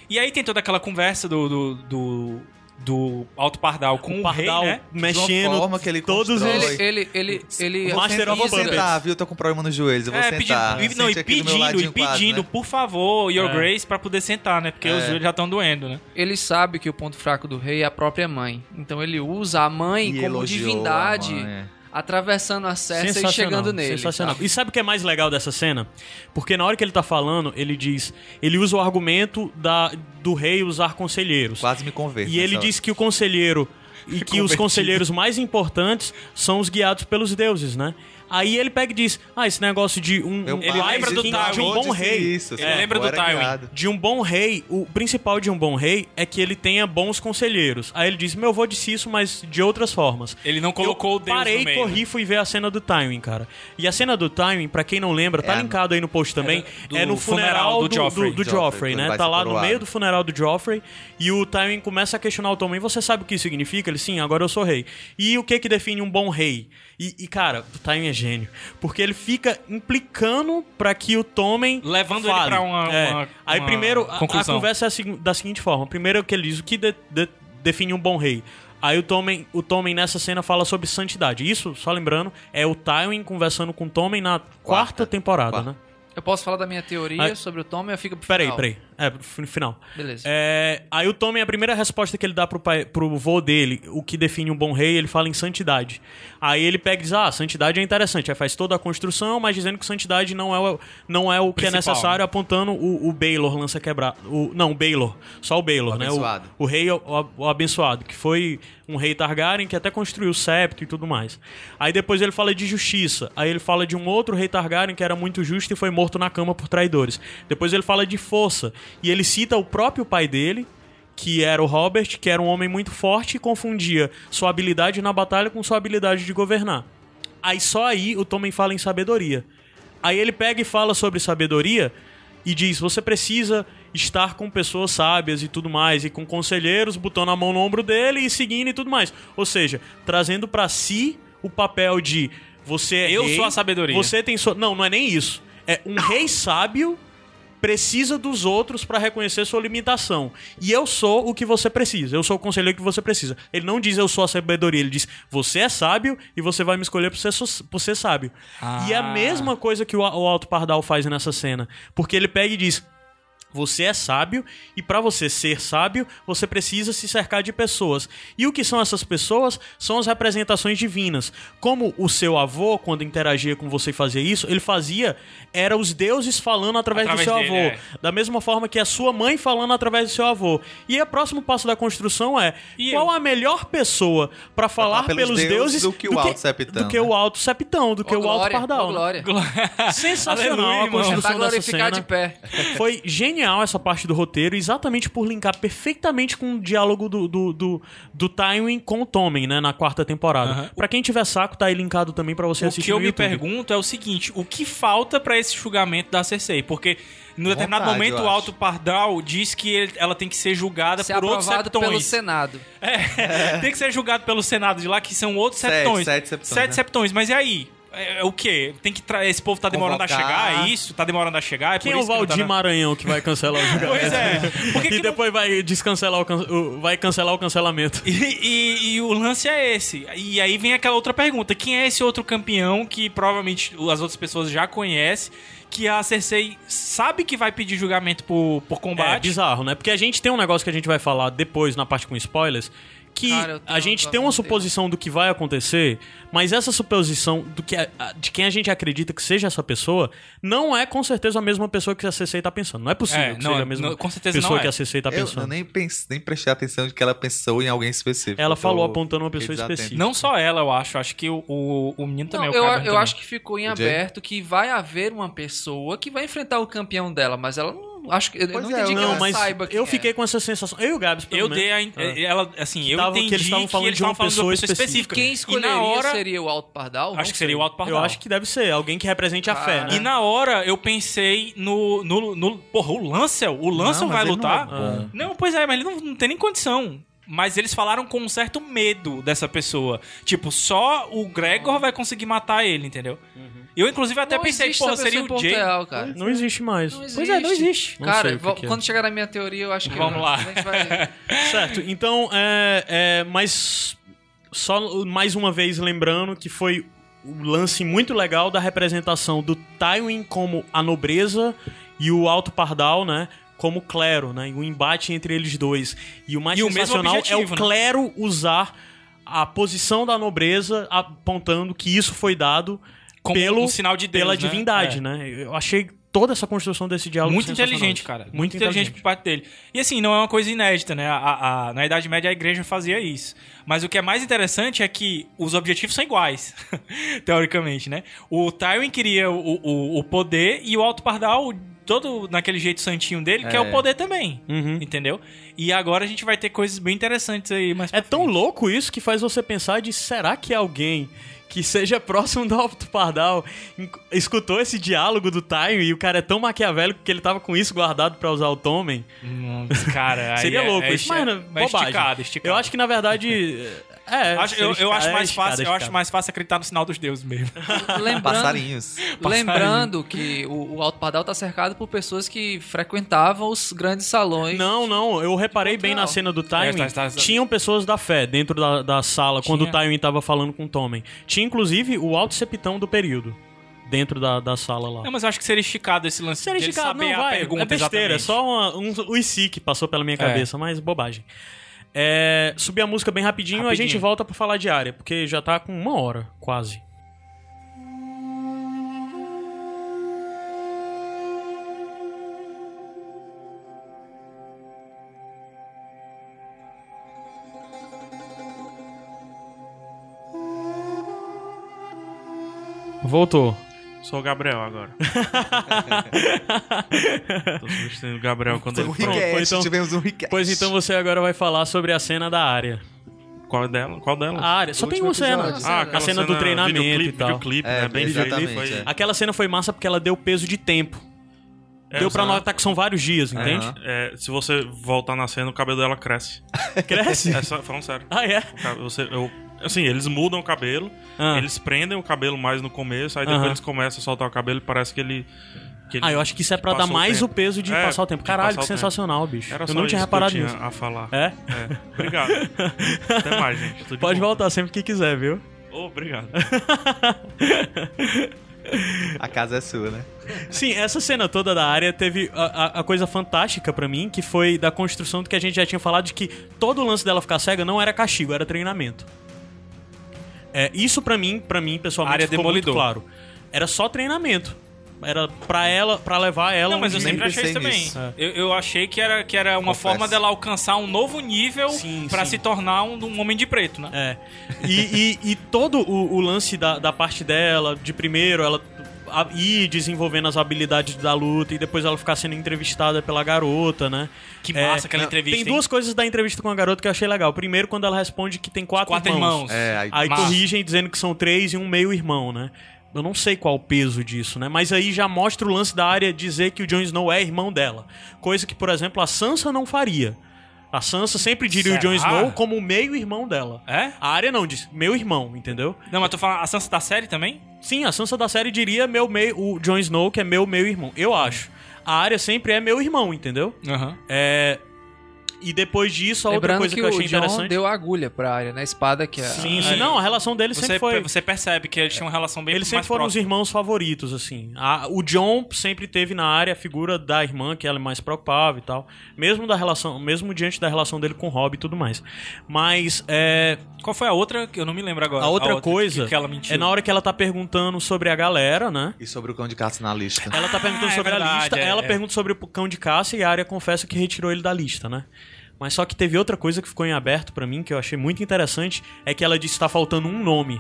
Speaker 1: E aí tem toda aquela conversa do. do, do, do Alto Pardal com o,
Speaker 2: Um Pardal
Speaker 1: rei, né?
Speaker 4: De
Speaker 2: mexendo.
Speaker 4: uma forma que ele
Speaker 2: todos
Speaker 4: constrói.
Speaker 2: Oi.
Speaker 3: Ele, ele, ele, ele
Speaker 4: Eu
Speaker 2: Vou Master
Speaker 4: sento-
Speaker 2: of
Speaker 4: eu vou
Speaker 2: Puppets.
Speaker 4: sentar, viu? Eu tô com problema nos joelhos. Eu vou sentar.
Speaker 1: pedindo, É, e, não,
Speaker 4: Sente
Speaker 1: e
Speaker 4: aqui do meu
Speaker 1: pedindo, e
Speaker 4: ladinho quase,
Speaker 1: pedindo,
Speaker 4: né?
Speaker 1: por favor, Your
Speaker 2: É.
Speaker 1: Grace, pra poder sentar, né? Porque os
Speaker 4: É.
Speaker 1: joelhos já estão
Speaker 2: <laughs>
Speaker 1: doendo, né?
Speaker 3: ele sabe que o ponto fraco do rei é a própria mãe. Então ele usa a mãe
Speaker 4: E
Speaker 3: como
Speaker 4: elogiou a
Speaker 3: divindade,
Speaker 4: mãe, é.
Speaker 3: atravessando a Cersei e chegando nele. tá?
Speaker 2: Sensacional.
Speaker 3: sabe?
Speaker 2: E sabe o que é mais legal dessa cena? Porque na hora que ele tá falando, ele diz. Ele usa o argumento da, do rei usar conselheiros.
Speaker 4: Quase me converto.
Speaker 2: E ele
Speaker 4: nessa
Speaker 2: diz que o
Speaker 4: <laughs>
Speaker 2: conselheiro. E que os
Speaker 1: Convertido.
Speaker 2: conselheiros mais importantes são os guiados pelos deuses, né? Aí ele pega e diz: Ah, esse negócio de um,
Speaker 4: Meu
Speaker 2: um
Speaker 4: pai
Speaker 1: Ele lembra
Speaker 2: wise
Speaker 1: do
Speaker 2: king,
Speaker 1: Tywin.
Speaker 2: de um bom
Speaker 4: disse
Speaker 2: rei.
Speaker 4: Isso,
Speaker 1: Ele
Speaker 4: sabe?
Speaker 1: lembra do
Speaker 4: Era
Speaker 1: Tywin.
Speaker 4: criado.
Speaker 2: De um bom rei, o principal de um bom rei é que ele tenha bons conselheiros. Aí ele diz: Meu avô disse isso, mas de outras formas.
Speaker 1: Ele não colocou
Speaker 2: Eu
Speaker 1: o Deus
Speaker 2: Parei,
Speaker 1: no meio. né?
Speaker 2: corri, fui ver a cena do Tywin, cara. E a cena do Tywin, pra quem não lembra, tá
Speaker 4: É,
Speaker 2: linkado aí no post também.
Speaker 1: do
Speaker 2: é no funeral, do, do, Joffrey,
Speaker 1: Joffrey,
Speaker 4: quando
Speaker 2: né?
Speaker 4: vai
Speaker 2: Tá
Speaker 4: ser
Speaker 2: lá no
Speaker 4: coroado.
Speaker 2: meio do funeral do Joffrey. E o Tywin começa a questionar o Tommen. Você sabe o que isso significa? Ele, sim, agora eu sou rei. E o que que define um bom rei? E, e, cara, o Tywin é gênio. Porque ele fica implicando pra que o Tommen
Speaker 1: Levando
Speaker 2: fale.
Speaker 1: ele pra uma-
Speaker 2: É.
Speaker 1: uma-
Speaker 2: Aí
Speaker 1: uma
Speaker 2: primeiro, a- a,
Speaker 1: conclusão.
Speaker 2: conversa é a segu- da seguinte forma. Primeiro que ele diz o que de- de- define um bom rei. Aí o Tommen, o Tommen nessa cena fala sobre santidade. Isso, só lembrando, é o Tywin conversando com o Tommen na quarta,
Speaker 4: Quarta.
Speaker 2: temporada,
Speaker 4: Quarta.
Speaker 2: né?
Speaker 3: Eu posso falar da minha teoria
Speaker 2: Aí-
Speaker 3: sobre o Tommy, eu fico pro
Speaker 2: Peraí,
Speaker 3: final.
Speaker 2: peraí. É, pro fi- final.
Speaker 3: Beleza.
Speaker 2: É, aí o Tommen, a primeira resposta que ele dá pro, pai, pro vô dele, o que define um bom rei, ele fala em santidade. Aí ele pega e diz, ah, santidade é interessante. Aí faz toda a construção, mas dizendo que santidade não é o, não é o que é
Speaker 1: Principal,
Speaker 2: necessário, apontando o, o Baylor lança quebrar. O, não, o Baylor. Só o Baylor,
Speaker 4: O
Speaker 2: né?
Speaker 4: abençoado.
Speaker 2: O, o rei o, o abençoado, que foi um rei Targaryen que até construiu o septo e tudo mais. Aí depois ele fala de justiça. Aí ele fala de um outro rei Targaryen que era muito justo e foi morto na cama por traidores. Depois ele fala de força. E ele cita o próprio pai dele, que era o Robert, que era um homem muito forte e confundia sua habilidade na batalha com sua habilidade de governar. Aí só aí o Tommen fala em sabedoria. Aí ele pega e fala sobre sabedoria e diz: você precisa estar com pessoas sábias e tudo mais, e com conselheiros botando a mão no ombro dele e seguindo e tudo mais. Ou seja, trazendo pra si o papel de você é
Speaker 1: Eu
Speaker 2: rei,
Speaker 1: sou a sabedoria.
Speaker 2: Você tem sua. Não, não é nem isso. É um rei sábio precisa dos outros pra reconhecer sua limitação. E eu sou o que você precisa, eu sou o conselheiro que você precisa. Ele não diz eu sou a sabedoria, ele diz você é sábio e você vai me escolher por ser, so- por ser sábio.
Speaker 1: Ah.
Speaker 2: E é a mesma coisa que o, o Alto Pardal faz nessa cena, porque ele pega e diz. Você é sábio e pra você ser sábio, você precisa se cercar de pessoas. E o que são essas pessoas? São as representações divinas. Como o seu avô, quando interagia com você e fazia isso, ele fazia era os deuses falando através,
Speaker 1: Através
Speaker 2: do seu
Speaker 1: dele,
Speaker 2: avô.
Speaker 1: é.
Speaker 2: Da mesma forma que a sua mãe falando através do seu avô. E o próximo passo da construção é
Speaker 1: E
Speaker 2: qual
Speaker 1: eu?
Speaker 2: a melhor pessoa pra falar
Speaker 4: falar pelos
Speaker 2: pelos deuses
Speaker 4: deuses do que o alto septão,
Speaker 2: do que
Speaker 4: né?
Speaker 2: o alto septão, do que
Speaker 3: Ô,
Speaker 2: o alto
Speaker 3: glória,
Speaker 2: pardal.
Speaker 3: ô,
Speaker 2: né?
Speaker 3: glória.
Speaker 2: Sensacional
Speaker 1: Aleluia,
Speaker 2: a
Speaker 1: irmão.
Speaker 2: construção
Speaker 3: Tá
Speaker 2: dessa
Speaker 3: glorificar de
Speaker 2: cena. é
Speaker 3: pé.
Speaker 2: Foi genial essa parte do roteiro, exatamente por linkar perfeitamente com o diálogo do, do, do, do Tywin com o Tommen, né, na quarta temporada.
Speaker 1: Aham.
Speaker 2: Pra quem tiver saco, tá aí linkado também pra você
Speaker 1: O
Speaker 2: assistir
Speaker 1: que eu
Speaker 2: no
Speaker 1: me
Speaker 2: YouTube.
Speaker 1: pergunto é o seguinte: o que falta pra esse julgamento da Cersei? Porque no determinado
Speaker 4: Vontade,
Speaker 1: momento
Speaker 4: eu
Speaker 1: o
Speaker 4: acho.
Speaker 1: Alto Pardal diz que ele- ela tem que ser julgada
Speaker 3: Ser
Speaker 1: por outros
Speaker 3: aprovado pelo
Speaker 1: septões.
Speaker 3: Senado.
Speaker 1: É, tem que ser julgado pelo Senado de lá, que são outros
Speaker 4: Sete,
Speaker 1: septões.
Speaker 4: sete septões, né?
Speaker 1: septões, mas e aí? É, é o quê? Tem que tra- Esse povo tá demorando a
Speaker 4: Convocar.
Speaker 1: chegar? É isso? Tá demorando a chegar? É
Speaker 2: Quem é
Speaker 1: por
Speaker 2: o
Speaker 1: isso que não tá
Speaker 2: Valdir
Speaker 1: dando-
Speaker 2: Maranhão que vai cancelar
Speaker 1: <laughs>
Speaker 2: o julgamento?
Speaker 1: Pois é. Por que
Speaker 2: e
Speaker 1: que não-
Speaker 2: depois vai descancelar o, can- o- vai cancelar o cancelamento.
Speaker 1: E, e- e o lance é esse. E aí vem aquela outra pergunta: quem é esse outro campeão que provavelmente as outras pessoas já conhecem, que a Cersei sabe que vai pedir julgamento por, por
Speaker 2: É
Speaker 1: combate?
Speaker 2: bizarro, né? Porque a gente tem um negócio que a gente vai falar depois na parte com spoilers. Que
Speaker 3: Cara, eu tenho um
Speaker 2: a gente
Speaker 3: uma
Speaker 2: tem uma
Speaker 3: vontade.
Speaker 2: suposição do que vai acontecer, mas essa suposição do que a- a- de quem a gente acredita que seja essa pessoa não é com certeza a mesma pessoa que a CC tá pensando. Não é possível
Speaker 1: É,
Speaker 2: que
Speaker 1: não,
Speaker 2: seja a mesma
Speaker 1: não, com certeza
Speaker 2: pessoa
Speaker 1: não é.
Speaker 2: que a CC tá
Speaker 4: eu,
Speaker 2: pensando.
Speaker 4: eu nem, pense, nem prestei atenção de que ela pensou em alguém específico.
Speaker 2: Ela
Speaker 4: Eu tô-
Speaker 2: falou apontando uma pessoa
Speaker 4: fiquei desatento.
Speaker 2: específica.
Speaker 1: Não só ela, eu acho. Acho que o, o, o menino também.
Speaker 3: Não,
Speaker 1: o
Speaker 3: eu,
Speaker 1: Kyber
Speaker 3: eu
Speaker 1: também.
Speaker 3: acho que ficou em
Speaker 4: O Jay?
Speaker 3: aberto que vai haver uma pessoa que vai enfrentar o campeão dela, mas ela não. Acho que, eu
Speaker 4: Pois
Speaker 3: não
Speaker 4: é,
Speaker 3: entendi que
Speaker 4: não,
Speaker 3: ela
Speaker 2: mas
Speaker 3: saiba quem
Speaker 2: eu
Speaker 3: é.
Speaker 2: fiquei com essa sensação. Eu e o Gabs, pelo
Speaker 1: Eu
Speaker 2: menos.
Speaker 1: dei a. en-
Speaker 2: Ah.
Speaker 1: Ela, assim, eu
Speaker 2: Tavam- que
Speaker 1: entendi
Speaker 2: eles tavam falando de
Speaker 1: tavam
Speaker 2: uma pessoa
Speaker 1: específica.
Speaker 3: Quem escolheria
Speaker 1: e na hora,
Speaker 3: seria o Alto Pardal?
Speaker 1: Acho que seria o Alto Pardal.
Speaker 2: Eu acho que deve ser alguém que represente a
Speaker 3: Cara.
Speaker 2: fé, né?
Speaker 1: E na hora eu pensei no. no, no porra, o Lancel? O Lancel
Speaker 4: Não, mas
Speaker 1: vai
Speaker 4: ele não
Speaker 1: lutar?
Speaker 4: é bom.
Speaker 1: Não, pois é, mas ele não, não tem nem condição. Mas eles falaram com um certo medo dessa pessoa. Tipo, só o Gregor vai conseguir matar ele, entendeu? Eu, inclusive, até pensei, porra, seria o Jay.
Speaker 3: cara.
Speaker 2: Não existe mais.
Speaker 3: Não
Speaker 2: Pois é, não existe. Não sei
Speaker 3: Cara,
Speaker 2: o que
Speaker 3: vo-
Speaker 2: que é.
Speaker 3: quando chegar na minha teoria, eu acho que.
Speaker 1: Vamos lá.
Speaker 3: a
Speaker 1: <laughs>
Speaker 3: gente vai-
Speaker 2: Certo, então, é, é, mas só mais uma vez lembrando que foi um lance muito legal da representação do Tywin como a nobreza e o Alto Pardal, né? Como clero, né? E o embate entre eles dois. E o mais
Speaker 1: E o mesmo
Speaker 2: sensacional é o
Speaker 1: objetivo, né?
Speaker 2: clero usar a posição da nobreza apontando que isso foi dado
Speaker 1: Como
Speaker 2: pelo,
Speaker 1: um sinal de Deus,
Speaker 2: pela
Speaker 1: né?
Speaker 2: divindade,
Speaker 1: É.
Speaker 2: né? Eu achei toda essa construção desse diálogo
Speaker 1: Muito
Speaker 2: sensacional.
Speaker 1: inteligente, cara. Muito, inteligente, por parte dele. E assim, não é uma coisa inédita, né? A- a- a- na Idade Média a igreja fazia isso. Mas o que é mais interessante é que os objetivos são iguais, <laughs> teoricamente, né? O Tywin queria o, o, o poder e o Alto Pardal, todo naquele jeito santinho dele, quer
Speaker 4: É.
Speaker 1: o poder também.
Speaker 2: Uhum.
Speaker 1: Entendeu? E agora a gente vai ter coisas bem interessantes aí, mas.
Speaker 2: É tão louco isso que faz você pensar de será que alguém que seja <laughs> próximo do Alto Pardal en- escutou esse diálogo do Time e o cara é tão maquiavélico que ele tava com isso guardado pra usar o Tommen? <laughs>
Speaker 1: Nossa, Cara, aí
Speaker 2: Seria
Speaker 1: é-
Speaker 2: louco
Speaker 1: é
Speaker 2: isso,
Speaker 1: esti-
Speaker 2: mas, né,
Speaker 1: mas
Speaker 2: bobagem.
Speaker 1: esticado, esticado.
Speaker 2: Eu acho que na
Speaker 1: <laughs>
Speaker 2: verdade é,
Speaker 1: Acho-
Speaker 2: seria
Speaker 1: eu, eu
Speaker 2: esticado,
Speaker 1: acho
Speaker 2: é
Speaker 1: mais
Speaker 2: esticado,
Speaker 1: fácil,
Speaker 2: é
Speaker 1: eu acho
Speaker 2: esticado.
Speaker 1: mais fácil acreditar no sinal dos deuses mesmo.
Speaker 3: Lembrando,
Speaker 4: Passarinhos.
Speaker 3: lembrando que o, o Alto Pardal tá cercado por pessoas que frequentavam os grandes salões.
Speaker 2: Não, não, eu reparei bem na
Speaker 3: Cultural.
Speaker 2: cena do Time.
Speaker 1: É, tá, tá, tá.
Speaker 2: Tinham pessoas da fé dentro da, da sala quando o
Speaker 1: Tinha.
Speaker 2: Time tava falando com o Tommen. Tinha inclusive o Alto Septão do período dentro da, da sala lá.
Speaker 1: Não, mas eu acho que seria esticado esse lance.
Speaker 2: Série
Speaker 1: de
Speaker 2: de
Speaker 1: ele
Speaker 2: cara,
Speaker 1: saber
Speaker 2: não
Speaker 1: a
Speaker 2: vai.
Speaker 1: pergunta,
Speaker 2: é besteira, é
Speaker 1: exatamente. É.
Speaker 2: só uma- um, o IC que passou pela minha cabeça, mas bobagem. É, subir a música bem rapidinho, a
Speaker 1: Rapidinho.
Speaker 2: gente volta pra falar de área, porque já tá com uma hora, quase. Voltou.
Speaker 5: Sou o
Speaker 2: <laughs>
Speaker 5: Gabriel agora. Tô substituindo o Gabriel quando
Speaker 4: Um
Speaker 5: ele
Speaker 2: Pronto,
Speaker 4: request,
Speaker 2: então-
Speaker 4: tivemos um request.
Speaker 2: Pois então você agora vai falar sobre a cena da área.
Speaker 5: Qual dela? Qual dela?
Speaker 2: A área, só
Speaker 4: Do
Speaker 2: tem
Speaker 4: último
Speaker 2: uma cena.
Speaker 4: episódio.
Speaker 3: Ah,
Speaker 2: Ah, a cena do treinamento
Speaker 5: videoclipe,
Speaker 2: e tal.
Speaker 5: videoclipe,
Speaker 4: É,
Speaker 5: né? Bem
Speaker 4: exatamente,
Speaker 5: feito, foi-
Speaker 4: é.
Speaker 2: Ah, Aquela cena foi massa porque ela deu peso de tempo.
Speaker 5: É,
Speaker 2: deu pra
Speaker 5: exato.
Speaker 2: notar que são vários dias, entende?
Speaker 4: Aham.
Speaker 5: É, se você voltar na cena, o cabelo dela <laughs> cresce.
Speaker 2: Cresce?
Speaker 5: É só, <laughs> falando sério.
Speaker 2: ah, é?
Speaker 5: O cab- Você, eu, Assim, eles mudam o cabelo,
Speaker 2: Ah.
Speaker 5: eles prendem o cabelo mais no começo, aí depois
Speaker 2: Aham.
Speaker 5: eles começam a soltar o cabelo e parece que ele. que ele-
Speaker 2: Ah, eu acho que isso é pra dar
Speaker 5: passou o
Speaker 2: mais o
Speaker 5: tempo.
Speaker 2: peso de
Speaker 5: É,
Speaker 2: passar o tempo.
Speaker 5: de
Speaker 2: Caralho,
Speaker 5: passar
Speaker 2: que
Speaker 5: o tempo.
Speaker 2: sensacional, bicho.
Speaker 5: Era
Speaker 2: eu
Speaker 5: só
Speaker 2: não tinha
Speaker 5: isso
Speaker 2: reparado
Speaker 5: que eu
Speaker 2: nisso.
Speaker 5: tinha a falar.
Speaker 2: É?
Speaker 5: É.
Speaker 2: <laughs>
Speaker 5: Obrigado. Até mais, gente. Tudo de
Speaker 2: Pode
Speaker 5: bom.
Speaker 2: voltar sempre que quiser, viu?
Speaker 5: Ô, obrigado.
Speaker 4: A casa é sua, né?
Speaker 2: Sim, essa cena toda da área teve a, a- a coisa fantástica pra mim, que foi da construção do que a gente já tinha falado, de que todo o lance dela ficar cega não era castigo, era treinamento. É, isso pra mim, para mim, pessoalmente,
Speaker 1: Área
Speaker 2: ficou muito
Speaker 1: demolidor.
Speaker 2: claro. Era só treinamento. Era pra ela, para levar ela
Speaker 1: Não, mas eu
Speaker 2: onde-
Speaker 4: nem
Speaker 1: sempre achei
Speaker 4: pensei
Speaker 1: isso também.
Speaker 4: nisso.
Speaker 1: Eu, eu achei que era, que era uma
Speaker 4: Confesso.
Speaker 1: forma dela alcançar um novo nível
Speaker 2: Sim,
Speaker 1: pra
Speaker 2: sim.
Speaker 1: se tornar um, um homem de preto, né?
Speaker 2: É. E, e- e todo o, o lance da, da parte dela, de primeiro ela a- ir desenvolvendo as habilidades da luta e depois ela ficar sendo entrevistada pela garota, né?
Speaker 1: Que
Speaker 2: É,
Speaker 1: massa aquela
Speaker 4: não,
Speaker 1: entrevista.
Speaker 2: Tem
Speaker 1: hein?
Speaker 2: duas coisas da entrevista com a garota que eu achei legal. Primeiro, quando ela responde que tem quatro,
Speaker 1: Quatro irmãos.
Speaker 4: É, aí,
Speaker 2: Aí
Speaker 1: Massa.
Speaker 2: corrigem dizendo que são três e um meio-irmão, né? Eu não sei qual o peso disso, né? Mas aí já mostra o lance da área dizer que o Jon Snow é irmão dela. Coisa que, por exemplo, a Sansa não faria. A Sansa sempre diria o Jon
Speaker 1: Será?
Speaker 2: Snow como o meio-irmão dela.
Speaker 1: É?
Speaker 2: A área não diz meu irmão, entendeu?
Speaker 1: Não, mas tu falando a Sansa da série também?
Speaker 2: Sim, a Sansa da série diria meu meio, o Jon Snow que é meu meio-irmão. Eu acho. A área sempre é meu irmão, entendeu?
Speaker 1: Aham.
Speaker 2: É, E depois disso, a outra
Speaker 3: Lembrando
Speaker 2: coisa que,
Speaker 3: que,
Speaker 2: eu
Speaker 3: o
Speaker 2: achei
Speaker 3: John
Speaker 2: interessante.
Speaker 3: deu a agulha pra área, né? A espada que é.
Speaker 2: Sim,
Speaker 1: Ah,
Speaker 2: sim.
Speaker 1: é.
Speaker 2: Não, a relação dele
Speaker 1: Você,
Speaker 2: sempre foi.
Speaker 1: você percebe que eles tinham uma relação bem
Speaker 2: Eles
Speaker 1: mais
Speaker 2: sempre foram os
Speaker 1: próxima.
Speaker 2: irmãos favoritos, assim. A- o John sempre teve na área a figura da irmã que ela é mais preocupava e tal. Mesmo da relação, mesmo diante da relação dele com o Rob e tudo mais. Mas é,
Speaker 1: Qual foi a outra? que Eu não me lembro agora.
Speaker 2: a outra coisa
Speaker 1: que, que ela mentiu.
Speaker 2: é na hora que ela tá perguntando sobre a galera, né?
Speaker 4: e sobre o cão de caça na lista.
Speaker 2: Ela tá perguntando
Speaker 1: Ah, é
Speaker 2: sobre a
Speaker 1: verdade,
Speaker 2: lista,
Speaker 1: é,
Speaker 2: ela
Speaker 1: é.
Speaker 2: pergunta sobre o cão de caça e a área confessa que retirou ele da lista, né? Mas só que teve outra coisa que ficou em aberto pra mim, que eu achei muito interessante, é que ela disse que tá faltando um nome,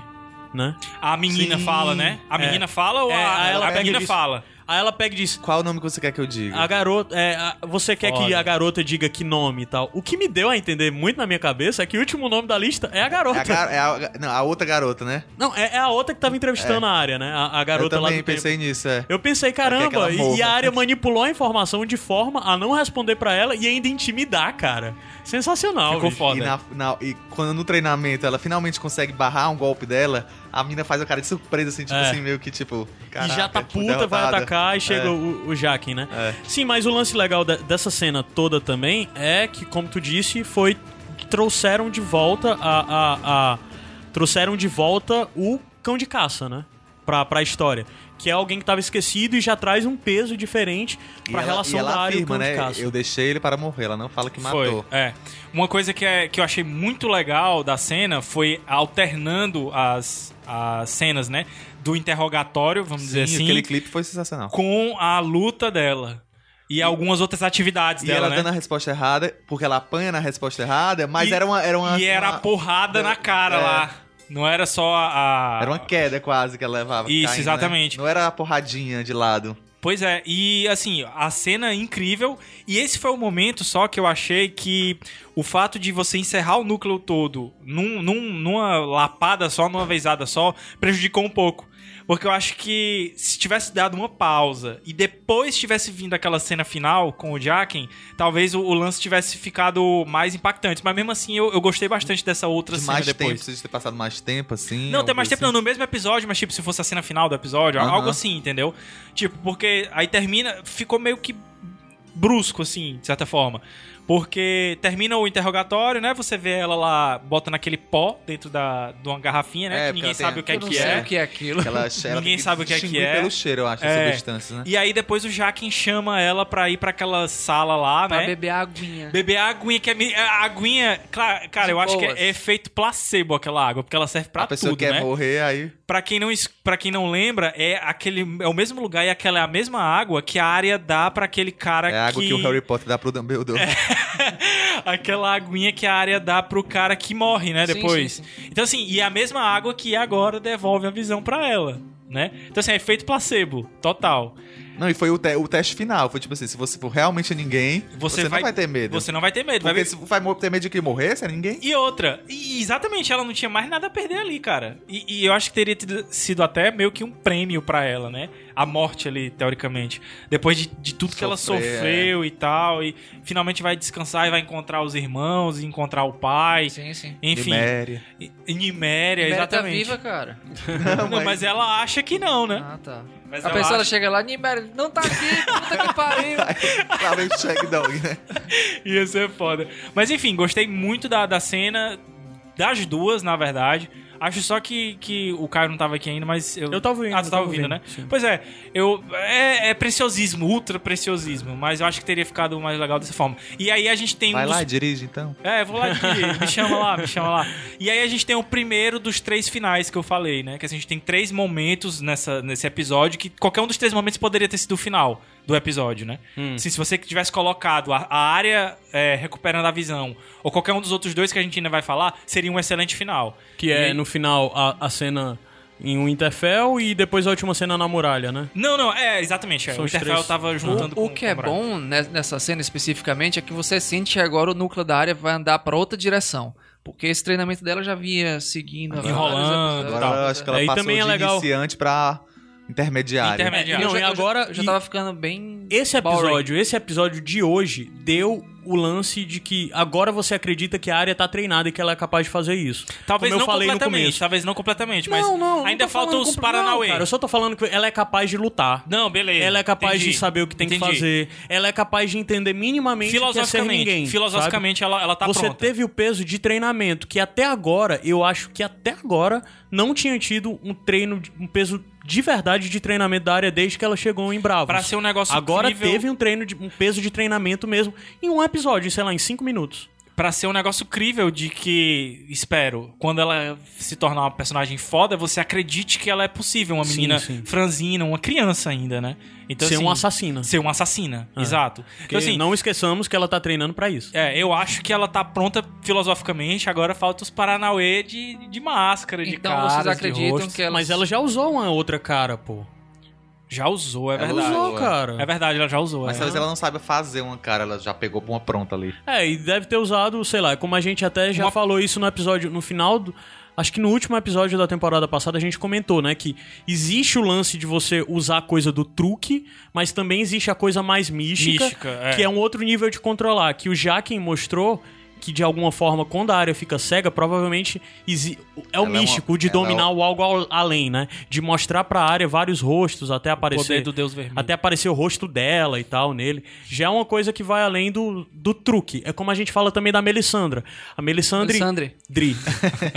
Speaker 2: né?
Speaker 1: A menina
Speaker 4: Sim.
Speaker 1: fala, né? A menina fala ou
Speaker 2: É,
Speaker 1: a,
Speaker 2: aí ela
Speaker 1: a
Speaker 2: pega e
Speaker 1: menina
Speaker 2: diz-
Speaker 1: fala?
Speaker 2: Aí ela pega e diz:
Speaker 4: Qual o nome que você quer que eu diga?
Speaker 2: A garota. é, a- você quer que
Speaker 1: Foda.
Speaker 2: a garota diga que nome e tal? O que me deu a entender muito na minha cabeça é que o último nome da lista é a
Speaker 4: É
Speaker 2: garota.
Speaker 4: a, gar- é a- não, a outra garota, né?
Speaker 2: Não, é, é a outra que tava entrevistando a área, né? A, a garota
Speaker 4: eu
Speaker 2: lá
Speaker 4: também
Speaker 2: do
Speaker 4: pensei
Speaker 2: tempo.
Speaker 4: nisso, é.
Speaker 2: Eu pensei,
Speaker 4: que ela
Speaker 2: caramba, e, e a
Speaker 4: morra.
Speaker 2: área manipulou a informação de forma a não responder pra ela e ainda intimidar, cara. Sensacional.
Speaker 1: Ficou
Speaker 2: bicho.
Speaker 1: foda.
Speaker 4: E, na- na- e quando no treinamento ela finalmente consegue barrar um golpe dela, a mina faz a cara de surpresa, assim, tipo
Speaker 2: É.
Speaker 4: assim, meio que tipo.
Speaker 2: E
Speaker 4: caraca,
Speaker 2: já tá
Speaker 4: fui
Speaker 2: puta, vai
Speaker 4: derrotada.
Speaker 2: atacar e chega
Speaker 4: É.
Speaker 2: o, o Jaquen, né?
Speaker 4: É.
Speaker 2: Sim, mas o lance legal de- dessa cena toda também é que, como tu disse, foi. Trouxeram de volta a. a- a- trouxeram de volta o cão de caça, né? Pra, pra história. Que é alguém que tava esquecido e já traz um peso diferente
Speaker 4: E
Speaker 2: pra
Speaker 4: ela-
Speaker 2: relação
Speaker 4: e ela
Speaker 2: da área e o
Speaker 4: afirma,
Speaker 2: cão
Speaker 4: né?
Speaker 2: de caça.
Speaker 4: Eu deixei ele para morrer. Ela não fala que
Speaker 1: Foi,
Speaker 4: matou.
Speaker 1: é. Uma coisa que, é, que eu achei muito legal da cena foi alternando as, as cenas, né? Do interrogatório, vamos dizer
Speaker 4: Sim,
Speaker 1: assim,
Speaker 4: aquele clipe foi sensacional.
Speaker 1: com a luta dela. E, algumas outras atividades
Speaker 4: E
Speaker 1: dela,
Speaker 4: ela
Speaker 1: né?
Speaker 4: dando a resposta errada, porque ela apanha na resposta errada, mas
Speaker 1: E-
Speaker 4: era uma. Era uma,
Speaker 1: e era
Speaker 4: uma-
Speaker 1: a porrada na cara
Speaker 4: É.
Speaker 1: lá. Não era só a.
Speaker 4: Era uma queda quase que ela levava.
Speaker 1: Isso,
Speaker 4: caindo, né?
Speaker 1: exatamente.
Speaker 4: Não era a porradinha de lado.
Speaker 1: Pois é, e assim, a cena é incrível. E esse foi o momento só que eu achei que o fato de você encerrar o núcleo todo num, num- numa lapada só, numa vezada só, prejudicou um pouco. Porque eu acho que se tivesse dado uma pausa e depois tivesse vindo aquela cena final com o Jacken, talvez o, o lance tivesse ficado mais impactante. Mas mesmo assim, eu, eu gostei bastante dessa outra
Speaker 4: De
Speaker 1: cena
Speaker 4: mais tempo,
Speaker 1: depois.
Speaker 4: precisa ter passado mais tempo, assim.
Speaker 1: Não, tem
Speaker 4: alguma
Speaker 1: mais
Speaker 4: coisa
Speaker 1: tempo não, no mesmo episódio, mas tipo, se fosse a cena final do episódio,
Speaker 4: Aham.
Speaker 1: algo assim, entendeu? Tipo, porque aí termina, ficou meio que brusco, assim, de certa forma. Porque termina o interrogatório, né? Você vê ela lá, bota naquele pó dentro da, de uma garrafinha, né?
Speaker 4: É,
Speaker 1: que
Speaker 4: porque
Speaker 1: ninguém
Speaker 4: ela tem-
Speaker 1: sabe o que é
Speaker 3: Eu não
Speaker 1: que
Speaker 3: sei
Speaker 1: é.
Speaker 3: o que é aquilo.
Speaker 4: assim. Ela, ela
Speaker 1: Ninguém
Speaker 4: tem
Speaker 1: sabe o que é que
Speaker 4: distinguir
Speaker 1: é.
Speaker 4: pelo cheiro, eu acho,
Speaker 1: É.
Speaker 4: essa substância, né?
Speaker 1: E aí depois o Jaquen chama ela pra ir pra aquela sala lá,
Speaker 3: Pra
Speaker 1: né?
Speaker 3: beber a aguinha.
Speaker 1: Beber a aguinha, que é. mi- A aguinha. cla- Cara,
Speaker 3: De
Speaker 1: eu acho que
Speaker 3: boas.
Speaker 1: é efeito placebo aquela água, porque ela serve pra
Speaker 4: a pessoa
Speaker 1: tudo,
Speaker 4: quer
Speaker 1: né?
Speaker 4: morrer, aí.
Speaker 1: Pra quem não para quem não lembra, é aquele é o mesmo lugar e aquela é a mesma água que a área dá pra É. aquele cara
Speaker 4: É a água que... o Harry Potter dá pro Dumbledore.
Speaker 1: aquela aguinha que a área dá pro cara que morre, né,
Speaker 3: Sim,
Speaker 1: depois.
Speaker 3: sim,
Speaker 1: Então assim, e a mesma água que agora devolve a visão pra ela, né? Então assim, é efeito placebo, é total.
Speaker 4: Não, e foi o, te- o teste final. Foi tipo assim, se você for realmente ninguém, você, não vai ter medo.
Speaker 1: Você não vai ter medo. Vai
Speaker 4: Porque
Speaker 1: ver...
Speaker 4: se vai mo- ter medo de que morrer, se é ninguém.
Speaker 1: E outra, e exatamente, ela não tinha mais nada a perder ali, cara. E, e eu acho que teria tido- sido até meio que um prêmio pra ela, né? A morte ali, teoricamente. Depois de, de tudo que ela
Speaker 4: Sofrer,
Speaker 1: sofreu e tal. E finalmente vai descansar e vai encontrar os irmãos, e encontrar o pai.
Speaker 3: Sim, sim.
Speaker 1: Enfim,
Speaker 4: Niméria.
Speaker 1: <laughs> e- e Niméria,
Speaker 3: Niméria tá
Speaker 1: É, exatamente.
Speaker 3: viva, cara.
Speaker 1: Não, mas... ela acha que não, né?
Speaker 3: Ah, tá.
Speaker 1: Mas
Speaker 3: a
Speaker 1: ela
Speaker 3: pessoa ela
Speaker 1: acha-
Speaker 3: chega lá, Niméria, não tá aqui, puta que pariu.
Speaker 4: Lá vem o Shag Dog, né?
Speaker 1: <laughs> Ia ser foda. Mas enfim, gostei muito da, da cena, das duas, na verdade. Acho só que, que o Caio não tava aqui ainda, mas eu.
Speaker 2: Eu tava ouvindo,
Speaker 1: Ah,
Speaker 2: eu
Speaker 1: tu
Speaker 2: tava
Speaker 1: tava ouvindo,
Speaker 2: ouvindo,
Speaker 1: né?
Speaker 2: sim.
Speaker 1: Pois é, eu. É, é preciosismo, ultra preciosismo, mas eu acho que teria ficado mais legal dessa forma. E aí a gente tem
Speaker 4: Vai
Speaker 1: um
Speaker 4: lá,
Speaker 1: dos-
Speaker 4: dirige então.
Speaker 1: É, vou lá dirigir, me chama lá, me chama lá. E aí a gente tem o primeiro dos três finais que eu falei, né? Que assim, a gente tem três momentos nessa, nesse episódio que qualquer um dos três momentos poderia ter sido o final do episódio, né?
Speaker 2: Hum.
Speaker 1: Assim, se você tivesse colocado a, a área é, recuperando a visão ou qualquer um dos outros dois que a gente ainda vai falar, seria um excelente final.
Speaker 2: Que é, no final, a, a cena em Winterfell e depois a última cena na muralha, né?
Speaker 1: Não, não, é, exatamente. É.
Speaker 2: São
Speaker 1: O
Speaker 2: os
Speaker 1: Interfell
Speaker 2: três.
Speaker 1: tava juntando com
Speaker 3: O que é
Speaker 1: com Bran.
Speaker 3: bom ne- nessa cena especificamente é que você sente que agora o núcleo da área vai andar pra outra direção. Porque esse treinamento dela já vinha seguindo. vários
Speaker 1: Enrolando,
Speaker 3: episódios.
Speaker 4: Agora eu acho que ela
Speaker 2: Aí
Speaker 4: passou
Speaker 2: também é
Speaker 4: de
Speaker 2: legal.
Speaker 4: iniciante pra intermediária.
Speaker 1: Interme-
Speaker 3: É,
Speaker 1: Não,
Speaker 3: eu já-
Speaker 2: e
Speaker 3: eu já-
Speaker 2: agora-
Speaker 3: Já
Speaker 2: e-
Speaker 3: tava ficando bem.
Speaker 2: Esse
Speaker 3: boring.
Speaker 2: episódio, esse episódio de hoje, deu o lance de que agora você acredita que a área tá treinada e que ela é capaz de fazer isso.
Speaker 1: Talvez
Speaker 2: Como eu
Speaker 1: não
Speaker 2: falei no
Speaker 1: completamente,
Speaker 2: começo.
Speaker 1: talvez não completamente, mas
Speaker 2: Não, não, não
Speaker 1: ainda
Speaker 2: tô
Speaker 1: faltam
Speaker 2: falando
Speaker 1: os
Speaker 2: com-
Speaker 1: Paranauê.
Speaker 2: Não, cara, eu só tô falando que ela é capaz de lutar.
Speaker 1: Não, beleza.
Speaker 2: Ela é capaz
Speaker 1: entendi,
Speaker 2: de saber o que tem que
Speaker 1: entendi.
Speaker 2: fazer. Ela é capaz de entender minimamente o que é ser
Speaker 1: Filosoficamente,
Speaker 2: ninguém. sabe?
Speaker 1: filosoficamente ela, ela tá
Speaker 2: você
Speaker 1: pronta.
Speaker 2: teve o peso de treinamento, que até agora, eu acho que até agora, não tinha tido um treino, um peso de verdade de treinamento da área desde que ela chegou em Bravos.
Speaker 1: Pra ser um negócio
Speaker 2: Agora
Speaker 1: incrível,
Speaker 2: teve um treino, de, um peso de treinamento mesmo, em um episódio, sei lá, em cinco minutos.
Speaker 1: Pra ser um negócio crível de que, espero, quando ela se tornar uma personagem foda, você acredite que ela é possível, uma
Speaker 2: Sim,
Speaker 1: menina
Speaker 2: sim.
Speaker 1: franzina, uma criança ainda, né? Então,
Speaker 2: ser
Speaker 1: assim,
Speaker 2: um assassino.
Speaker 1: Ser uma assassina,
Speaker 2: É.
Speaker 1: exato.
Speaker 2: Porque
Speaker 1: Então, assim,
Speaker 2: não esqueçamos que ela tá treinando pra isso.
Speaker 1: é, eu acho que ela tá pronta filosoficamente, agora falta os Paranauê de, de máscara, de
Speaker 3: Então
Speaker 1: caras,
Speaker 3: vocês
Speaker 1: de
Speaker 3: acreditam
Speaker 1: rostos.
Speaker 3: que ela.
Speaker 2: Mas ela já usou uma outra cara, pô.
Speaker 1: Já usou, é
Speaker 4: Ela
Speaker 1: verdade.
Speaker 4: usou.
Speaker 2: Usou, cara.
Speaker 1: É verdade, ela já usou.
Speaker 4: Mas
Speaker 1: é.
Speaker 4: talvez ela não saiba fazer uma cara, ela já pegou uma pronta ali.
Speaker 2: É, e deve ter usado, sei lá, como a gente até já
Speaker 1: Uma-
Speaker 2: falou isso no episódio, no final do. Acho que no último episódio da temporada passada a gente comentou, né? Que existe o lance de você usar a coisa do truque, mas também existe a coisa mais mística,
Speaker 1: Mística, é.
Speaker 2: que é um outro nível de controlar. Que o Jaquen mostrou que, de alguma forma, quando a área fica cega, provavelmente exi- é o
Speaker 4: Ela é uma-
Speaker 2: místico de
Speaker 4: ela é
Speaker 2: dominar o algo ao- além, né? De mostrar pra área vários rostos até
Speaker 1: O
Speaker 2: aparecer.
Speaker 1: poder do Deus Vermelho.
Speaker 2: Até aparecer o rosto dela e tal nele. Já é uma coisa que vai além do, do truque. É como a gente fala também da Melisandra. A Melisandre.
Speaker 3: Alexandre.
Speaker 2: Dri. <laughs>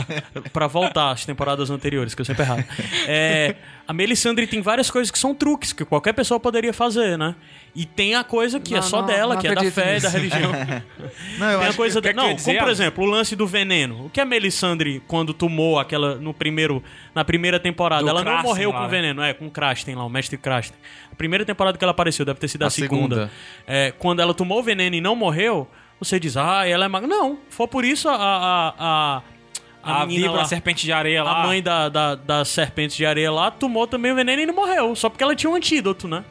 Speaker 2: pra voltar às temporadas anteriores, que eu sempre errado. É, a Melisandre tem várias coisas que são truques, que qualquer pessoa poderia fazer, né? E tem a coisa que é
Speaker 3: Não,
Speaker 2: só
Speaker 3: não,
Speaker 2: dela,
Speaker 3: não
Speaker 2: que é da
Speaker 3: acredito
Speaker 2: fé, e da
Speaker 3: nisso.
Speaker 2: religião.
Speaker 3: <laughs>
Speaker 4: Não, eu
Speaker 2: Tem a
Speaker 4: acho
Speaker 2: coisa da-
Speaker 1: que- o que é que
Speaker 2: Não,
Speaker 1: eu ia dizer,
Speaker 2: como por
Speaker 1: Alan?
Speaker 2: exemplo, o lance do veneno. O que a Melisandre, quando tomou aquela no primeiro, na primeira temporada,
Speaker 1: Do
Speaker 2: ela não
Speaker 1: Krasten
Speaker 2: morreu
Speaker 1: lá,
Speaker 2: com
Speaker 1: né?
Speaker 2: veneno, é, com o Krasten lá, o mestre Krasten. A primeira temporada que ela apareceu, deve ter sido a,
Speaker 4: A
Speaker 2: segunda.
Speaker 4: segunda.
Speaker 2: É, quando ela tomou o veneno e não morreu, você diz, ah, ela é magra. Não, foi por isso a. a, a, a,
Speaker 1: A,
Speaker 2: menina
Speaker 1: víbora,
Speaker 2: lá,
Speaker 1: a serpente Ah. de areia lá.
Speaker 2: a mãe da, da, das serpentes de areia lá tomou também o veneno e não morreu. Só porque ela tinha um antídoto, né?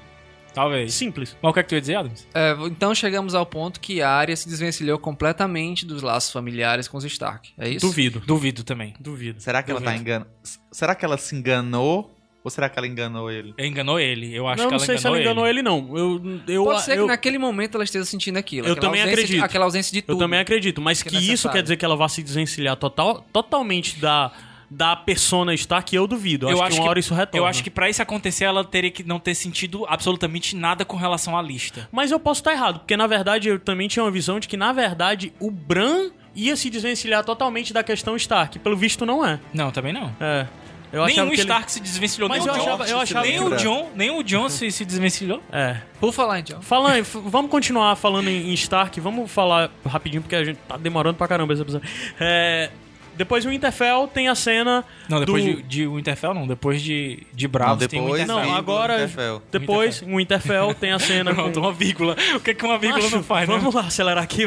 Speaker 1: Talvez.
Speaker 2: Simples.
Speaker 1: Mas o que é que tu ia dizer, Adams?
Speaker 3: É, então chegamos ao ponto que a área se desvencilhou completamente dos laços familiares com os Stark. É isso?
Speaker 2: Duvido.
Speaker 1: Duvido também.
Speaker 2: Duvido.
Speaker 4: que- Será que ela tá enganando? Será que ela se enganou? Ou será que ela enganou ele?
Speaker 1: Enganou ele. Eu acho
Speaker 2: não,
Speaker 1: que
Speaker 2: não
Speaker 1: ela
Speaker 2: sei se ela enganou ele, não. Eu, eu,
Speaker 3: Pode ser que
Speaker 2: eu-
Speaker 3: naquele momento ela esteja sentindo aquilo.
Speaker 2: Eu
Speaker 3: aquela
Speaker 2: também
Speaker 3: ausência de-
Speaker 2: acredito.
Speaker 3: aquela ausência de
Speaker 2: Eu
Speaker 3: tudo.
Speaker 2: também acredito, mas
Speaker 3: que
Speaker 2: que,
Speaker 3: é
Speaker 2: isso
Speaker 3: necessário.
Speaker 2: quer dizer que ela vai se desvencilhar total, totalmente da, da persona Stark, eu duvido. Eu, acho, que uma hora isso retorna.
Speaker 1: Eu acho que pra isso acontecer, ela teria que não ter sentido absolutamente nada com relação à lista.
Speaker 2: Mas eu posso estar errado, porque na verdade eu também tinha uma visão de que, na verdade, o Bran ia se desvencilhar totalmente da questão Stark. Pelo visto, não é.
Speaker 1: Não, também não.
Speaker 2: É. Eu achava
Speaker 1: Nenhum
Speaker 2: que ele-
Speaker 1: Stark um se desvencilhou.
Speaker 2: Mas
Speaker 1: nem
Speaker 2: eu
Speaker 1: o John,
Speaker 2: achava- eu achava
Speaker 1: nem
Speaker 4: que
Speaker 1: o
Speaker 4: era.
Speaker 1: John, nem o John se, se desvencilhou.
Speaker 2: É.
Speaker 3: Por falar, então.
Speaker 2: Falando, f- vamos continuar falando em em Stark, vamos falar rapidinho, porque a gente tá demorando pra caramba esse episódio. É, Depois o Interfell tem a cena.
Speaker 1: Não, depois
Speaker 2: do...
Speaker 1: de, de Winterfell, não. Depois de, de Bravos
Speaker 4: Não,
Speaker 1: tem
Speaker 4: depois-
Speaker 1: Winterfell.
Speaker 2: Não,
Speaker 4: Vírgula,
Speaker 2: agora.
Speaker 4: Winterfell.
Speaker 2: Depois, o Interfell tem a cena. com-
Speaker 1: <laughs> Pronto, uma vírgula. O que, é que uma vírgula
Speaker 2: Macho,
Speaker 1: não faz, né?
Speaker 2: Vamos lá, acelerar aqui.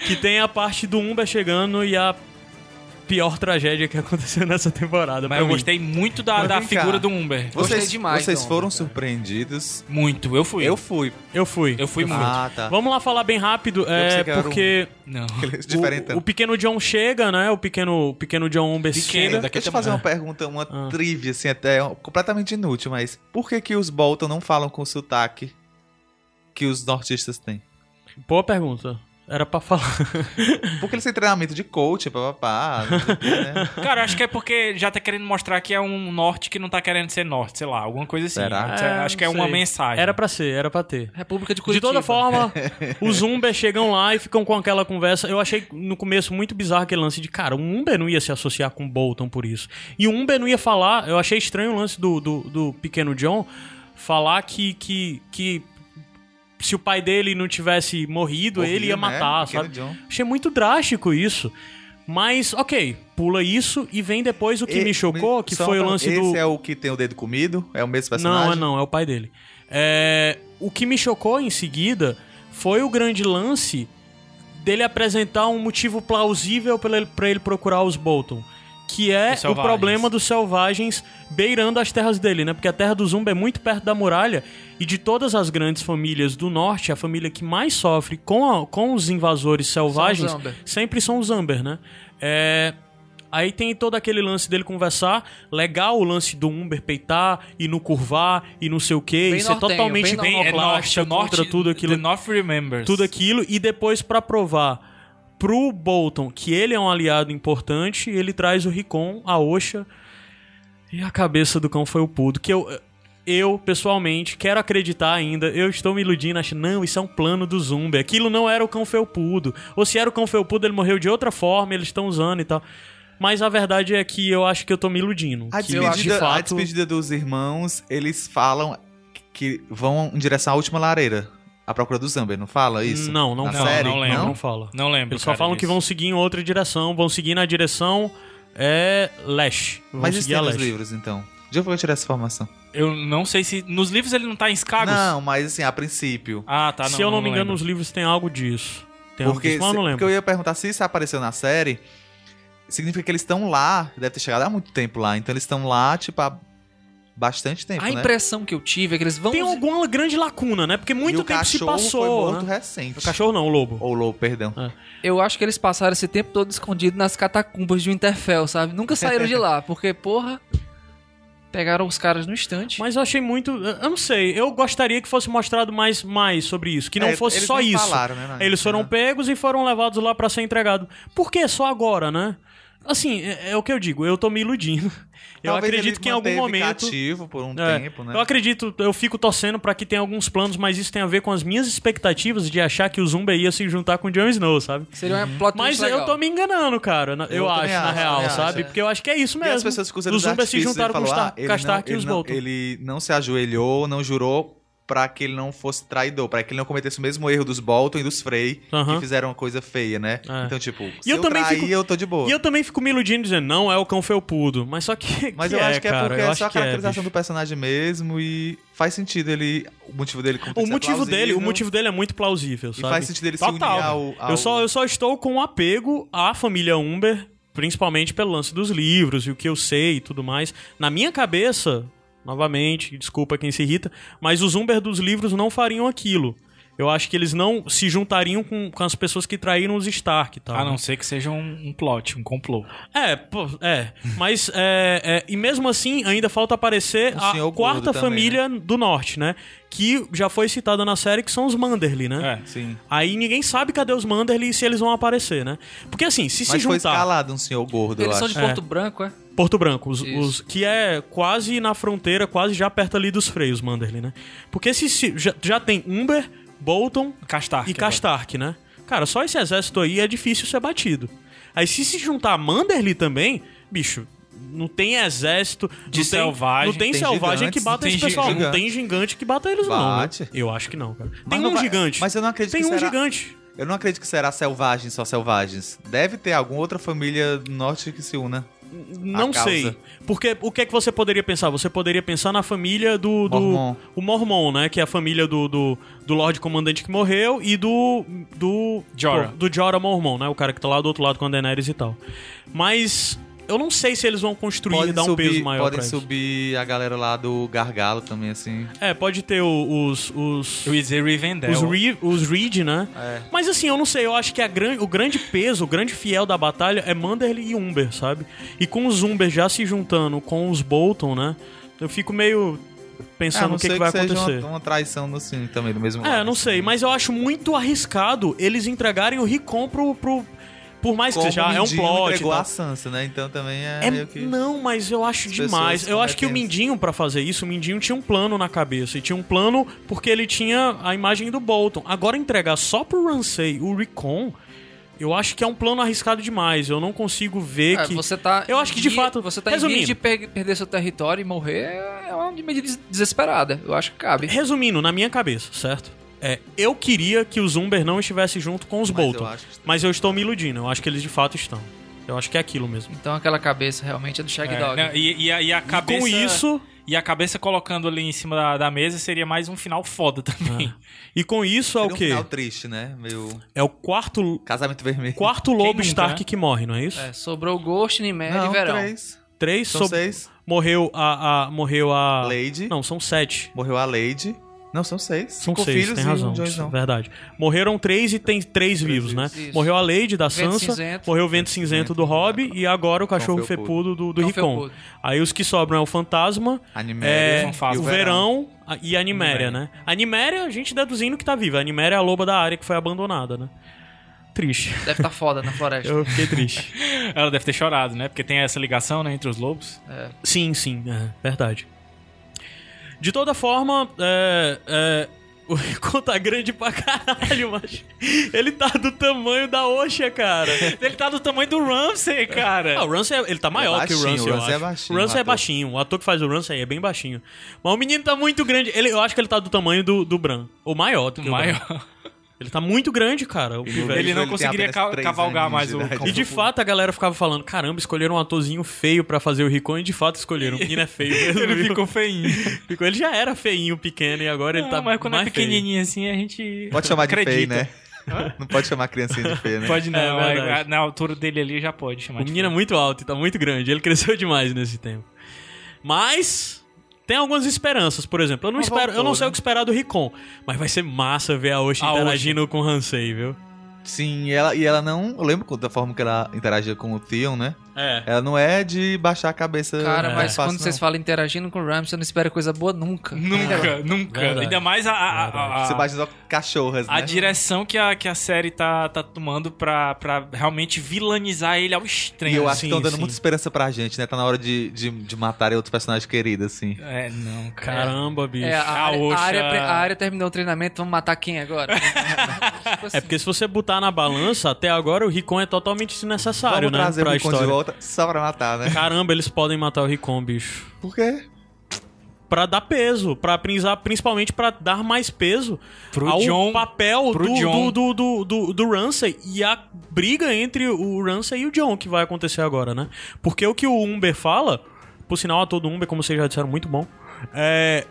Speaker 2: que tem a parte do Umber chegando e a pior tragédia que aconteceu nessa temporada. pra
Speaker 1: Mas eu
Speaker 2: mim.
Speaker 1: gostei muito da,
Speaker 4: Mas
Speaker 1: da
Speaker 4: vem cá.
Speaker 1: figura do Umber.
Speaker 3: Gostei
Speaker 4: Vocês,
Speaker 3: demais,
Speaker 4: vocês
Speaker 3: então,
Speaker 4: foram
Speaker 3: cara.
Speaker 4: surpreendidos?
Speaker 1: Muito, eu fui.
Speaker 4: Eu fui.
Speaker 2: Eu fui.
Speaker 1: Eu fui muito.
Speaker 4: Ah, tá.
Speaker 2: Vamos lá falar bem rápido,
Speaker 4: pensei
Speaker 2: é,
Speaker 4: que era um-
Speaker 2: porque
Speaker 1: Não.
Speaker 4: <laughs>
Speaker 2: o-
Speaker 4: Diferente.
Speaker 2: o, pequeno John chega, né? O pequeno, o pequeno John Umber
Speaker 1: Pequeno,
Speaker 2: chega.
Speaker 1: daqui
Speaker 4: Deixa
Speaker 1: até
Speaker 4: eu te fazer uma
Speaker 1: amanhã.
Speaker 4: pergunta, uma
Speaker 2: Ah.
Speaker 4: trivia, assim, até completamente inútil, mas por que que os Bolton não falam com o sotaque que os nortistas têm?
Speaker 2: Boa pergunta. Era pra falar.
Speaker 4: Porque eles têm treinamento de coach, papapá, não sei o quê,
Speaker 2: <laughs>
Speaker 4: né?
Speaker 1: Cara, acho que é porque já tá querendo mostrar que é um norte que não tá querendo ser norte, sei lá, alguma coisa assim.
Speaker 4: Será?
Speaker 1: Sei- acho que é
Speaker 2: não
Speaker 1: uma
Speaker 2: sei.
Speaker 1: mensagem.
Speaker 2: Era pra ser, era pra ter.
Speaker 3: República de
Speaker 2: De
Speaker 3: Curitiba.
Speaker 2: toda
Speaker 4: <laughs>
Speaker 2: forma, os Umber chegam lá e ficam com aquela conversa. Eu achei no começo muito bizarro aquele lance de, cara, o Umber não ia se associar com o Bolton por isso. E o Umber não ia falar. Eu achei estranho o lance do, do, do pequeno John falar que, que, que se o pai dele não tivesse morrido, ele ia
Speaker 4: Ouviu, né?
Speaker 2: matar,
Speaker 4: Pequeno
Speaker 2: sabe?
Speaker 4: John.
Speaker 2: Achei muito drástico isso. Mas, ok, pula isso e vem depois o que
Speaker 4: E-
Speaker 2: me chocou, que
Speaker 4: só
Speaker 2: foi o
Speaker 4: pra-
Speaker 2: lance
Speaker 4: esse
Speaker 2: do.
Speaker 4: é o que tem o dedo comido? É o mesmo personagem?
Speaker 2: Não, é não, é o pai dele. É, o que me chocou em seguida foi o grande lance dele apresentar um motivo plausível pra ele, pra ele procurar os Bolton. Que é o
Speaker 1: Os selvagens.
Speaker 2: problema dos selvagens beirando as terras dele, né? Porque a terra do Zumba é muito perto da muralha e de todas as grandes famílias do norte, a família que mais sofre com, a- com os invasores selvagens
Speaker 3: Amber.
Speaker 2: sempre são os Amber, né? É, Aí tem todo aquele lance dele conversar, legal o lance do Umber peitar e no curvar e não sei o que,
Speaker 3: Bem
Speaker 2: e ser
Speaker 3: nortenho,
Speaker 2: totalmente
Speaker 1: Bem,
Speaker 3: bem
Speaker 1: é norte,
Speaker 2: iconoclasta
Speaker 1: o norte,
Speaker 2: contra tudo aquilo,
Speaker 1: The North remembers.
Speaker 2: tudo aquilo e depois pra provar pro Bolton que ele é um aliado importante, ele traz o Ricon, a Osha e a cabeça do cão foi o Pudo, que eu eu, pessoalmente, quero acreditar ainda. Eu estou me iludindo, achando, não, isso é um plano do Zumbi. Aquilo não era o cão felpudo. Ou se era o cão felpudo, ele morreu de outra forma, eles estão usando e tal. Mas a verdade é que eu acho que eu tô me iludindo.
Speaker 4: A
Speaker 2: que eu acho, de
Speaker 4: despedida, a
Speaker 2: fato,
Speaker 4: despedida dos irmãos, eles falam que vão em direção à última lareira. A procura do Zamber, não fala isso?
Speaker 2: Não, não
Speaker 4: Na
Speaker 2: fala.
Speaker 4: série?
Speaker 1: não
Speaker 2: não,
Speaker 1: lembro.
Speaker 2: não fala.
Speaker 1: Não lembro.
Speaker 2: Eles só
Speaker 1: cara,
Speaker 2: falam que
Speaker 1: disso.
Speaker 2: vão seguir em outra direção, vão seguir na direção é leste. Vão
Speaker 4: Mas isso
Speaker 2: seguir
Speaker 4: tem
Speaker 2: a
Speaker 4: nos
Speaker 2: leste.
Speaker 4: livros, então. De onde foi que eu tirar essa informação?
Speaker 1: Eu não sei se. Nos livros ele não tá em Skagos?
Speaker 4: Não, mas assim, a princípio.
Speaker 1: Ah, tá. Não,
Speaker 2: se eu não, me engano,
Speaker 1: lembro.
Speaker 2: nos livros tem algo disso. Tem algo
Speaker 4: porque,
Speaker 2: disso, mas eu não
Speaker 4: se-
Speaker 2: lembro.
Speaker 4: porque eu ia perguntar se isso apareceu na série, significa que eles estão lá, deve ter chegado há muito tempo lá, então eles estão lá, tipo, há bastante tempo,
Speaker 3: A
Speaker 4: né?
Speaker 3: impressão que eu tive é que eles vão.
Speaker 2: Tem um alguma grande lacuna, né? Porque muito
Speaker 4: e o
Speaker 2: tempo se
Speaker 4: cachorro
Speaker 2: passou.
Speaker 4: foi
Speaker 2: né?
Speaker 4: morto recente.
Speaker 2: O cachorro não, o lobo.
Speaker 4: Ou lobo, perdão.
Speaker 3: Eu acho que eles passaram esse tempo todo escondido nas catacumbas de Winterfell, sabe? Nunca saíram de lá, porque, porra. Pegaram os caras no instante.
Speaker 2: Mas eu achei muito. Eu não sei. Eu gostaria que fosse mostrado mais, mais sobre isso. Que não
Speaker 4: É,
Speaker 2: fosse
Speaker 4: eles
Speaker 2: só isso.
Speaker 4: falaram, né, na-
Speaker 2: Eles foram pegos e foram levados lá pra ser entregado. Por que só agora, né? Assim, é, é o que eu digo. Eu tô me iludindo. Eu
Speaker 4: Talvez ele
Speaker 2: acredito que em algum
Speaker 4: manteve
Speaker 2: momento.
Speaker 4: cativo por um
Speaker 2: É,
Speaker 4: tempo, né?
Speaker 2: Eu acredito, eu fico torcendo pra que tenha alguns planos, mas isso tem a ver com as minhas expectativas de achar que o Zumba ia se juntar com o Jon Snow, sabe?
Speaker 3: Seria uma plot twist
Speaker 2: Mas
Speaker 3: Tá legal.
Speaker 2: eu tô me enganando, cara. na- Eu,
Speaker 4: Eu
Speaker 2: acho,
Speaker 4: também
Speaker 2: na
Speaker 4: acho,
Speaker 2: real,
Speaker 4: também acho,
Speaker 2: sabe?
Speaker 4: é.
Speaker 2: Porque eu acho que é isso
Speaker 4: E
Speaker 2: mesmo.
Speaker 4: as pessoas ficam usando
Speaker 2: Os
Speaker 4: os
Speaker 2: Zumbas se
Speaker 4: artifícios,
Speaker 2: juntaram
Speaker 4: ele
Speaker 2: com os
Speaker 4: falou,
Speaker 2: Ta-
Speaker 4: ah, ele
Speaker 2: Castark
Speaker 4: não-
Speaker 2: e os
Speaker 4: ele não-
Speaker 2: Bolton.
Speaker 4: Ele não se ajoelhou, não jurou pra que ele não fosse traidor, pra que ele não cometesse o mesmo erro dos Bolton e dos Frey,
Speaker 2: Aham.
Speaker 4: que fizeram uma coisa feia, né?
Speaker 2: É.
Speaker 4: Então, tipo, se
Speaker 2: eu
Speaker 4: eu,
Speaker 2: também
Speaker 4: trair,
Speaker 2: fico-
Speaker 4: eu tô de boa.
Speaker 2: E eu também fico me iludindo dizendo, não é o cão felpudo. Mas só que. <laughs>
Speaker 4: Mas
Speaker 2: que
Speaker 4: eu acho que é
Speaker 2: cara,
Speaker 4: porque
Speaker 2: eu
Speaker 4: é
Speaker 2: acho
Speaker 4: só a
Speaker 2: que
Speaker 4: caracterização
Speaker 2: bicho.
Speaker 4: do personagem mesmo e faz sentido ele. O motivo dele como tem
Speaker 2: O
Speaker 4: que ser
Speaker 2: motivo dele, o
Speaker 4: plausível,
Speaker 2: motivo dele é muito plausível,
Speaker 4: E
Speaker 2: sabe?
Speaker 4: faz sentido ele se unir
Speaker 2: Total.
Speaker 4: ao. ao...
Speaker 2: Eu, só, eu só estou com um apego à família Umber, principalmente pelo lance dos livros e o que eu sei e tudo mais. Na minha cabeça, novamente, desculpa quem se irrita, mas os Umber dos livros não fariam aquilo. Eu acho que eles não se juntariam com, com as pessoas que traíram os Stark e tal.
Speaker 4: Ah,
Speaker 1: A
Speaker 2: né?
Speaker 1: não ser que seja um, um plot, um complô.
Speaker 2: É, pô, é. Mas, é, é, e mesmo assim, ainda falta aparecer
Speaker 4: O senhor
Speaker 2: a
Speaker 4: gordo
Speaker 2: quarta
Speaker 4: também, né?
Speaker 2: família do norte, né? Que já foi citada na série, que são os Manderly, né?
Speaker 1: É.
Speaker 4: Sim.
Speaker 2: Aí ninguém sabe cadê os Manderly e se eles vão aparecer, né? Porque assim, se se
Speaker 4: Mas foi
Speaker 2: juntar
Speaker 4: escalado um senhor gordo, eu
Speaker 3: Eles são
Speaker 4: acho.
Speaker 3: de Porto Branco, é?
Speaker 2: Porto Branco, os,
Speaker 3: Isso.
Speaker 2: os- que é quase na fronteira, quase já perto ali dos freios, Manderly, né? Porque se, se- já, já tem Umber, Bolton
Speaker 1: Castark. é.
Speaker 2: e
Speaker 1: agora.
Speaker 2: Castark, né? Cara, só esse exército aí é difícil ser batido. Aí se se juntar a Manderly também, bicho, não tem exército
Speaker 1: De
Speaker 2: não tem-
Speaker 1: selvagem,
Speaker 2: não tem,
Speaker 4: tem
Speaker 2: selvagem
Speaker 4: gigantes,
Speaker 2: que bata
Speaker 1: não
Speaker 2: esse
Speaker 1: tem
Speaker 2: pessoal, não
Speaker 4: gigante.
Speaker 2: tem gigante que bata eles não.
Speaker 4: Bate.
Speaker 2: né? Eu acho que não, cara. Tem
Speaker 4: Mas
Speaker 2: um
Speaker 4: não vai-
Speaker 2: gigante.
Speaker 4: Mas eu não acredito
Speaker 2: tem
Speaker 4: que
Speaker 2: um
Speaker 4: será-
Speaker 2: gigante.
Speaker 4: Eu não acredito que será selvagens só selvagens. Deve ter alguma outra família do norte que se una.
Speaker 2: Não
Speaker 4: causa.
Speaker 2: sei. Porque o que é que você poderia pensar? Você poderia pensar na família do. do
Speaker 4: Mormon.
Speaker 2: O Mormon, né? Que é a família do, do, do Lorde Comandante que morreu e do. Do.
Speaker 1: Jorah.
Speaker 2: pô, Do Jorah Mormon, né? O cara que tá lá do outro lado com a Daenerys e tal. Mas. Eu não sei se eles vão construir e
Speaker 4: Podem
Speaker 2: dar um
Speaker 4: subir,
Speaker 2: peso maior
Speaker 4: podem
Speaker 2: pra isso.
Speaker 4: subir a galera lá do Gargalo também, assim.
Speaker 2: É, pode ter o- os. Os.
Speaker 1: Eu ia dizer Rivendell.
Speaker 2: Os, Re- os Reed, né?
Speaker 4: É.
Speaker 2: Mas assim, eu não sei, eu acho que a gran- o grande peso, o grande fiel da batalha é Manderly e Umber, sabe? E com os Umber já se juntando com os Bolton, né? Eu fico meio
Speaker 4: Ah,
Speaker 2: pensando
Speaker 4: não
Speaker 2: o que,
Speaker 4: sei
Speaker 2: que vai
Speaker 4: seja
Speaker 2: acontecer.
Speaker 4: uma, uma traição no filme também, do mesmo
Speaker 2: É,
Speaker 4: lado,
Speaker 2: não
Speaker 4: assim.
Speaker 2: sei, mas eu acho muito arriscado eles entregarem o Ricon pro. pro- por mais que
Speaker 4: Como
Speaker 2: seja, ah, é um
Speaker 4: Mindinho
Speaker 2: plot. e
Speaker 4: entregou
Speaker 2: tal.
Speaker 4: a Sansa, né? Então também é,
Speaker 2: É,
Speaker 4: meio que...
Speaker 2: Não, mas eu acho
Speaker 4: as
Speaker 2: demais.
Speaker 4: pessoas
Speaker 2: Eu acho que o
Speaker 4: cometem isso.
Speaker 2: Mindinho, pra fazer isso, o Mindinho tinha um plano na cabeça. E tinha um plano porque ele tinha a imagem do Bolton. Agora, entregar só pro Ramsay o Recon, eu acho que é um plano arriscado demais. Eu não consigo ver
Speaker 3: É,
Speaker 2: que.
Speaker 3: você tá
Speaker 2: Eu
Speaker 3: em
Speaker 2: acho que, de
Speaker 3: via-
Speaker 2: fato,
Speaker 3: Você tá em
Speaker 2: resumindo.
Speaker 3: via de per- perder seu território e morrer é uma medida des- desesperada. Eu acho que cabe.
Speaker 2: Resumindo, na minha cabeça, certo? É, eu queria que os Umber não estivessem junto com os
Speaker 4: Mas
Speaker 2: Bolton.
Speaker 4: eu acho que-
Speaker 2: Mas eu estou me iludindo. Eu acho que eles de fato estão. Eu acho que é aquilo mesmo.
Speaker 3: Então aquela cabeça realmente é do Shag
Speaker 1: É,
Speaker 3: Dog.
Speaker 1: né, e, e a, e a cabeça.
Speaker 2: Com isso.
Speaker 1: E a cabeça colocando ali em cima da, da mesa seria mais um final foda também.
Speaker 2: E com isso é
Speaker 4: Seria
Speaker 2: o
Speaker 4: um
Speaker 2: quê?
Speaker 4: final triste, né? Meu
Speaker 2: É o quarto,
Speaker 4: casamento vermelho.
Speaker 2: quarto lobo
Speaker 1: nunca,
Speaker 2: Stark
Speaker 1: né?
Speaker 2: que morre, não é isso?
Speaker 3: É, sobrou o Ghost, Nimé e
Speaker 4: Não,
Speaker 3: É Verão.
Speaker 4: três.
Speaker 2: Três
Speaker 4: São
Speaker 2: sob-
Speaker 4: seis.
Speaker 2: Morreu a, a- Morreu a.
Speaker 4: Lady.
Speaker 2: Não, são sete.
Speaker 4: Morreu a Lady. Não, são seis.
Speaker 2: São
Speaker 4: Cinco
Speaker 2: seis,
Speaker 4: filhos
Speaker 2: tem
Speaker 4: e
Speaker 2: razão. é
Speaker 4: um Jones, não.
Speaker 2: verdade. Morreram três e tem três vivos, né?
Speaker 3: vivos. Isso.
Speaker 2: Morreu a Lady da
Speaker 3: Vento
Speaker 2: Sansa,
Speaker 3: Cinzento.
Speaker 2: morreu o Vento Cinzento do Rob e agora o Cachorro
Speaker 4: Felpudo.
Speaker 2: Fepudo do, do
Speaker 3: Cão
Speaker 2: Ricon.
Speaker 3: felpudo.
Speaker 2: Aí os que sobram é o Fantasma,
Speaker 4: A
Speaker 2: é,
Speaker 4: Niméria né? e
Speaker 2: o Verão a- e a Niméria,
Speaker 4: Niméria.
Speaker 2: né? A Niméria, a gente deduzindo que tá viva. A Niméria é a loba da área que foi abandonada, né? Triste.
Speaker 3: Deve estar foda na floresta.
Speaker 2: Eu fiquei triste.
Speaker 1: <laughs> Ela deve ter chorado, né? Porque tem essa ligação, né, entre os lobos.
Speaker 2: Sim, sim, é, verdade. De toda forma, é, é, o Rico tá grande pra caralho, mas ele tá do tamanho da Oxa, cara.
Speaker 1: Ele tá do tamanho do Ramsey, cara.
Speaker 2: Ah, o Ramsay, ele tá maior que o
Speaker 4: baixinho,
Speaker 2: Ramsay,
Speaker 4: o
Speaker 2: eu
Speaker 4: Ramsay é
Speaker 2: acho.
Speaker 4: baixinho,
Speaker 2: o
Speaker 4: o
Speaker 2: Ramsay é
Speaker 4: ator.
Speaker 2: baixinho. O ator que faz o Ramsay é bem baixinho. Mas o menino tá muito grande. Ele, eu acho que ele tá do tamanho do, do Bran. Ou maior do que o Bran.
Speaker 1: Maior.
Speaker 2: Ele tá muito grande, cara. O pivete.
Speaker 1: Ele não
Speaker 4: tem
Speaker 1: conseguiria
Speaker 4: apenas
Speaker 1: ca-
Speaker 4: três né?
Speaker 1: cavalgar
Speaker 4: aninhos
Speaker 1: mais
Speaker 4: de
Speaker 1: o
Speaker 4: idade.
Speaker 1: cão
Speaker 2: E de
Speaker 1: felpudo.
Speaker 2: fato a galera ficava falando, caramba, escolheram um atorzinho feio pra fazer o Ricon e de fato escolheram. O menino é feio. mesmo,
Speaker 1: <laughs> Ele
Speaker 2: viu?
Speaker 1: ficou feinho.
Speaker 2: Ficou- Ele já era feinho, pequeno, e agora ele
Speaker 1: Não,
Speaker 2: tá
Speaker 1: mas quando
Speaker 2: mais
Speaker 1: é pequenininho assim, a gente.
Speaker 4: <laughs> Pode chamar de feio,
Speaker 1: acredita.
Speaker 4: né? Não pode chamar a criancinha de feio, né?
Speaker 1: Pode não,
Speaker 2: É verdade.
Speaker 1: a- na altura dele ali já pode chamar
Speaker 2: Feio. O
Speaker 1: de
Speaker 2: menino é
Speaker 1: feio.
Speaker 2: muito alto e tá muito grande. Ele cresceu demais nesse tempo. Mas tem algumas esperanças, por exemplo. Eu não,
Speaker 4: Mas
Speaker 2: espero, eu não
Speaker 4: voltou,
Speaker 2: sei
Speaker 4: né?
Speaker 2: o que esperar do Ricon, mas vai ser massa ver a Oshi
Speaker 1: A
Speaker 2: interagindo com o Hansei, viu?
Speaker 1: É.
Speaker 4: Sim, e ela, e ela não... Eu lembro da forma que ela interagia com o Theon, né?
Speaker 2: É.
Speaker 4: Ela não é de baixar a cabeça...
Speaker 3: Cara,
Speaker 2: É.
Speaker 3: mas
Speaker 4: fácil,
Speaker 3: quando vocês
Speaker 4: não.
Speaker 3: falam interagindo com o Ramsay, eu não espero coisa boa nunca.
Speaker 1: Nunca, nunca.
Speaker 2: É Verdade.
Speaker 1: Ainda mais a, a- a-
Speaker 2: Ah.
Speaker 1: a-
Speaker 4: Você bate só cachorras, né?
Speaker 1: a direção que a, que a série tá, tá tomando pra, pra realmente vilanizar ele ao
Speaker 4: E
Speaker 1: extremo.
Speaker 4: eu acho
Speaker 2: É, Sim,
Speaker 4: que estão dando
Speaker 2: sim.
Speaker 4: muita esperança pra gente, né? Tá na hora de, de, de matarem outro personagem querido, assim.
Speaker 1: É, não, cara.
Speaker 2: Caramba, bicho.
Speaker 3: É, a,
Speaker 1: A
Speaker 3: área,
Speaker 1: Osha-
Speaker 3: a, área, a área terminou o treinamento, vamos matar
Speaker 1: <laughs>
Speaker 3: quem agora? Tipo assim,
Speaker 2: É porque se você botar na balança, até agora o Ricon é totalmente desnecessário,
Speaker 4: Vamos
Speaker 2: né?
Speaker 4: trazer o
Speaker 2: Pra
Speaker 4: Ricon de
Speaker 2: história.
Speaker 4: volta só pra
Speaker 2: <laughs>
Speaker 4: matar, né?
Speaker 2: Caramba, eles podem matar o Ricon, bicho.
Speaker 4: Por quê?
Speaker 2: Pra dar peso, pra prisar, principalmente pra dar mais peso
Speaker 1: Pro
Speaker 2: ao
Speaker 1: John,
Speaker 2: papel
Speaker 1: pro
Speaker 2: do,
Speaker 1: John.
Speaker 2: do, do, do, do, do Ramsay e a briga entre o Ramsay e o John que vai acontecer agora, né? Porque o que o Umber fala, por sinal, a todo Umber, como vocês já disseram, muito bom, é,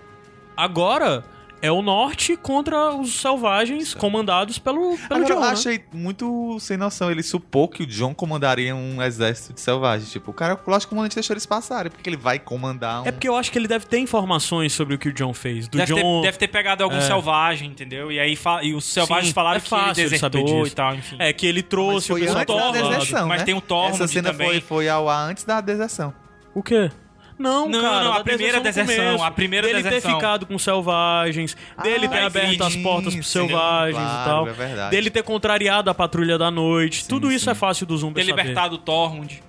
Speaker 2: agora é o norte contra os selvagens comandados pelo, pelo
Speaker 4: Agora,
Speaker 2: John,
Speaker 4: eu
Speaker 2: né?
Speaker 4: achei muito sem noção. Ele supor que o John comandaria um exército de selvagens. Tipo, o cara, eu acho que o comandante deixou eles passarem. Porque ele vai comandar um...
Speaker 2: É porque eu acho que ele deve ter informações sobre o que o John fez. Do
Speaker 1: deve,
Speaker 2: John. É.
Speaker 1: ter, deve ter pegado algum selvagem, entendeu? E aí fa- e os selvagens
Speaker 2: Sim,
Speaker 1: falaram
Speaker 2: é
Speaker 1: que ele
Speaker 2: fácil ele saber
Speaker 1: desertou
Speaker 2: disso.
Speaker 1: e tal, enfim.
Speaker 2: É que ele
Speaker 4: Mas
Speaker 2: trouxe o
Speaker 4: foi
Speaker 2: pessoal
Speaker 4: antes da
Speaker 2: todo lado.
Speaker 4: deserção,
Speaker 1: Mas
Speaker 4: né?
Speaker 1: tem o Tormund
Speaker 4: Essa cena
Speaker 1: também.
Speaker 4: foi, foi ao ar antes da deserção.
Speaker 2: O quê? Não,
Speaker 1: Não,
Speaker 2: cara,
Speaker 1: não, a
Speaker 2: da
Speaker 1: primeira
Speaker 2: deserção, no
Speaker 1: deserção,
Speaker 2: começo,
Speaker 1: a primeira
Speaker 2: dele
Speaker 1: deserção. é
Speaker 2: ter ficado com selvagens, dele
Speaker 4: Ah,
Speaker 2: ter aberto as
Speaker 4: sim,
Speaker 2: portas pros
Speaker 4: sim,
Speaker 2: selvagens
Speaker 1: né?
Speaker 2: e
Speaker 4: claro,
Speaker 2: tal,
Speaker 4: é verdade.
Speaker 2: dele ter contrariado a patrulha da noite, tudo isso
Speaker 4: sim.
Speaker 2: é fácil do Zumber
Speaker 1: ter
Speaker 2: saber.
Speaker 1: libertado o Tormund.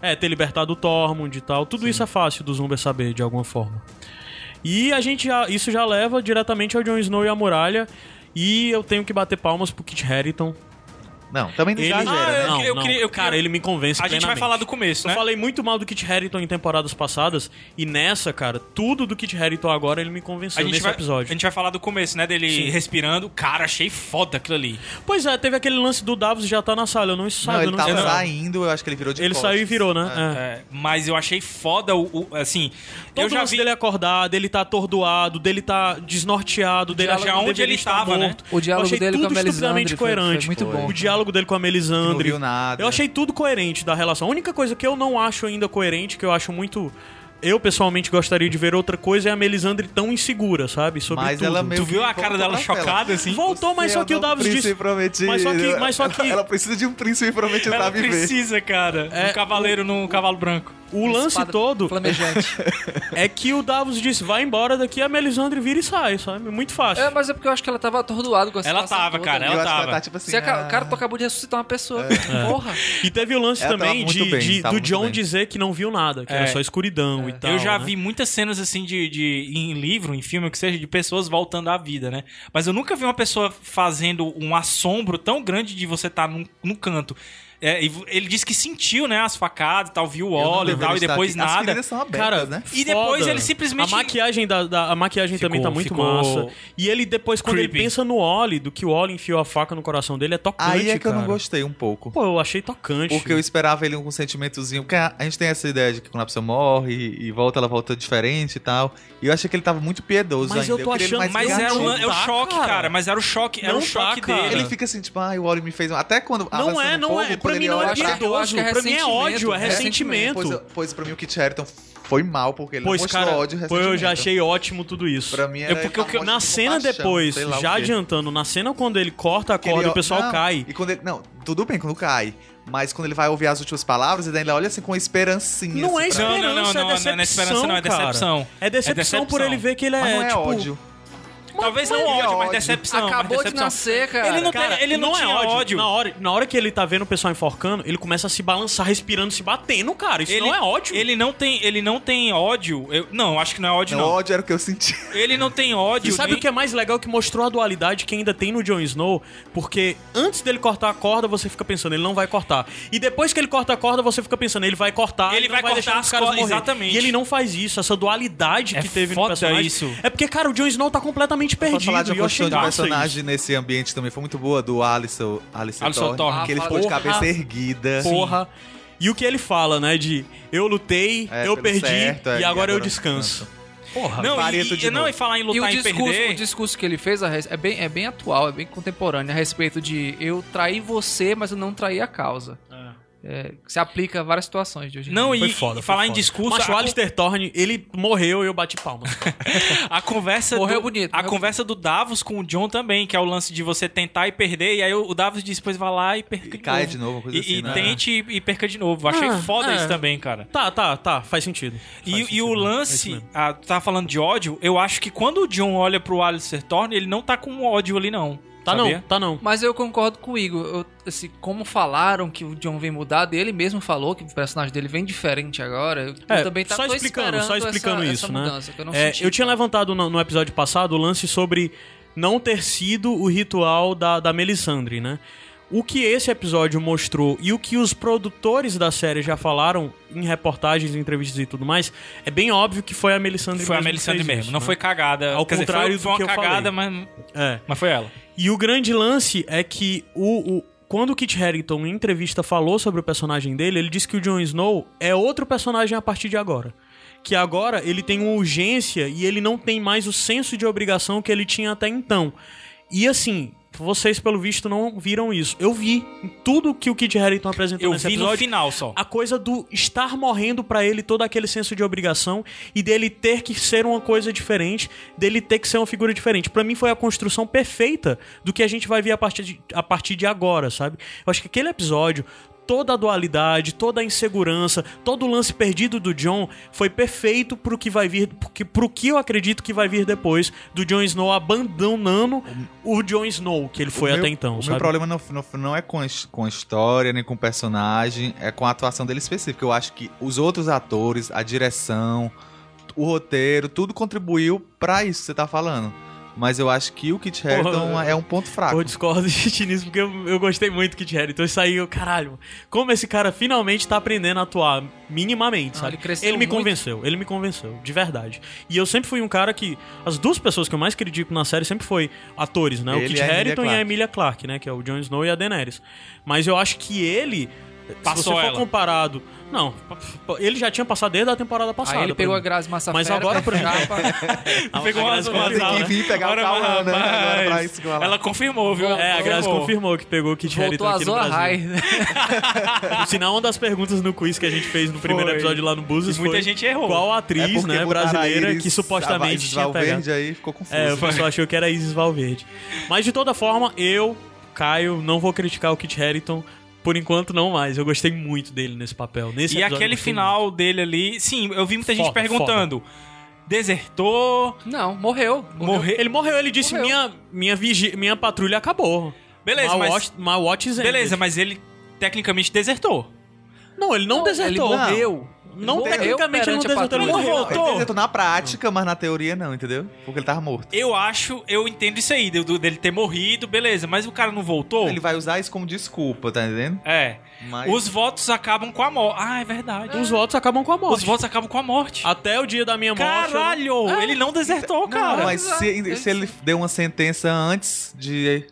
Speaker 2: É, ter libertado o Tormund e tal, tudo isso é fácil do Zumber saber de alguma forma. E a gente já, isso já leva diretamente ao Jon Snow e a muralha, e eu tenho que bater palmas pro Kit Harington
Speaker 4: Não, também não
Speaker 2: Ele-
Speaker 4: exagera,
Speaker 1: Ah,
Speaker 4: né?
Speaker 1: eu
Speaker 2: Não,
Speaker 1: queria- eu
Speaker 2: não.
Speaker 1: queria- eu
Speaker 2: Cara,
Speaker 1: queria-
Speaker 2: ele me convence
Speaker 1: A gente vai
Speaker 2: plenamente.
Speaker 1: falar do
Speaker 2: Eu
Speaker 1: começo, né?
Speaker 2: falei muito mal do Kit Harington em temporadas passadas, e nessa, cara, tudo do Kit Harington agora ele me
Speaker 1: A
Speaker 2: convenceu
Speaker 1: gente,
Speaker 2: nesse
Speaker 1: vai,
Speaker 2: episódio.
Speaker 1: a gente vai falar do começo, né? Dele
Speaker 2: Sim.
Speaker 1: respirando. Cara, achei foda aquilo ali.
Speaker 2: Pois é, teve aquele lance do Davos já tá na sala, eu não
Speaker 4: Não,
Speaker 2: sabe, eu
Speaker 4: ele
Speaker 2: não
Speaker 4: tava
Speaker 2: sei.
Speaker 4: saindo, eu acho que ele virou de
Speaker 2: Ele
Speaker 4: costas.
Speaker 2: saiu e virou, né? É.
Speaker 1: É, mas eu achei foda o. o- assim,
Speaker 2: Todo
Speaker 1: eu já
Speaker 2: lance
Speaker 1: vi.
Speaker 2: dele acordar, dele tá atordoado, dele tá desnorteado, dele
Speaker 1: diálogo
Speaker 2: achar
Speaker 1: onde
Speaker 2: onde
Speaker 1: ele
Speaker 2: ele
Speaker 1: tava,
Speaker 2: estava,
Speaker 1: né?
Speaker 2: né?
Speaker 3: O diálogo
Speaker 2: eu achei
Speaker 3: dele
Speaker 2: tudo
Speaker 3: com a Melisandre
Speaker 2: estupidamente
Speaker 3: foi- foi
Speaker 2: coerente.
Speaker 3: muito bom.
Speaker 2: O diálogo dele com a
Speaker 4: Não
Speaker 2: Melisandre.
Speaker 4: viu nada.
Speaker 2: Eu achei tudo coerente da relação. A única coisa que eu não acho ainda coerente, que eu acho muito. Eu pessoalmente gostaria de ver outra coisa, é a Melisandre tão insegura, sabe? Sobre
Speaker 4: Mas
Speaker 2: tudo.
Speaker 4: ela meio
Speaker 1: Tu viu
Speaker 4: que
Speaker 1: a cara
Speaker 4: voltou
Speaker 1: dela
Speaker 4: pra tela.
Speaker 1: chocada, assim?
Speaker 2: Voltou, mas
Speaker 4: Você
Speaker 2: só que
Speaker 4: é
Speaker 2: o Davis
Speaker 4: príncipe
Speaker 2: disse.
Speaker 4: prometido.
Speaker 2: Mas só que- mas só
Speaker 4: Ela-
Speaker 2: que-
Speaker 4: Ela, precisa de um príncipe prometido pra
Speaker 1: Ela
Speaker 4: viver.
Speaker 1: precisa, cara.
Speaker 2: É,
Speaker 1: um cavaleiro num cavalo branco.
Speaker 2: O lance
Speaker 3: Espada
Speaker 2: todo
Speaker 1: <laughs>
Speaker 3: Flamejante.
Speaker 2: é que o Davos disse: vai embora daqui, a Melisandre vira e sai, sabe? Muito fácil.
Speaker 3: é, mas é porque eu acho que ela tava atordoada com a
Speaker 1: Ela
Speaker 3: situação
Speaker 1: tava,
Speaker 3: toda. né?
Speaker 1: cara,
Speaker 4: Eu
Speaker 1: ela É.
Speaker 4: acho que
Speaker 1: tava.
Speaker 4: ela tá tipo assim.
Speaker 3: Você aca-
Speaker 4: ah,
Speaker 3: Cara, tu acabou de ressuscitar uma pessoa. Porra.
Speaker 2: E teve o lance
Speaker 4: Ela tava
Speaker 2: também
Speaker 4: muito
Speaker 2: de,
Speaker 4: bem,
Speaker 2: de- do
Speaker 4: tava muito
Speaker 2: John
Speaker 4: bem.
Speaker 2: dizer que não viu nada, que
Speaker 1: É.
Speaker 2: era só escuridão e tal.
Speaker 1: eu já
Speaker 2: né?
Speaker 1: vi muitas cenas assim de, de em livro, em filme, o que seja, de pessoas voltando à vida, né? Mas eu nunca vi uma pessoa fazendo um assombro tão grande de você estar num, num canto. É, e v- ele disse que sentiu, né, as facadas e tal, viu o
Speaker 4: eu não
Speaker 1: óleo e
Speaker 4: deveria
Speaker 1: tal, e
Speaker 4: estar
Speaker 1: depois
Speaker 4: aqui. As
Speaker 1: nada.
Speaker 4: feridas são abertas,
Speaker 2: Cara,
Speaker 4: né?
Speaker 1: E depois
Speaker 2: foda.
Speaker 1: ele simplesmente-
Speaker 2: A maquiagem, da, da- a maquiagem
Speaker 1: Ficou-
Speaker 2: também tá muito
Speaker 1: ficou
Speaker 2: massa. E ele depois, quando ele
Speaker 1: creepy.
Speaker 2: pensa no Oli, do que o Oli enfiou a faca no coração dele, é tocante.
Speaker 4: Aí é que eu não
Speaker 2: cara.
Speaker 4: gostei um pouco.
Speaker 2: Pô, eu achei tocante.
Speaker 4: Porque eu esperava ele com um sentimentozinho. Porque a, a gente tem essa ideia de que quando a pessoa morre e, e volta, ela volta diferente e tal. E eu achei que ele tava muito piedoso
Speaker 2: Mas
Speaker 4: ainda.
Speaker 2: eu tô
Speaker 4: queria ele
Speaker 2: achando-
Speaker 1: Mas
Speaker 2: Não
Speaker 1: era
Speaker 4: gatinho.
Speaker 1: um,
Speaker 2: tá,
Speaker 1: é o choque, cara.
Speaker 2: cara.
Speaker 1: Mas era o choque, era
Speaker 2: Não
Speaker 1: o
Speaker 2: tá,
Speaker 1: choque
Speaker 2: cara.
Speaker 1: dele.
Speaker 4: Ele fica assim, tipo, ah, o Oli me fez. mal. Até quando.
Speaker 2: Não
Speaker 4: avança
Speaker 2: é, não
Speaker 4: no fogo,
Speaker 2: é.
Speaker 4: quando
Speaker 2: Pra mim
Speaker 4: ele
Speaker 2: não
Speaker 4: olha
Speaker 2: é
Speaker 3: acho que-
Speaker 4: pra-
Speaker 3: eu
Speaker 2: piedoso.
Speaker 3: acho que é
Speaker 2: pra mim é ódio, é
Speaker 3: ressentimento,
Speaker 2: ressentimento.
Speaker 4: Pois, eu- pois pra mim o Kit Harington foi mal, porque ele
Speaker 2: Pois,
Speaker 4: mostrou
Speaker 2: cara,
Speaker 4: ódio e
Speaker 2: pô, eu já
Speaker 4: ressentimento.
Speaker 2: achei ótimo tudo isso.
Speaker 4: Pra mim
Speaker 1: É
Speaker 4: era
Speaker 1: porque o que-
Speaker 4: amor,
Speaker 2: Na
Speaker 4: tipo,
Speaker 2: cena
Speaker 4: compaixão,
Speaker 2: depois,
Speaker 4: sei lá o
Speaker 2: já
Speaker 4: quê.
Speaker 2: adiantando, na cena quando ele corta a
Speaker 4: Que ele-
Speaker 2: corda e o pessoal
Speaker 4: não,
Speaker 2: cai.
Speaker 4: E quando ele, não, tudo bem quando cai, mas quando ele vai ouvir as últimas palavras, e daí ele olha assim com uma esperancinha.
Speaker 2: Não é
Speaker 4: assim,
Speaker 2: esperança,
Speaker 4: pra-
Speaker 1: Não, não, não,
Speaker 2: é
Speaker 1: não, não é
Speaker 2: decepção,
Speaker 1: esperança, não, é
Speaker 2: cara.
Speaker 1: decepção.
Speaker 2: É decepção,
Speaker 1: É decepção.
Speaker 2: por ele ver que ele é,
Speaker 4: Mas não é
Speaker 2: tipo,
Speaker 4: ódio.
Speaker 1: Talvez não
Speaker 4: mas-
Speaker 1: ódio, mas
Speaker 4: ódio.
Speaker 1: decepção. mas
Speaker 3: acabou de
Speaker 1: decepção.
Speaker 3: nascer, cara.
Speaker 1: Ele não tem-
Speaker 2: Cara,
Speaker 1: ele não
Speaker 2: é
Speaker 1: tinha
Speaker 2: ódio.
Speaker 1: ódio.
Speaker 2: Na, hora, na hora que ele tá vendo o pessoal enforcando, ele começa a se balançar, respirando, se batendo, cara. Isso não é ódio.
Speaker 1: Ele não tem, ele não tem ódio. Eu- não, acho que não é ódio,
Speaker 4: Não,
Speaker 1: não.
Speaker 4: ódio era o que eu senti.
Speaker 1: Ele não tem ódio.
Speaker 2: E sabe
Speaker 1: nem-
Speaker 2: o que é mais legal? Que mostrou a dualidade que ainda tem no Jon Snow. Porque antes dele cortar a corda, você fica pensando, ele não vai cortar. E depois que ele corta a corda, você fica pensando, ele vai cortar.
Speaker 1: Ele
Speaker 2: não
Speaker 1: vai cortar
Speaker 2: deixar os
Speaker 1: as
Speaker 2: caras
Speaker 1: cordas,
Speaker 2: morrer.
Speaker 1: exatamente.
Speaker 2: E ele não faz isso. Essa dualidade
Speaker 1: É
Speaker 2: que teve
Speaker 1: foda
Speaker 2: no personagem.
Speaker 1: isso.
Speaker 2: É porque, cara, o Jon Snow tá completamente
Speaker 4: Pra
Speaker 2: perdido.
Speaker 4: falar de
Speaker 2: e
Speaker 4: uma
Speaker 2: eu achei
Speaker 4: construção de
Speaker 2: massa isso.
Speaker 4: personagem nesse ambiente também foi muito boa, do Alisson, Alisson,
Speaker 1: Alisson
Speaker 4: Thorne,
Speaker 1: Thorne.
Speaker 4: que ele
Speaker 3: Ah,
Speaker 4: ficou de
Speaker 2: porra.
Speaker 4: cabeça erguida.
Speaker 2: É. Porra. E o que ele fala, né? De eu lutei,
Speaker 4: É,
Speaker 2: eu
Speaker 4: pelo
Speaker 2: perdi
Speaker 4: certo, é,
Speaker 2: e agora
Speaker 4: e
Speaker 2: eu
Speaker 4: agora eu
Speaker 2: descanso. Porra.
Speaker 1: Não, e,
Speaker 4: Vareta
Speaker 1: e,
Speaker 4: de
Speaker 1: não,
Speaker 4: novo.
Speaker 1: e falar em
Speaker 3: E o
Speaker 1: lutar e,
Speaker 3: discurso,
Speaker 1: perder.
Speaker 3: o discurso que ele fez a res- é, bem, é bem atual, é bem contemporâneo, a respeito de eu traí você, mas eu não traí a causa. É, que se aplica a várias situações de hoje em
Speaker 1: Não,
Speaker 3: dia.
Speaker 1: e, e falar em discurso.
Speaker 2: Macho,
Speaker 1: a-
Speaker 2: o Alistair Thorne, ele morreu e eu bati palmas.
Speaker 1: A conversa
Speaker 3: Morreu
Speaker 1: do,
Speaker 3: bonito,
Speaker 1: A
Speaker 3: morreu
Speaker 1: conversa do Davos com o John também, que é o lance de você tentar e perder, e aí o o Davos diz, pois vai lá e perca
Speaker 4: E
Speaker 1: de
Speaker 4: cai
Speaker 1: novo.
Speaker 4: de novo, uma coisa
Speaker 1: E,
Speaker 4: assim,
Speaker 1: e
Speaker 4: né?
Speaker 1: tente e, e perca de novo. Achei
Speaker 2: Ah,
Speaker 1: foda
Speaker 2: é.
Speaker 1: isso também, cara.
Speaker 2: tá, tá, tá, faz sentido. Faz
Speaker 1: E, e
Speaker 2: sentido,
Speaker 1: o
Speaker 2: né? É
Speaker 1: lance,
Speaker 2: isso mesmo.
Speaker 1: ah, tu tava falando de ódio, eu acho que quando o John olha pro Alistair Thorne, ele não tá com ódio ali, não.
Speaker 2: Tá
Speaker 1: sabia?
Speaker 2: não, tá não.
Speaker 3: Mas eu concordo com o Igor. Eu, assim, como falaram que o John vem mudado, e ele mesmo falou que o personagem dele vem diferente agora. Eu,
Speaker 2: É,
Speaker 3: eu também tá,
Speaker 2: só
Speaker 3: tô
Speaker 2: explicando,
Speaker 3: esperando
Speaker 2: só explicando
Speaker 3: essa,
Speaker 2: isso,
Speaker 3: essa
Speaker 2: né?
Speaker 3: mudança, que eu não
Speaker 2: É,
Speaker 3: senti.
Speaker 2: eu tinha levantado no, no episódio passado o lance sobre não ter sido o ritual da, da Melisandre, né? O que esse episódio mostrou e o que os produtores da série já falaram em reportagens, em entrevistas e tudo mais, é bem óbvio que foi a Melisandre
Speaker 1: Foi a
Speaker 2: mesmo que
Speaker 1: Melisandre
Speaker 2: fez
Speaker 1: mesmo,
Speaker 2: isso,
Speaker 1: não
Speaker 2: né?
Speaker 1: foi cagada.
Speaker 2: Ao
Speaker 1: Quer dizer,
Speaker 2: contrário
Speaker 1: foi, foi
Speaker 2: do que
Speaker 1: uma
Speaker 2: eu
Speaker 1: cagada, mas,
Speaker 2: É.
Speaker 1: mas foi ela.
Speaker 2: E o grande lance é que o, o- quando o Kit Harington em entrevista falou sobre o personagem dele, ele disse que o Jon Snow é outro personagem a partir de agora. Que agora ele tem uma urgência e ele não tem mais o senso de obrigação que ele tinha até então. E assim, vocês pelo visto não viram isso. Eu vi em tudo que o Kit Harington apresentou
Speaker 1: Eu
Speaker 2: nesse
Speaker 1: vi no
Speaker 2: episódio.
Speaker 1: final só.
Speaker 2: A coisa do estar morrendo pra ele todo aquele senso de obrigação e dele ter que ser uma coisa diferente, dele ter que ser uma figura diferente. Pra mim foi a construção perfeita do que a gente vai ver a partir de, a partir de agora, sabe? Eu acho que aquele episódio Toda a dualidade, toda a insegurança, todo o lance perdido do John foi perfeito pro que vai vir, porque, pro que eu acredito que vai vir depois do Jon Snow abandonando o Jon Snow que ele foi
Speaker 4: O
Speaker 2: até
Speaker 4: meu-
Speaker 2: então,
Speaker 4: O
Speaker 2: sabe?
Speaker 4: meu problema não, não, não é com, a his- com a história, nem com o personagem, é com a atuação dele específica. Eu acho que os outros atores, a direção, o roteiro, tudo contribuiu pra isso que você tá falando. Mas eu acho que o Kit Harington
Speaker 2: Porra.
Speaker 4: é um ponto fraco.
Speaker 2: Pô, eu discordo <laughs> de ti nisso, porque eu, eu gostei muito do Kit Harington. Então Isso aí, eu, caralho, como esse cara finalmente tá aprendendo a atuar minimamente,
Speaker 3: Ah,
Speaker 2: sabe?
Speaker 3: ele cresceu
Speaker 2: me
Speaker 3: muito.
Speaker 2: convenceu, ele me convenceu, de verdade. E eu sempre fui um cara que. As duas pessoas que eu mais critico na série sempre foi atores, né?
Speaker 4: Ele
Speaker 2: o Kit
Speaker 4: e a Emilia
Speaker 2: Harington e a
Speaker 4: Clarke.
Speaker 2: Emilia Clarke, né? Que é o Jon Snow e a Daenerys. Mas eu acho que ele. se
Speaker 1: Passou
Speaker 2: você for
Speaker 1: ela.
Speaker 2: comparado. Não, p- p- ele já tinha passado desde a temporada passada.
Speaker 3: Aí ele
Speaker 2: pra
Speaker 3: pegou
Speaker 2: mim.
Speaker 3: a Grazi Massafera.
Speaker 2: Mas agora <laughs>
Speaker 3: pra chapa.
Speaker 2: A- a
Speaker 1: Ah, Pegou
Speaker 2: Grazi <laughs>
Speaker 1: umas-
Speaker 2: Gonzalez,
Speaker 1: umas-
Speaker 4: Tem que vir pegar
Speaker 1: Agora,
Speaker 4: o carro, né?
Speaker 1: rapaz,
Speaker 4: Agora pra isso, agora lá.
Speaker 1: Ela confirmou, viu?
Speaker 2: É, a Grazi
Speaker 1: Confirmou.
Speaker 2: confirmou que pegou o Kit Harington
Speaker 3: Voltou a
Speaker 2: aqui no
Speaker 3: Zona
Speaker 2: Brasil.
Speaker 3: High. né?
Speaker 2: Por sinal, Tipo, uma das perguntas no quiz que a gente fez no primeiro
Speaker 1: Foi.
Speaker 2: episódio lá no Búzios
Speaker 1: E muita
Speaker 2: foi
Speaker 1: gente errou.
Speaker 2: qual
Speaker 4: É
Speaker 2: atriz
Speaker 4: porque
Speaker 2: né,
Speaker 4: botaram a
Speaker 2: brasileira
Speaker 4: Iris
Speaker 2: que supostamente
Speaker 4: Iris
Speaker 2: tinha pegado.
Speaker 4: Valverde aí ficou confuso.
Speaker 2: É, o pessoal achou que era Isis Valverde. Mas de toda forma, eu, Caio, não vou criticar o Kit Harington. Por enquanto, não mais. Eu gostei muito dele nesse papel. Nesse
Speaker 1: E
Speaker 2: episódio, eu
Speaker 1: aquele
Speaker 2: gostei
Speaker 1: final dele ali, sim, eu vi muita gente
Speaker 2: Foda,
Speaker 1: perguntando. Desertou,
Speaker 3: Não, morreu.
Speaker 2: muito.
Speaker 1: morreu.
Speaker 2: Ele morreu, ele disse:
Speaker 3: Morreu.
Speaker 2: Minha, minha, vigi- minha patrulha acabou.
Speaker 1: Beleza,
Speaker 2: my
Speaker 1: mas
Speaker 2: watch, my watch is ended."
Speaker 1: beleza, mas ele tecnicamente desertou.
Speaker 2: Não, ele não, desertou.
Speaker 3: Ele morreu. Ele
Speaker 2: Não,
Speaker 3: morreu
Speaker 2: tecnicamente ele não
Speaker 3: perante a
Speaker 2: desertou, ele
Speaker 3: patrulha.
Speaker 2: morreu.
Speaker 4: Ele tentou na prática, mas na teoria não, entendeu? Porque ele tava morto.
Speaker 1: Eu acho, eu entendo isso aí, do- dele ter morrido, beleza, mas o cara não voltou?
Speaker 4: Ele vai usar isso como desculpa, tá entendendo?
Speaker 1: É.
Speaker 4: Mas
Speaker 1: Os votos acabam com a morte. Ah, é verdade.
Speaker 2: Os votos acabam com a morte. é
Speaker 1: Os votos acabam com a morte.
Speaker 2: Até o dia da minha morte. eu não-
Speaker 1: Caralho, ele não desertou,
Speaker 4: não,
Speaker 1: cara.
Speaker 4: mas se, se ele deu uma sentença antes de.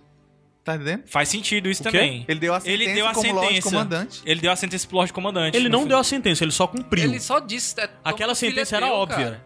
Speaker 4: Tá entendendo?
Speaker 1: Faz sentido isso
Speaker 2: O quê?
Speaker 1: também.
Speaker 4: Ele deu a
Speaker 1: Ele
Speaker 4: sentença
Speaker 1: deu a
Speaker 4: como Lorde
Speaker 1: sentença.
Speaker 4: Comandante.
Speaker 1: Ele deu a sentença pro Lorde Comandante.
Speaker 2: Ele
Speaker 1: no
Speaker 2: não
Speaker 1: fim.
Speaker 2: deu a sentença, ele só cumpriu.
Speaker 3: Ele só disse. é, toma
Speaker 2: Aquela
Speaker 3: um filho
Speaker 2: sentença
Speaker 3: é
Speaker 2: era
Speaker 3: teu,
Speaker 2: óbvia.
Speaker 3: cara.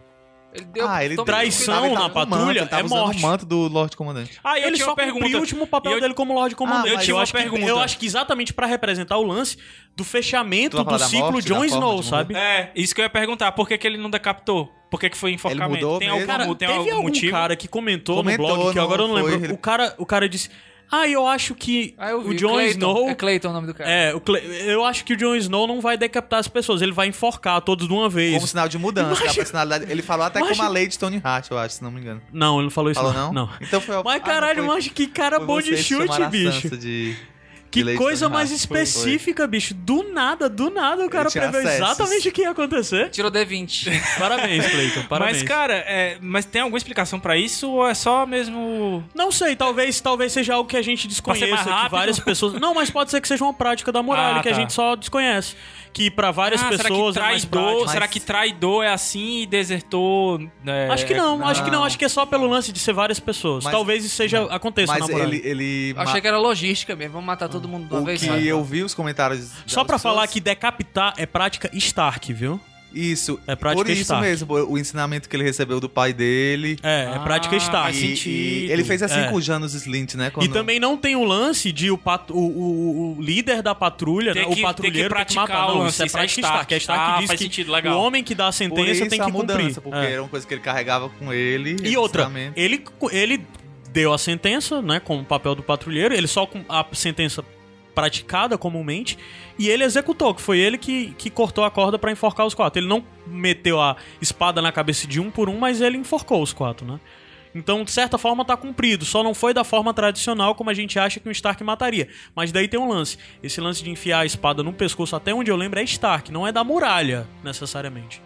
Speaker 3: Ele deu
Speaker 4: Ah, ele
Speaker 3: toma um
Speaker 2: traição
Speaker 3: filho é
Speaker 4: ele
Speaker 3: teu,
Speaker 2: na
Speaker 4: tava com o
Speaker 2: patrulha
Speaker 4: manto, ele tava
Speaker 2: é
Speaker 4: usando
Speaker 2: morte.
Speaker 4: o manto do Lorde Comandante.
Speaker 1: Ah, eu
Speaker 2: ele
Speaker 1: tinha
Speaker 2: só
Speaker 1: uma pergunta.
Speaker 2: cumpriu o último papel
Speaker 1: Eu-
Speaker 2: dele como Lorde Comandante.
Speaker 4: Ah, eu tinha uma
Speaker 2: acho que-
Speaker 1: pergunta.
Speaker 2: eu acho que exatamente pra representar o lance do
Speaker 4: Tu
Speaker 2: fechamento
Speaker 4: vai
Speaker 2: do
Speaker 4: falar da
Speaker 2: ciclo
Speaker 4: morte,
Speaker 2: Jon
Speaker 4: da forma
Speaker 2: Snow,
Speaker 4: de
Speaker 2: sabe?
Speaker 1: É, isso que eu ia perguntar. Por que, que ele não decapitou? Por que, que foi enforcamento?
Speaker 4: Ele mudou
Speaker 1: tem
Speaker 4: mesmo?
Speaker 1: algum,
Speaker 2: Cara,
Speaker 1: tem
Speaker 2: teve
Speaker 1: algum
Speaker 2: algum
Speaker 1: motivo?
Speaker 2: cara que comentou,
Speaker 4: Comentou,
Speaker 2: no blog, que
Speaker 4: não,
Speaker 2: agora eu não
Speaker 4: foi-
Speaker 2: lembro. O, cara, o cara disse: Ah, eu acho que
Speaker 3: Ah, eu vi,
Speaker 2: o Jon
Speaker 3: Clayton.
Speaker 2: Snow.
Speaker 3: É Clayton o nome do cara.
Speaker 2: É, o Cle- eu acho que o Jon Snow não vai decapitar as pessoas, ele vai enforcar todos de uma vez.
Speaker 4: Como sinal de mudança.
Speaker 2: Imagina-
Speaker 4: a personalidade. Ele falou até como
Speaker 2: Imagina-
Speaker 4: a Lady Stone Hart, eu acho, se não me engano.
Speaker 2: Não, ele não falou isso.
Speaker 4: Falou
Speaker 2: não.
Speaker 4: não?
Speaker 2: não.
Speaker 4: Então foi
Speaker 2: Mas
Speaker 4: ah,
Speaker 2: caralho,
Speaker 4: foi-
Speaker 2: mas que cara
Speaker 4: foi
Speaker 2: bom de
Speaker 4: vocês que chamaram
Speaker 2: chute,
Speaker 4: a
Speaker 2: bicho.
Speaker 4: Sansa de- de
Speaker 2: Que
Speaker 4: Lady
Speaker 2: coisa
Speaker 4: Stone
Speaker 2: mais
Speaker 4: Hart. Foi- foi.
Speaker 2: específica, bicho. Do nada, do nada o cara
Speaker 4: tinha
Speaker 2: preveu
Speaker 4: acessos.
Speaker 2: exatamente o que ia acontecer. <laughs>
Speaker 3: Tirou D20.
Speaker 2: Parabéns, Cleiton, parabéns.
Speaker 1: Mas, cara, é, mas tem alguma explicação pra isso ou é só mesmo.
Speaker 2: Não sei, talvez talvez seja algo que a gente
Speaker 1: Pra ser mais
Speaker 2: desconheça, que
Speaker 1: rápido.
Speaker 2: várias pessoas... Não, mas pode ser que seja uma prática da muralha,
Speaker 1: Ah,
Speaker 2: que a
Speaker 1: tá.
Speaker 2: gente só desconhece. Que pra várias
Speaker 1: Ah,
Speaker 2: pessoas
Speaker 1: será que
Speaker 2: é mais
Speaker 1: traidor,
Speaker 2: prática.
Speaker 1: será
Speaker 4: Mas-
Speaker 1: que traidor é assim e desertou? né?
Speaker 2: Acho que não, acho que não,
Speaker 4: não.
Speaker 2: acho que é só pelo lance de ser várias pessoas.
Speaker 4: Mas-
Speaker 2: talvez isso seja, aconteça na
Speaker 4: Mas
Speaker 2: muralha.
Speaker 4: ele. ele
Speaker 3: Eu Achei que era logística mesmo. Vamos matar todo mundo de uma
Speaker 4: O
Speaker 3: vez. então.
Speaker 4: que
Speaker 3: sabe?
Speaker 4: eu vi os comentários. das
Speaker 2: Só pra
Speaker 4: pessoas-
Speaker 2: falar que decapitar é prática Stark, viu?
Speaker 4: Isso.
Speaker 2: É prática
Speaker 4: por isso
Speaker 2: Stark.
Speaker 4: mesmo, o ensinamento que ele recebeu do pai dele.
Speaker 2: É, é
Speaker 1: Ah,
Speaker 2: prática Stark.
Speaker 1: faz
Speaker 4: E-
Speaker 1: sentido.
Speaker 4: e ele fez assim
Speaker 2: É.
Speaker 4: com o Janus Slint, né?
Speaker 2: E
Speaker 4: quando-
Speaker 2: também não tem o lance de o, pat- o- o- o líder da patrulha,
Speaker 1: Tem
Speaker 2: né,
Speaker 1: que-
Speaker 2: o patrulheiro
Speaker 1: tem que praticar
Speaker 2: matar.
Speaker 1: o
Speaker 2: Não,
Speaker 1: lance,
Speaker 2: isso é
Speaker 1: isso é
Speaker 2: prática
Speaker 1: Stark.
Speaker 2: Stark. É Stark
Speaker 1: Ah,
Speaker 2: que diz
Speaker 1: faz
Speaker 2: que
Speaker 1: sentido, legal.
Speaker 2: o homem que dá a
Speaker 4: Por
Speaker 2: sentença
Speaker 4: isso
Speaker 2: tem
Speaker 4: a
Speaker 2: que
Speaker 4: mudança,
Speaker 2: cumprir.
Speaker 4: porque
Speaker 2: É.
Speaker 4: era uma coisa que ele carregava com ele.
Speaker 2: E
Speaker 4: era
Speaker 2: outra,
Speaker 4: ensinamento.
Speaker 2: ele, ele deu a sentença, né, como papel do patrulheiro, ele só com a sentença praticada comumente, e ele executou, que foi ele que, que cortou a corda pra enforcar os quatro. Ele não meteu a espada na cabeça de um por um, mas ele enforcou os quatro, né? Então, de certa forma, tá cumprido. Só não foi da forma tradicional como a gente acha que um Stark mataria. Mas daí tem um lance. Esse lance de enfiar a espada no pescoço, até onde eu lembro, é Stark. Não é da muralha, necessariamente.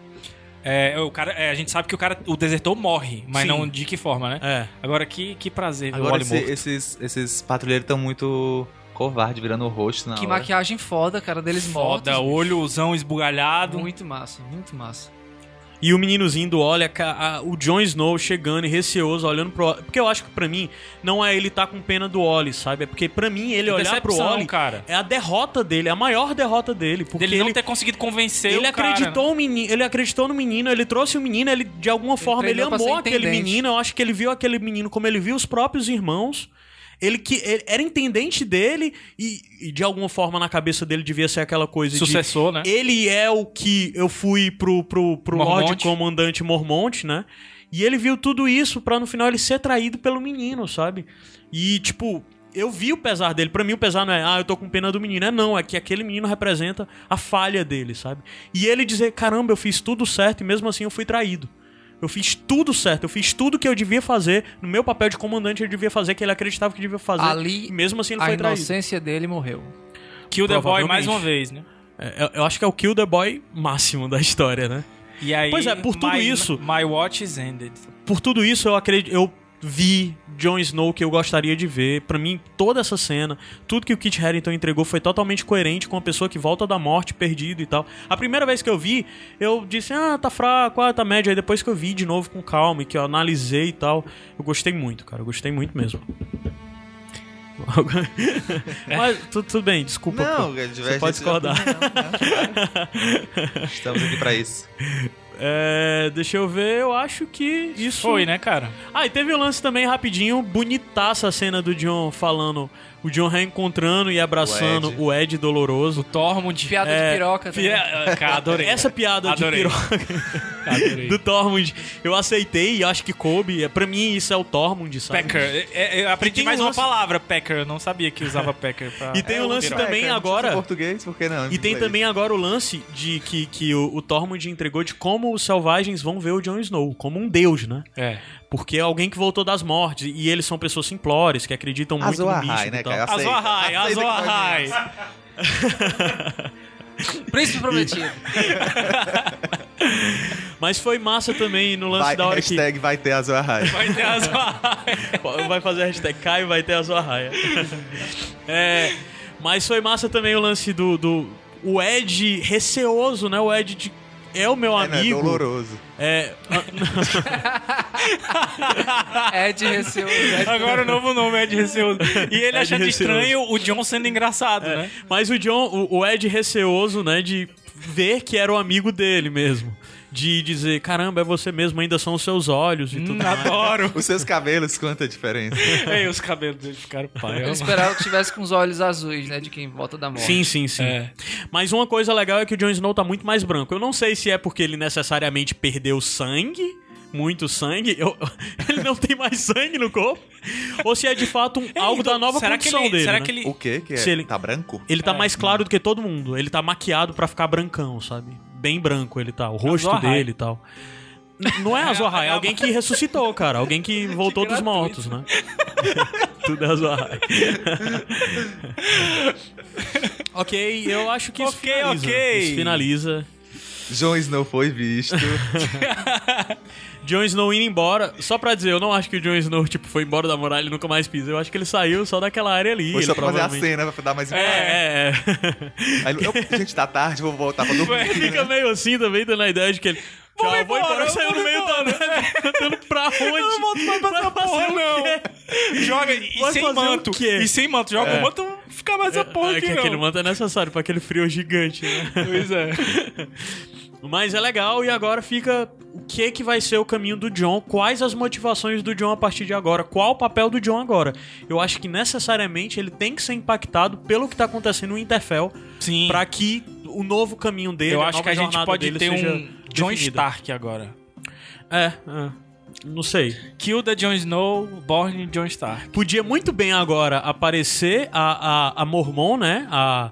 Speaker 1: É, o cara, é, a gente sabe que o cara, o desertor morre, mas
Speaker 2: Sim.
Speaker 1: não de que forma, né?
Speaker 2: É.
Speaker 1: Agora que, que prazer ver o
Speaker 4: Agora
Speaker 1: Wally
Speaker 4: esse-
Speaker 1: morto.
Speaker 4: esses, esses patrulheiros estão muito covardes, virando o rosto na
Speaker 3: Que
Speaker 4: hora.
Speaker 3: maquiagem foda, cara, deles
Speaker 1: Foda,
Speaker 3: mortos.
Speaker 1: olhozão esbugalhado.
Speaker 3: Muito massa, muito massa.
Speaker 2: E o meninozinho do olha ca- a- o Jon Snow chegando e receoso, olhando pro Ollie. Porque eu acho que pra mim, não é ele tá com pena do Ollie, sabe? É porque pra mim, ele olhar pro
Speaker 1: Decepção,
Speaker 2: Ollie
Speaker 1: cara.
Speaker 2: é a derrota dele, é a maior derrota dele. Porque
Speaker 1: Dele
Speaker 2: ele,
Speaker 1: não ter conseguido convencer
Speaker 2: ele
Speaker 1: o cara, né?
Speaker 2: acreditou o menino, ele acreditou no menino, ele trouxe o menino, ele de alguma forma ele
Speaker 3: treinou pra
Speaker 2: amou
Speaker 3: ser
Speaker 2: aquele
Speaker 3: intendente.
Speaker 2: menino. Eu acho que ele viu aquele menino como ele viu os próprios irmãos. Ele que ele era intendente dele e, e de alguma forma na cabeça dele devia ser aquela coisa de
Speaker 1: Sucessor, né?
Speaker 2: ele é o que eu fui pro, pro, pro
Speaker 1: Mormonte.
Speaker 2: Lorde Comandante Mormonte, né? E ele viu tudo isso pra no final ele ser traído pelo menino, sabe? E, tipo, eu vi o pesar dele. Pra mim, o pesar não é, ah, eu tô com pena do menino. É não, é que aquele menino representa a falha dele, sabe? E ele dizer, caramba, eu fiz tudo certo e mesmo assim eu fui traído. Eu fiz tudo certo, eu fiz tudo que eu devia fazer. No meu papel de comandante, eu devia fazer, que ele acreditava que devia fazer.
Speaker 3: Ali,
Speaker 2: e mesmo assim ele
Speaker 3: a
Speaker 2: foi traído.
Speaker 3: inocência dele morreu.
Speaker 1: Kill the Boy mais
Speaker 2: Provavelmente.
Speaker 1: uma vez, né?
Speaker 2: É, eu- eu acho que é o Kill the Boy máximo da história, né?
Speaker 1: E aí,
Speaker 2: Pois é, por tudo
Speaker 1: my-
Speaker 2: isso-
Speaker 1: My watch is ended.
Speaker 2: por tudo isso, eu acredito. Eu vi Jon Snow que eu gostaria de ver. Pra mim, toda essa cena, tudo que o Kit Harington entregou foi totalmente coerente com a pessoa que volta da morte, perdido e tal. A primeira vez que eu vi, eu disse, ah, tá fraco, ah, tá médio. Aí depois que eu vi de novo com calma e que eu analisei e tal, eu gostei muito, cara. Eu gostei muito mesmo. <laughs> Mas tu- tudo bem, desculpa. pô.
Speaker 4: Não, divergência
Speaker 2: pode
Speaker 4: de
Speaker 2: discordar.
Speaker 4: opinião, né? <laughs> Estamos aqui pra isso.
Speaker 2: É, deixa eu ver, eu acho que isso.
Speaker 1: Foi, né, cara?
Speaker 2: Ah, e teve o lance também rapidinho, bonitaça a cena do John falando, o John reencontrando e abraçando
Speaker 4: O Ed.
Speaker 2: o Ed, doloroso.
Speaker 1: Tormund.
Speaker 3: Piada de piroca. né?
Speaker 1: <laughs> Pia- Cara, Ah, adorei.
Speaker 2: Essa piada
Speaker 1: Adorei.
Speaker 2: de piroca
Speaker 1: Adorei.
Speaker 2: É do Tormund, eu aceitei e acho que coube. É, Pra mim isso é o Tormund, sabe?
Speaker 1: Pecker. É, é, Eu
Speaker 2: E
Speaker 1: aprendi
Speaker 2: tem
Speaker 1: mais
Speaker 2: um
Speaker 1: uma
Speaker 2: lance-
Speaker 1: palavra, Pecker. Eu não sabia que usava Pecker pra.
Speaker 2: E tem o lance
Speaker 1: piroca.
Speaker 2: também
Speaker 4: É, cara, não precisa
Speaker 2: agora-
Speaker 4: ser português, por que não?
Speaker 2: E tem
Speaker 4: Inglês.
Speaker 2: também agora o lance de que, que o, o Tormund entregou de como os selvagens vão ver o Jon Snow, como um deus, né?
Speaker 1: É.
Speaker 2: Porque é alguém que voltou das mortes e eles são pessoas simplórias, que acreditam muito no
Speaker 4: Azoahai,
Speaker 2: bicho
Speaker 4: né,
Speaker 2: e tal.
Speaker 4: cara? Aceita.
Speaker 1: Azoahai,
Speaker 4: Aceita que pode
Speaker 1: Azoahai.
Speaker 4: isso.
Speaker 3: Príncipe <laughs> prometido.
Speaker 2: Mas foi massa também no lance
Speaker 4: Vai,
Speaker 2: da hora que
Speaker 4: hashtag vai ter Azoahai.
Speaker 1: Vai ter Azoahai.
Speaker 2: Vai fazer a hashtag Caio, vai ter a sua raia. É, mas foi massa também o lance do, do. O Ed receoso, né? O Ed de. É o meu
Speaker 4: É, né,
Speaker 2: amigo.
Speaker 4: doloroso.
Speaker 2: É,
Speaker 3: Ed né? Receu. Ed-
Speaker 1: Agora o novo nome é Ed Receoso. E ele
Speaker 2: Ed
Speaker 1: achando
Speaker 2: Receoso. É.
Speaker 1: estranho o John sendo engraçado, né?
Speaker 2: mas o John, o, o Ed receoso, né? De ver que era o amigo dele mesmo. De dizer, caramba, é você mesmo, ainda são os seus olhos e tudo.
Speaker 1: Hum,
Speaker 2: mais.
Speaker 1: adoro.
Speaker 4: Os seus cabelos,
Speaker 2: <laughs>
Speaker 4: quanta diferença.
Speaker 1: Ei, os cabelos dele ficaram pai.
Speaker 3: Eu
Speaker 1: eu-
Speaker 3: esperava que tivesse com os olhos azuis, né? De quem volta da morte.
Speaker 2: Sim, sim, sim.
Speaker 1: É.
Speaker 2: Mas uma coisa legal é que o Jon Snow tá muito mais branco. Eu não sei se é porque ele necessariamente perdeu sangue, muito sangue. eu- <laughs> ele não tem mais sangue no corpo. Ou se é de fato um- algo
Speaker 1: então,
Speaker 2: da nova
Speaker 1: será
Speaker 2: condição
Speaker 1: que ele,
Speaker 2: dele.
Speaker 1: Será
Speaker 2: né?
Speaker 1: que <laughs> ele.
Speaker 4: O que que é?
Speaker 2: Se ele-
Speaker 4: Tá branco?
Speaker 2: Ele tá
Speaker 1: É.
Speaker 2: mais claro do que todo mundo. Ele tá maquiado pra ficar brancão, sabe? Bem branco ele
Speaker 1: É
Speaker 2: tá. O rosto
Speaker 1: Azorraia.
Speaker 2: dele e tal. N- Não é
Speaker 1: <laughs>
Speaker 2: Azorrai, é alguém que ressuscitou, cara. Alguém que voltou dos mortos, né? <laughs> Tudo é Azorrai. <laughs> ok, eu acho que isso
Speaker 1: Ok,
Speaker 2: finaliza.
Speaker 1: ok.
Speaker 2: Isso finaliza.
Speaker 4: Jon Snow foi visto.
Speaker 2: Jon Snow indo embora. Só pra dizer, eu não acho que o Jon Snow tipo, foi embora da muralha e nunca mais pisa. Eu acho que ele saiu só daquela área ali.
Speaker 4: Foi
Speaker 2: ele
Speaker 4: só pra fazer a
Speaker 2: provavelmente-
Speaker 4: cena, pra dar mais...
Speaker 2: É, é, é.
Speaker 4: Aí ele, "Eu- gente, tá tarde, vou voltar pra dormir.
Speaker 2: Ele fica meio assim também, dando a ideia de que ele. Tchau, vou embora, saiu no meio da neve, <laughs> andando pra onde?
Speaker 1: Eu não volto mais pra
Speaker 2: Vai
Speaker 1: essa porra,
Speaker 2: fazer o
Speaker 1: não.
Speaker 2: quê?
Speaker 1: Joga e
Speaker 2: Vai
Speaker 1: sem
Speaker 2: fazer o
Speaker 1: manto.
Speaker 2: quê?
Speaker 1: E sem manto. Joga o manto, fica mais a porra
Speaker 2: É
Speaker 1: aqui,
Speaker 2: que
Speaker 1: não.
Speaker 2: aquele manto é necessário pra aquele frio gigante, né?
Speaker 1: Pois é.
Speaker 2: Mas é legal, e agora fica o que que vai ser o caminho do John, quais as motivações do John a partir de agora, qual o papel do John agora. Eu acho que necessariamente ele tem que ser impactado pelo que tá acontecendo no Interfell,
Speaker 1: Sim.
Speaker 2: pra que o novo caminho dele,
Speaker 1: Eu acho
Speaker 2: nova
Speaker 1: que a gente
Speaker 2: jornada
Speaker 1: pode
Speaker 2: dele
Speaker 1: ter um
Speaker 2: seja
Speaker 1: John
Speaker 2: definida.
Speaker 1: Stark agora.
Speaker 2: É, é. Não sei.
Speaker 1: Kilda Jon Snow, Borne John Stark.
Speaker 2: Podia muito bem agora aparecer a, a, a Mormon, né? A,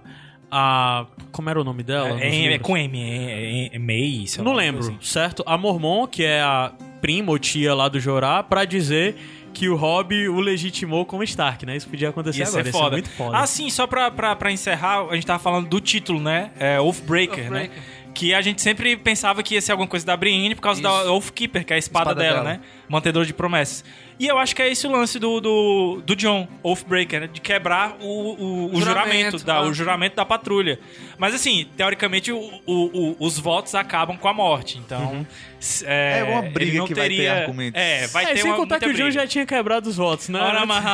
Speaker 2: a. Como era o nome dela? nos
Speaker 1: É, é, é
Speaker 2: livros?
Speaker 1: com M, é, é, é May, sei lá,
Speaker 2: Não
Speaker 1: uma
Speaker 2: lembro,
Speaker 1: coisa assim.
Speaker 2: certo? A Mormon, que é a prima ou tia lá do Jorá, pra dizer que o Rob o legitimou como Stark, né? Isso podia acontecer
Speaker 1: Ia
Speaker 2: agora.
Speaker 1: ser
Speaker 2: ia ser
Speaker 1: foda.
Speaker 2: muito foda.
Speaker 1: Ah, sim, só pra, pra, pra encerrar, a gente tava falando do título, né? É Oathbreaker, né?
Speaker 3: Oathbreaker.
Speaker 1: Que a gente sempre pensava que ia ser alguma coisa da Brienne por causa da
Speaker 3: Isso.
Speaker 1: Oathkeeper, que é a espada,
Speaker 3: Espada
Speaker 1: dela,
Speaker 3: dela.
Speaker 1: né? Mantedor de promessas. E eu acho que é esse o lance do, do, do John, Oathbreaker, né? De quebrar o, o, o juramento,
Speaker 3: Juramento,
Speaker 1: da,
Speaker 4: é.
Speaker 3: ah.
Speaker 1: o juramento da patrulha. Mas assim, teoricamente, o, o- o- os votos acabam com a morte, então... s- É,
Speaker 4: Uhum. É uma briga
Speaker 1: ele não
Speaker 4: que vai ter
Speaker 1: teria-
Speaker 4: argumentos.
Speaker 1: É, vai
Speaker 2: É,
Speaker 1: ter
Speaker 2: sem
Speaker 1: uma,
Speaker 2: contar
Speaker 1: muita
Speaker 2: que o John
Speaker 1: briga.
Speaker 2: já tinha quebrado os votos, né?
Speaker 1: Ora, mas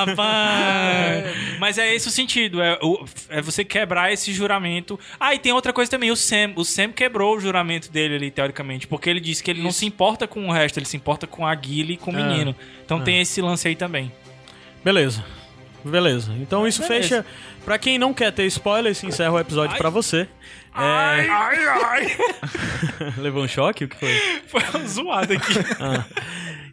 Speaker 1: rapaz. Mas <laughs> é esse o sentido, é, o- é você quebrar esse juramento. Ah, e tem outra coisa também, o Sam. O Sam quebrou o juramento dele ali, teoricamente, porque ele disse que ele não se importa com o resto, ele se importa com a Guile e com o
Speaker 2: É.
Speaker 1: menino. Então tem esse lance aí também.
Speaker 2: Beleza. Beleza. Então isso
Speaker 1: Beleza.
Speaker 2: fecha. Pra quem não quer ter spoiler, se encerra o episódio pra você. <laughs>
Speaker 1: É. Ai, ai, ai.
Speaker 2: Levou um choque? O que foi?
Speaker 1: <laughs> Foi uma zoada aqui.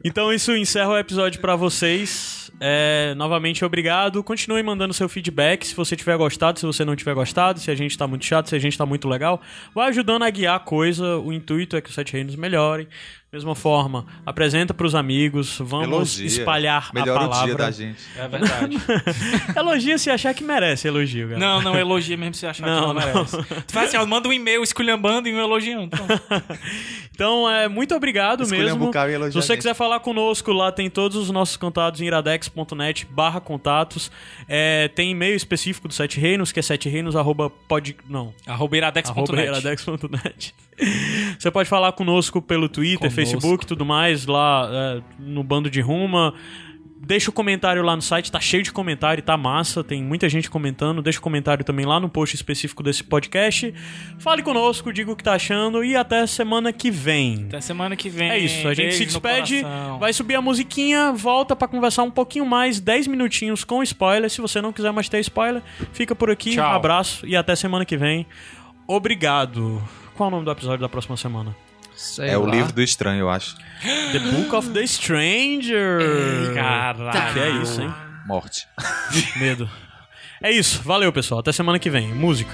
Speaker 2: Então isso encerra o episódio pra vocês. É, novamente, obrigado. Continue mandando seu feedback se você tiver gostado, se você não tiver gostado, se a gente tá muito chato, se a gente tá muito legal. Vai ajudando a guiar a coisa. O intuito é que os Sete Reinos melhorem. Mesma forma, apresenta pros amigos, vamos
Speaker 4: Elogia.
Speaker 2: espalhar a
Speaker 4: Melhora o
Speaker 2: palavra.
Speaker 4: dia da gente.
Speaker 1: É verdade.
Speaker 2: Elogia se achar que merece elogio, galera.
Speaker 1: não, não, elogia mesmo se você achar
Speaker 2: Não,
Speaker 1: que não,
Speaker 2: não.
Speaker 1: merece. Tu faz assim, ó, manda um e-mail esculhambando e um elogiando.
Speaker 2: <laughs>
Speaker 1: Pronto.
Speaker 2: Então, é, muito obrigado
Speaker 4: Escolher um
Speaker 2: mesmo.
Speaker 4: bucal e elogiar
Speaker 2: Se você
Speaker 4: a gente.
Speaker 2: quiser falar conosco, lá tem todos os nossos contatos em iradex.net barra contatos. É, tem e-mail específico do Sete Reinos, que é sete reinos arroba pod... Não,
Speaker 1: Arroba
Speaker 2: arroba
Speaker 1: iradex.net.
Speaker 2: iradex.net. <laughs> Você pode falar conosco pelo Twitter,
Speaker 1: Conosco.
Speaker 2: Facebook, tudo mais, lá é, no Bando de Ruma. Deixa o comentário lá no site, tá cheio de comentário, tá massa, tem muita gente comentando. Deixa o comentário também lá no post específico desse podcast. Fale conosco, diga o que tá achando e até semana que vem.
Speaker 1: Até semana que vem.
Speaker 2: É isso, a gente
Speaker 1: Beijo
Speaker 2: se
Speaker 1: no
Speaker 2: despede,
Speaker 1: coração.
Speaker 2: vai subir a musiquinha, volta pra conversar um pouquinho mais, 10 minutinhos com spoiler. Se você não quiser mais ter spoiler, fica por aqui.
Speaker 1: Tchau.
Speaker 2: Abraço e até semana que vem. Obrigado. Qual é o nome do episódio da próxima semana?
Speaker 3: Sei
Speaker 4: É o
Speaker 3: lá.
Speaker 4: livro do estranho, eu acho.
Speaker 2: The Book of the Stranger.
Speaker 1: Caralho.
Speaker 2: Que é isso, <laughs> hein?
Speaker 4: Morte.
Speaker 2: Medo. É isso, valeu pessoal, até semana que vem. Música.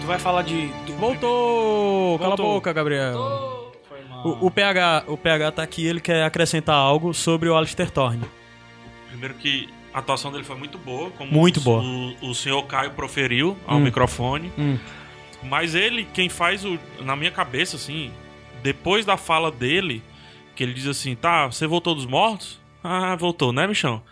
Speaker 1: Tu vai falar de. do-
Speaker 2: Voltou! Cala a
Speaker 1: Voltou.
Speaker 2: boca, Gabriel.
Speaker 1: Foi mal.
Speaker 2: O, o PH, o PH tá aqui, ele quer acrescentar algo sobre o Alistair Thorne.
Speaker 5: Primeiro que a atuação dele foi muito boa, como
Speaker 2: Muito
Speaker 5: o,
Speaker 2: boa.
Speaker 5: O, o senhor Caio proferiu ao microfone.
Speaker 2: Hum.
Speaker 5: Mas ele, quem faz o. Na minha cabeça, assim, depois da fala dele, que ele diz assim: tá, você voltou dos mortos? Ah, voltou, né, Michão?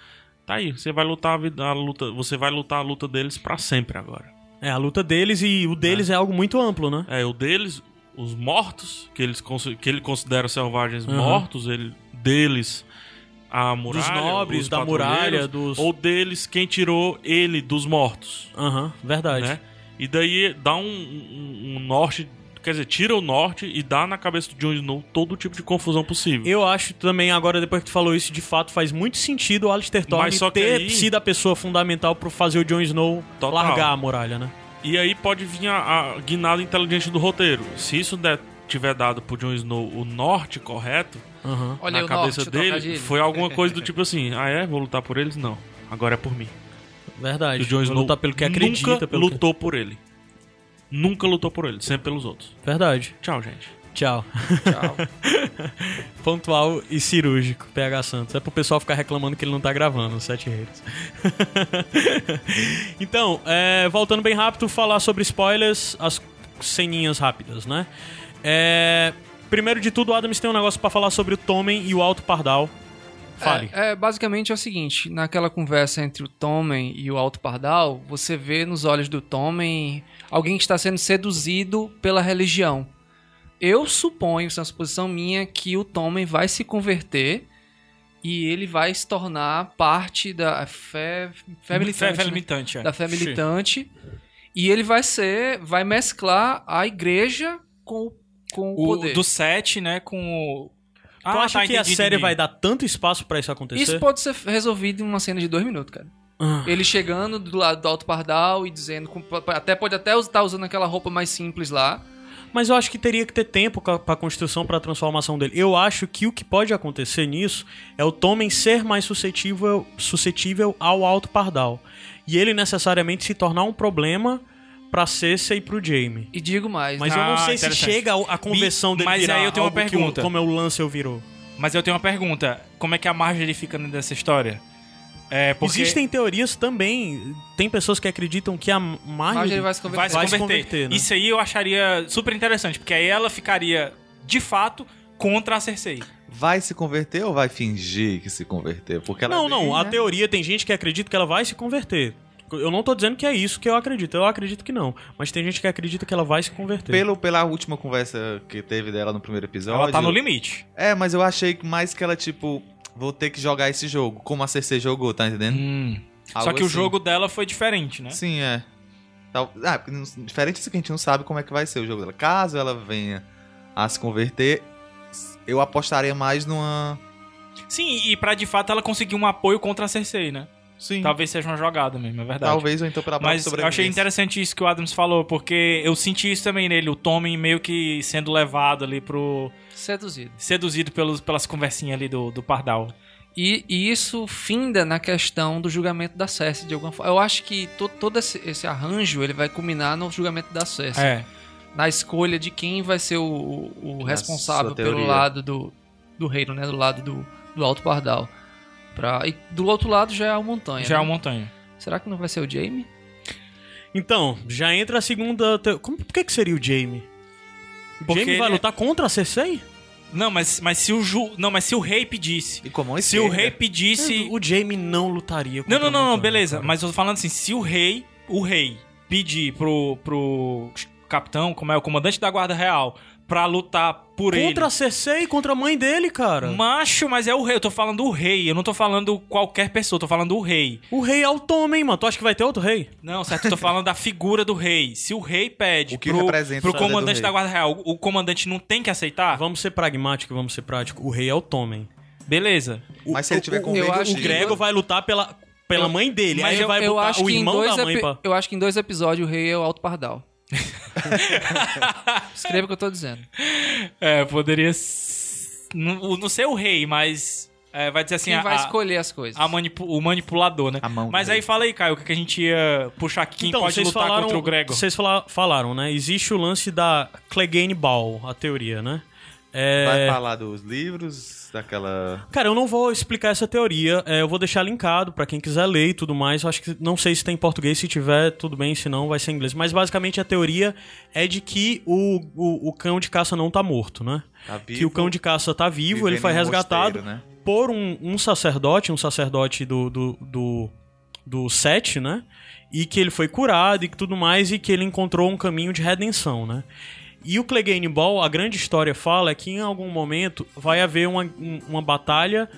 Speaker 5: Tá aí, você vai lutar a, vida, a luta. Você vai lutar a luta deles pra sempre agora.
Speaker 2: É, a luta deles e o deles é, algo muito amplo, né?
Speaker 5: É, o deles, os mortos, que, eles, cons- que ele considera selvagens
Speaker 2: Aham.
Speaker 5: mortos, ele, deles, a muralha.
Speaker 2: dos nobres,
Speaker 5: os
Speaker 2: da
Speaker 5: patrulheiros,
Speaker 2: muralha, dos.
Speaker 5: Ou deles, quem tirou ele dos mortos.
Speaker 2: Aham, verdade.
Speaker 5: Né? E daí dá um, um- um norte. Quer dizer, tira o norte e dá na cabeça do Jon Snow todo tipo de confusão possível.
Speaker 2: Eu acho também, agora, depois que tu falou isso, de fato faz muito sentido o Alistair Thorne
Speaker 5: Mas só que
Speaker 2: ter
Speaker 5: aí-
Speaker 2: sido a pessoa fundamental pra fazer o Jon Snow
Speaker 5: Total.
Speaker 2: largar a muralha, né?
Speaker 5: E aí pode vir a, a guinada inteligente do roteiro. Se isso der- tiver dado pro Jon Snow o norte correto,
Speaker 2: Aham.
Speaker 3: Olha aí
Speaker 5: na
Speaker 3: o
Speaker 5: cabeça
Speaker 3: norte, o
Speaker 5: dele,
Speaker 3: trocadilho.
Speaker 5: foi alguma coisa do tipo assim: ah, é? Vou lutar por eles? Não. Agora é por mim. E
Speaker 2: Verdade.
Speaker 5: o Jon Snow
Speaker 2: lutar pelo que acredita,
Speaker 5: nunca
Speaker 2: pelo
Speaker 5: lutou por ele. Nunca lutou por ele, sempre pelos outros.
Speaker 2: que... Verdade.
Speaker 5: Tchau, gente.
Speaker 2: Tchau.
Speaker 3: Tchau.
Speaker 2: <laughs> Pontual e cirúrgico, PH Santos. É pro pessoal ficar reclamando que ele não tá gravando, os sete reis. <laughs> então, é, voltando bem rápido, falar sobre spoilers, as ceninhas rápidas, né? É, primeiro de tudo, o Adams tem um negócio pra falar sobre o Tommen e o Alto Pardal. Fale.
Speaker 3: É, é, basicamente é o seguinte: naquela conversa entre o Tommen e o Alto Pardal, você vê nos olhos do Tommen alguém que está sendo seduzido pela religião. Eu suponho, isso é uma suposição minha, que o Tommen vai se converter e ele vai se tornar parte da fé, fé militante.
Speaker 1: Fé
Speaker 3: né?
Speaker 1: militante, é.
Speaker 3: da fé militante. E ele vai ser, vai mesclar a igreja com, o- com o,
Speaker 1: O,
Speaker 3: poder.
Speaker 1: do 7, né, com o...
Speaker 2: tu acha
Speaker 1: tá,
Speaker 2: que a
Speaker 1: entendi,
Speaker 2: série
Speaker 1: entendi.
Speaker 2: vai dar tanto espaço pra isso acontecer?
Speaker 3: Isso pode ser resolvido em uma cena de dois minutos, cara.
Speaker 2: Ah.
Speaker 3: Ele chegando do lado do Alto Pardal e dizendo. com- até pode até estar usando aquela roupa mais simples lá.
Speaker 2: Mas eu acho que teria que ter tempo ca- pra construção, pra transformação dele. Eu acho que o que pode acontecer nisso é o Tommen ser mais suscetível, suscetível ao alto pardal. E ele necessariamente se tornar um problema pra Cersei e pro Jaime.
Speaker 3: E digo mais.
Speaker 2: Mas
Speaker 3: né?
Speaker 2: eu não
Speaker 1: Ah,
Speaker 2: sei se
Speaker 1: interessante.
Speaker 2: chega ao- a conversão dele
Speaker 1: Mas
Speaker 2: virar
Speaker 1: aí eu tenho uma
Speaker 2: algo que o-
Speaker 1: pergunta.
Speaker 2: como é o lance eu virou.
Speaker 1: Mas eu tenho uma pergunta. Como é que a Marjorie fica dentro dessa história? É, porque...
Speaker 2: Existem teorias também. Tem pessoas que acreditam que a Marjorie...
Speaker 3: Marjorie vai se converter.
Speaker 1: Vai se
Speaker 2: vai se
Speaker 1: converter.
Speaker 2: converter, né?
Speaker 1: Isso aí eu acharia super interessante, porque aí ela ficaria, de fato, contra a Cersei.
Speaker 4: Vai se converter ou vai fingir que se converteu? Porque ela
Speaker 2: Não, não. A
Speaker 4: né?
Speaker 2: teoria tem gente que acredita que ela vai se converter. Eu não tô dizendo que é isso que eu acredito. Eu acredito que não. Mas tem gente que acredita que ela vai se converter.
Speaker 4: Pelo, pela última conversa que teve dela no primeiro episódio.
Speaker 1: Ela tá no limite.
Speaker 4: É, mas eu achei que mais que ela, tipo, vou ter que jogar esse jogo, como a CC jogou, tá entendendo?
Speaker 1: Uhum. Só
Speaker 4: Algo
Speaker 1: que o
Speaker 4: assim.
Speaker 1: jogo dela foi diferente, né?
Speaker 4: Sim, é. Tal- ah, porque não- diferente disso que a gente não sabe como é que vai ser o jogo dela. Caso ela venha a se converter, s- eu apostaria mais numa.
Speaker 1: Sim, e pra de fato ela conseguir um apoio contra a Cersei, né?
Speaker 4: Sim,
Speaker 1: Talvez seja uma jogada mesmo, é verdade.
Speaker 4: talvez ou então pela própria
Speaker 1: Mas eu achei
Speaker 4: sobrevivência.
Speaker 1: interessante isso que o Adams falou, porque eu senti isso também nele, o Tommen meio que sendo levado ali pro.
Speaker 3: Seduzido.
Speaker 1: seduzido pelos, pelas conversinhas ali do, do Pardal.
Speaker 3: E, e isso finda na questão do julgamento da Cersei, de alguma forma. Eu acho que to- todo esse, esse arranjo ele vai culminar no julgamento da Cersei.
Speaker 1: É.
Speaker 3: Na escolha de quem vai ser o, o- o
Speaker 4: Na
Speaker 3: responsável
Speaker 4: sua
Speaker 3: pelo
Speaker 4: teoria.
Speaker 3: lado do, do reino, né? Do lado do, do Alto Pardal. Pra, e do outro lado já é a montanha.
Speaker 1: Já é
Speaker 3: né?
Speaker 1: uma montanha.
Speaker 3: Será que não vai ser o Jaime?
Speaker 2: Então, já entra a segunda. te- Como, por que, que seria o Jamie? O
Speaker 1: Porque
Speaker 2: Jamie vai
Speaker 1: ele- é-
Speaker 2: lutar contra a Cersei?
Speaker 1: Não, mas, mas se o Ju. Não, mas se o rei pedisse.
Speaker 4: E como
Speaker 1: Se o rei pedisse.
Speaker 2: O Jamie não lutaria contra
Speaker 1: Não, não,
Speaker 2: a
Speaker 1: não, não,
Speaker 2: montanha,
Speaker 1: beleza.
Speaker 2: cara.
Speaker 1: Mas eu tô falando assim, se o rei, o rei, pedir pro, pro capitão, como é o comandante da guarda real, pra lutar por
Speaker 2: Contra a
Speaker 1: ele.
Speaker 2: Cersei, contra a mãe dele, cara.
Speaker 1: Macho, mas é o rei, eu tô falando o rei, eu não tô falando qualquer pessoa, eu tô falando o rei.
Speaker 2: O rei é o Tommen, mano. Tu acha que vai ter outro rei?
Speaker 1: Não, certo, eu tô falando da figura do rei. Se o rei pede
Speaker 4: O que
Speaker 1: pro,
Speaker 4: representa
Speaker 1: pro
Speaker 4: o poder do
Speaker 1: comandante
Speaker 4: rei?
Speaker 1: da guarda real, o, o comandante não tem que aceitar?
Speaker 2: Vamos ser pragmáticos, vamos ser práticos. O rei é o Tommen.
Speaker 1: Beleza.
Speaker 4: Mas se ele tiver com
Speaker 3: eu
Speaker 4: medo,
Speaker 3: acho
Speaker 2: O
Speaker 3: Sim.
Speaker 2: Gregor vai lutar pela, pela
Speaker 3: Eu-
Speaker 2: mãe dele. Aí
Speaker 1: mas
Speaker 2: ele
Speaker 1: eu-
Speaker 2: vai
Speaker 3: eu,
Speaker 2: botar
Speaker 3: acho
Speaker 2: o
Speaker 3: que em
Speaker 2: irmão
Speaker 3: dois
Speaker 2: da mãe
Speaker 3: epi-
Speaker 2: pra...
Speaker 3: eu acho que em dois episódios o rei é o
Speaker 2: <laughs>
Speaker 3: Alto Pardal. Escreva o que eu tô dizendo.
Speaker 1: É, poderia. s- Não, não ser o rei, mas. é, vai dizer assim,
Speaker 3: Quem
Speaker 1: a,
Speaker 3: vai
Speaker 1: a-
Speaker 3: escolher as coisas?
Speaker 1: a manipu- o manipulador, né?
Speaker 4: A mão do
Speaker 1: mas
Speaker 4: rei.
Speaker 1: aí fala aí, Caio, o que que a gente ia puxar aqui? Quem pode lutar contra o Gregor?
Speaker 2: Então, Vocês fala- falaram, né? Existe o lance da Clegane Ball, a teoria, né? É,
Speaker 4: vai falar dos livros, daquela.
Speaker 2: Cara, eu não vou explicar essa teoria. é, eu vou deixar linkado pra quem quiser ler e tudo mais. Eu acho que não sei se tem em português, se tiver, tudo bem, se não, vai ser em inglês. Mas basicamente a teoria é de que o, o, o cão de caça não tá morto, né?
Speaker 4: Tá
Speaker 2: que o
Speaker 4: vivo,
Speaker 2: cão de caça tá vivo, ele
Speaker 4: vivendo
Speaker 2: foi
Speaker 4: em um
Speaker 2: resgatado
Speaker 4: mosteiro, né?
Speaker 2: por um, um sacerdote, um sacerdote do, do, do, do Sete, né? E que ele foi curado e que tudo mais, e que ele encontrou um caminho de redenção, né? E o Clegane Ball, a grande história fala é que em algum momento vai haver uma, um- uma batalha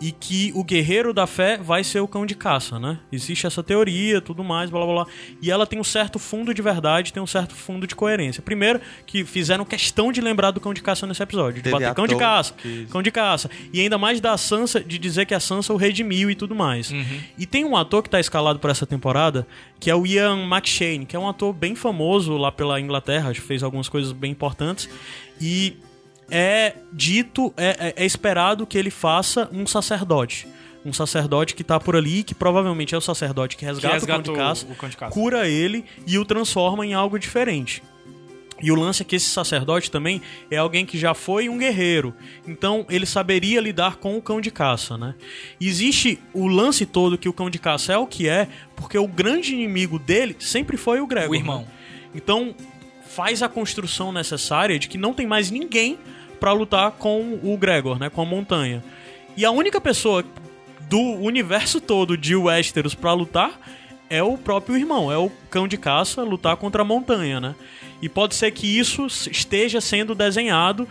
Speaker 2: e que o guerreiro da fé vai ser o cão de caça, né? Existe essa teoria, tudo mais, blá blá blá. E ela tem um certo fundo de verdade, tem um certo fundo de coerência. Primeiro, que fizeram questão de lembrar do cão de caça nesse episódio. De
Speaker 4: Teve
Speaker 2: bater cão de
Speaker 4: ator
Speaker 2: caça,
Speaker 4: que-
Speaker 2: cão de caça. E ainda mais da Sansa, de dizer que a Sansa o redimiu e tudo mais.
Speaker 1: Uhum.
Speaker 2: E tem um ator que tá escalado para essa temporada, que é o Ian McShane, que é um ator bem famoso lá pela Inglaterra, acho que fez algumas coisas bem importantes. E é dito, é, é- é esperado que ele faça um sacerdote. Um sacerdote que tá por ali, que provavelmente é o sacerdote que
Speaker 1: Que
Speaker 2: resgata o
Speaker 1: resgata
Speaker 2: cão de caça
Speaker 1: o, o cão de caça.
Speaker 2: cura ele e o transforma em algo diferente. E o lance é que esse sacerdote também é alguém que já foi um guerreiro. Então ele saberia lidar com o cão de caça, né? Existe o lance todo que o cão de caça é o que é, porque o grande inimigo dele sempre foi o Gregor.
Speaker 1: O irmão.
Speaker 2: né? Então faz a construção necessária de que não tem mais ninguém pra lutar com o Gregor, né? Com a montanha. E a única pessoa do universo todo de Westeros pra lutar é o próprio irmão, é o cão de caça lutar contra a montanha, né? E pode ser que isso s- esteja sendo desenhado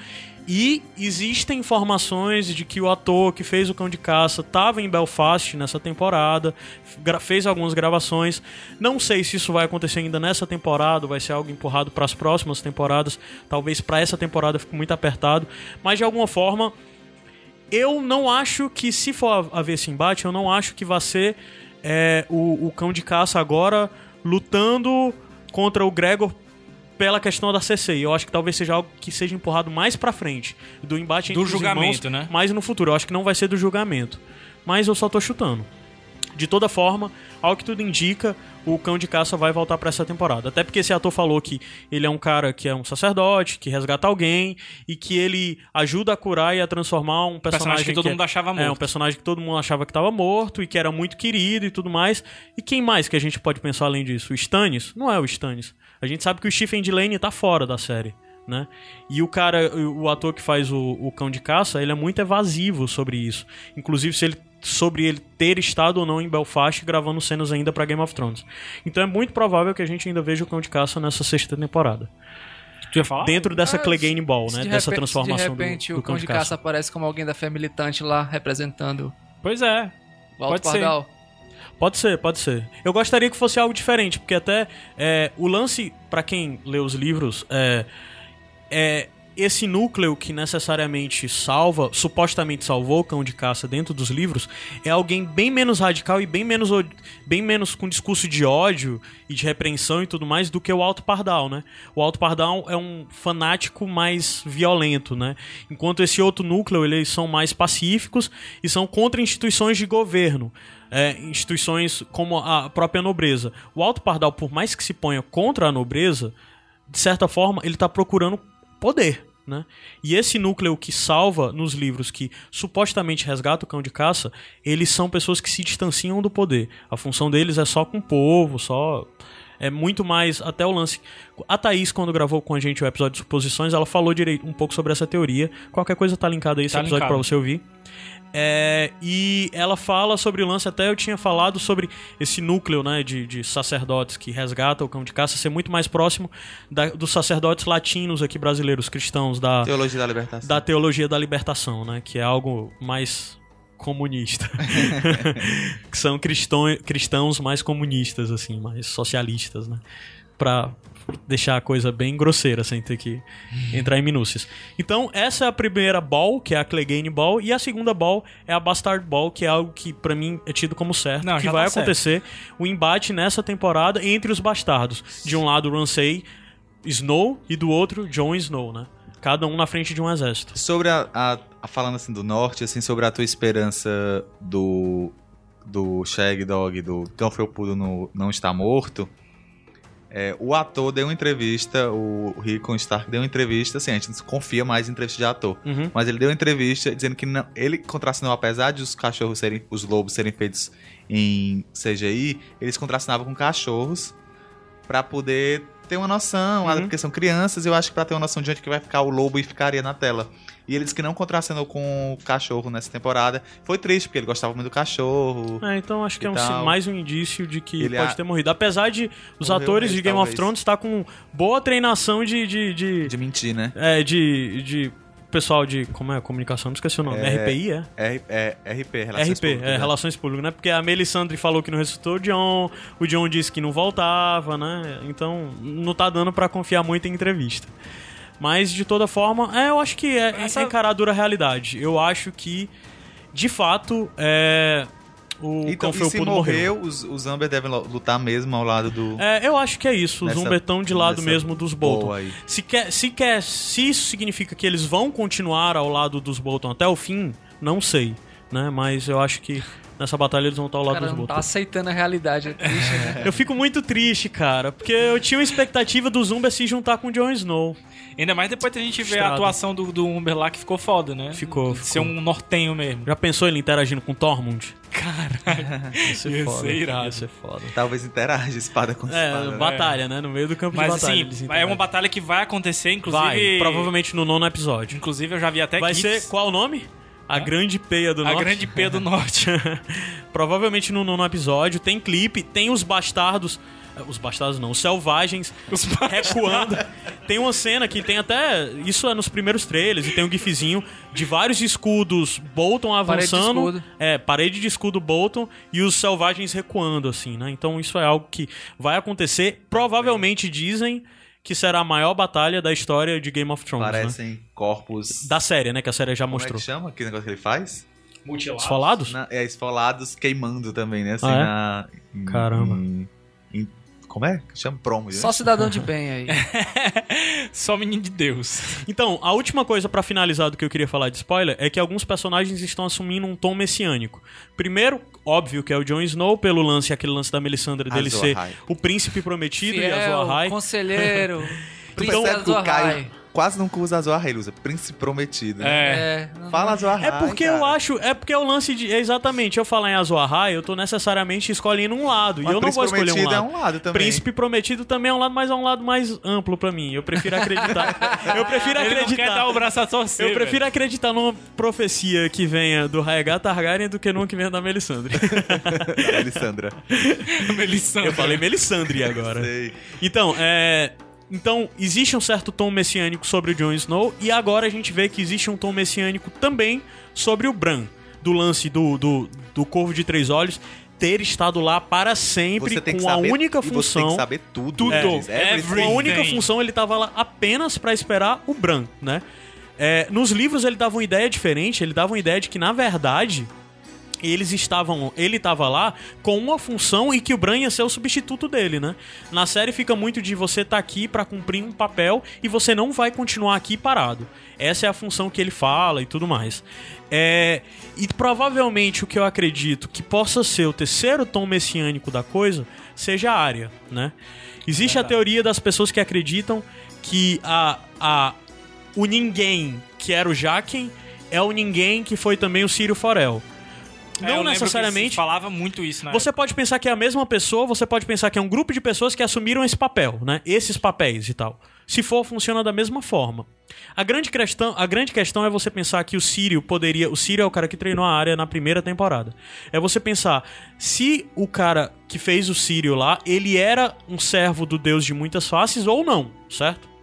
Speaker 2: e existem informações de que o ator que fez o cão de caça estava em Belfast nessa temporada, gra- fez algumas gravações. Não sei se isso vai acontecer ainda nessa temporada, vai ser algo empurrado para as próximas temporadas, talvez para essa temporada fique muito apertado, mas de alguma forma eu não acho que, se for haver esse embate, eu não acho que vai ser é, o, o cão de caça agora lutando contra o Gregor pela questão da CC. Eu acho que talvez seja algo que seja empurrado mais pra frente. Do embate entre
Speaker 1: Do
Speaker 2: os
Speaker 1: julgamento,
Speaker 2: irmãos,
Speaker 1: né?
Speaker 2: mais no futuro. Eu acho que não vai ser do julgamento. Mas eu só tô chutando. De toda forma, ao que tudo indica, o cão de caça vai voltar pra essa temporada. Até porque esse ator falou que ele é um cara que é um sacerdote, que resgata alguém e que ele ajuda a curar e a transformar um personagem,
Speaker 1: personagem que todo
Speaker 2: é-
Speaker 1: mundo achava
Speaker 2: É, um
Speaker 1: morto.
Speaker 2: personagem que todo mundo achava que tava morto e que era muito querido e tudo mais. E quem mais que a gente pode pensar além disso? O Stannis? Não é o Stannis. A gente sabe que o Stephen Delaney tá fora da série. Né? E o cara, o ator que faz o, o cão de caça, ele é muito evasivo sobre isso. Inclusive, se ele, sobre ele ter estado ou não em Belfast gravando cenas ainda pra Game of Thrones. Então é muito provável que a gente ainda veja o cão de caça nessa sexta temporada.
Speaker 1: Tu ia falar?
Speaker 2: Dentro dessa
Speaker 3: Ah,
Speaker 2: Clegane Ball, né?
Speaker 3: Se de
Speaker 2: dessa
Speaker 3: repente-
Speaker 2: transformação
Speaker 3: se de repente
Speaker 2: do,
Speaker 3: o
Speaker 2: do
Speaker 3: cão de caça aparece como alguém da fé militante lá representando
Speaker 1: Pois é.
Speaker 3: o Alto
Speaker 1: Pode ser.
Speaker 3: Pardal.
Speaker 2: Pode ser, pode ser. Eu gostaria que fosse algo diferente, porque até é, o lance, pra quem lê os livros, é, é esse núcleo que necessariamente salva, supostamente salvou o cão de caça dentro dos livros, é alguém bem menos radical e bem menos, o- bem menos com discurso de ódio e de repreensão e tudo mais do que o Alto Pardal, né? O Alto Pardal é um fanático mais violento, né? Enquanto esse outro núcleo, eles são mais pacíficos e são contra instituições de governo. é, instituições como a própria nobreza. O Alto Pardal, por mais que se ponha contra a nobreza, de certa forma, ele está procurando poder. Né? E esse núcleo que salva nos livros que supostamente resgata o cão de caça, eles são pessoas que se distanciam do poder. A função deles é só com o povo, só. É muito mais. Até o lance. A Thaís, quando gravou com a gente o episódio de suposições, ela falou direito um pouco sobre essa teoria. Qualquer coisa tá linkada aí, esse
Speaker 1: Tá
Speaker 2: episódio
Speaker 1: linkado.
Speaker 2: pra você ouvir. É, e ela fala sobre o lance, até eu tinha falado sobre esse núcleo né, de, de sacerdotes que resgata o cão de caça ser muito mais próximo da- dos sacerdotes latinos aqui brasileiros, cristãos da,
Speaker 4: Teologia da libertação.
Speaker 2: da teologia da libertação, né? Que é algo mais comunista. <laughs> que são cristão, cristãos mais comunistas, assim, mais socialistas, né? Pra deixar a coisa bem grosseira, sem ter que entrar em minúcias. Então, essa é a primeira ball, que é a Clegane Ball, e a segunda ball é a Bastard Ball, que é algo que pra mim é tido como certo,
Speaker 1: Não,
Speaker 2: que
Speaker 1: já
Speaker 2: vai
Speaker 1: tá certo.
Speaker 2: acontecer o embate nessa temporada entre os bastardos. De um lado, Ramsay Snow, e do outro, Jon Snow, né? Cada um na frente de um exército.
Speaker 4: Sobre a, a- a- Falando assim do norte, assim, sobre a tua esperança do. Do Shag Dog, do Tom Felpudo no Não Está Morto. é, o ator deu uma entrevista, o Rickon Stark deu uma entrevista, assim, a gente não confia mais em entrevista de ator.
Speaker 2: Uhum.
Speaker 4: Mas ele deu uma entrevista dizendo que não- ele contracenou, apesar de os cachorros serem. os lobos serem feitos em CGI, eles contracenavam com cachorros pra poder ter uma noção,
Speaker 2: Uhum.
Speaker 4: porque são crianças, eu acho que pra ter uma noção de onde que vai ficar o lobo e ficaria na tela. E ele disse que não contracenou com o cachorro nessa temporada. Foi triste, porque ele gostava muito do cachorro.
Speaker 2: É, então acho que é um,
Speaker 4: Então,
Speaker 2: si- mais um indício de que
Speaker 4: ele
Speaker 2: pode
Speaker 4: a-
Speaker 2: ter morrido. Apesar de os
Speaker 4: Morreu
Speaker 2: atores
Speaker 4: mesmo,
Speaker 2: de Game of
Speaker 4: talvez.
Speaker 2: Thrones estar com boa treinação de. de, de,
Speaker 4: De mentir, né?
Speaker 2: é, de, de pessoal de. Como é? Comunicação, não esqueci o nome. RPI, é?
Speaker 4: R, é, RP, Relações
Speaker 2: RP,
Speaker 4: Públicas,
Speaker 2: é,
Speaker 4: né?
Speaker 2: Relações Públicas, né? Porque a Melisandre falou que não ressuscitou o John, o John disse que não voltava, né? Então não tá dando pra confiar muito em entrevista. Mas de toda forma, é, eu acho que é,
Speaker 1: Essa-
Speaker 2: é encarar a dura realidade. Eu acho que, de fato, é. O Cão
Speaker 4: Então, e se
Speaker 2: Felpudo morreu.
Speaker 4: morreu, os, os Amber devem lo- lutar mesmo ao lado do...
Speaker 2: É, eu acho que é isso. Os
Speaker 4: Nessa-
Speaker 2: Umber estão de lado
Speaker 4: nessa
Speaker 2: mesmo dos
Speaker 4: boa
Speaker 2: Bolton.
Speaker 4: aí.
Speaker 2: Se, quer, se, quer, se isso significa que eles vão continuar ao lado dos Bolton até o fim, não sei. Né? Mas eu acho que nessa batalha eles vão estar ao
Speaker 3: O
Speaker 2: lado
Speaker 3: cara
Speaker 2: dos
Speaker 3: não
Speaker 2: Bolton.
Speaker 3: tá aceitando a realidade, é
Speaker 2: <laughs>
Speaker 3: triste, né?
Speaker 2: Eu fico muito triste, cara, porque eu tinha uma expectativa do Zumba se juntar com o Jon Snow.
Speaker 1: Ainda mais depois que a gente vê a
Speaker 2: Estrada.
Speaker 1: atuação do, do Umber lá, que ficou foda, né?
Speaker 2: Ficou,
Speaker 1: De
Speaker 2: ficou.
Speaker 1: Ser um nortenho mesmo.
Speaker 2: Já pensou ele interagindo com Tormund?
Speaker 1: Caralho.
Speaker 2: Ia ser
Speaker 4: é
Speaker 1: Ia ser irado.
Speaker 2: Ia ser foda.
Speaker 4: Talvez interage espada com espada.
Speaker 2: É,
Speaker 4: né?
Speaker 2: batalha, né? No meio do campo
Speaker 1: Mas
Speaker 2: de batalha.
Speaker 1: assim,
Speaker 2: eles
Speaker 1: é
Speaker 2: interagem.
Speaker 1: uma batalha que vai acontecer, inclusive.
Speaker 2: Vai, provavelmente no nono episódio.
Speaker 1: Inclusive, eu já vi até
Speaker 2: Vai
Speaker 1: GIFs.
Speaker 2: ser qual o nome? A Grande Peia do
Speaker 1: É a
Speaker 2: Norte.
Speaker 1: grande P do Norte.
Speaker 2: <laughs> Provavelmente no nono episódio. Tem clipe, tem os bastardos. eh, Os bastardos não, os selvagens
Speaker 1: <laughs> Os bastardos.
Speaker 2: recuando. Tem uma cena que tem até. Isso é nos primeiros trailers, e tem um gifzinho de vários escudos Bolton
Speaker 3: Parede de
Speaker 2: avançando.
Speaker 3: escudo.
Speaker 2: É, parede de escudo Bolton e os selvagens recuando, assim, né? Então isso é algo que vai acontecer. Provavelmente dizem que será a maior batalha da história de Game of Thrones. Né?
Speaker 4: Parecem corpos...
Speaker 2: Da série, né? Que a série já
Speaker 4: Como é
Speaker 2: mostrou.
Speaker 4: que chama aquele negócio que ele faz?
Speaker 2: Esfolados?
Speaker 4: Na- é, esfolados queimando também, né? Assim,
Speaker 2: Ah, é?
Speaker 4: na, em-
Speaker 2: Caramba.
Speaker 4: em- em- como é? que Chama promo, né?
Speaker 3: Só cidadão de bem
Speaker 2: <laughs>
Speaker 3: aí.
Speaker 1: Só menino de Deus.
Speaker 3: <laughs>
Speaker 2: Então, a última coisa pra finalizar do que eu queria falar de spoiler é que alguns personagens estão assumindo um tom messiânico. Primeiro, óbvio que é o Jon Snow pelo lance, aquele lance da Melisandre dele
Speaker 4: Azor
Speaker 2: ser
Speaker 4: Ahai.
Speaker 2: o príncipe prometido e a
Speaker 3: Fiel,
Speaker 2: Zoahai. <laughs>
Speaker 3: conselheiro,
Speaker 2: Então,
Speaker 4: Tu
Speaker 3: príncipe
Speaker 4: percebe que o
Speaker 3: Azorrai.
Speaker 4: Caio quase nunca usa Azor Ahai, ele usa Príncipe Prometido. né?
Speaker 1: É.
Speaker 3: É, não-
Speaker 4: Fala Azor Ahai,
Speaker 2: É porque
Speaker 4: cara.
Speaker 2: eu acho, é porque é o lance de, é exatamente, eu falar em Azor Ahai, eu tô necessariamente escolhendo um lado,
Speaker 4: Mas
Speaker 2: e eu não vou
Speaker 4: Príncipe
Speaker 2: escolher um
Speaker 4: Prometido
Speaker 2: lado.
Speaker 4: é um lado também.
Speaker 2: Príncipe prometido também é um lado, mas é um lado mais amplo pra mim. Eu prefiro acreditar.
Speaker 1: <laughs>
Speaker 2: Eu
Speaker 3: Tá
Speaker 2: prefiro
Speaker 1: Ele não
Speaker 2: acreditar.
Speaker 1: quer dar o braço a torcer.
Speaker 2: Eu prefiro acreditar numa profecia que venha do Raegar Targaryen do que numa que venha da Melisandre. <laughs>
Speaker 4: Alessandra.
Speaker 1: velho. Melissandre.
Speaker 2: Eu falei Melisandre
Speaker 4: <laughs>
Speaker 2: agora.
Speaker 4: Sei.
Speaker 2: Então, é. Então, existe um certo tom messiânico sobre o Jon Snow, e agora a gente vê que existe um tom messiânico também sobre o Bran, do lance do, do, do Corvo de Três Olhos. ter estado lá para sempre
Speaker 4: Você tem que
Speaker 2: com a
Speaker 4: saber,
Speaker 2: única
Speaker 4: e Você tem que
Speaker 2: função.
Speaker 4: saber tudo.
Speaker 2: Tudo. É,
Speaker 4: deles, É, everything.
Speaker 2: Com a única função, ele tava lá apenas pra esperar o Bran, né? É, nos livros ele dava uma ideia diferente, ele dava uma ideia de que, na verdade, eles estavam. Ele tava lá com uma função e que o Bran ia ser o substituto dele, né? Na série fica muito de você tá aqui pra cumprir um papel e você não vai continuar aqui parado. Essa é a função que ele fala e tudo mais. É, e provavelmente o que eu acredito que possa ser o terceiro tom messiânico da coisa seja a área, né? Existe a teoria das pessoas que acreditam que a, a, o ninguém que era o Jaquen é o ninguém que foi também o Círio Forel.
Speaker 1: É,
Speaker 2: Não
Speaker 1: eu lembro que se
Speaker 2: necessariamente
Speaker 1: falava muito isso, né?
Speaker 2: você pode pensar que é a mesma pessoa, você pode pensar que é um grupo de pessoas que assumiram esse papel, né? Esses papéis e tal. Se for, funciona da mesma forma. A grande questão, a grande questão é você pensar que o Sírio poderia. O Sírio é o cara que treinou a área na primeira temporada. É você pensar se o cara que fez o Sírio lá, ele era um servo do Deus de muitas faces ou não, certo?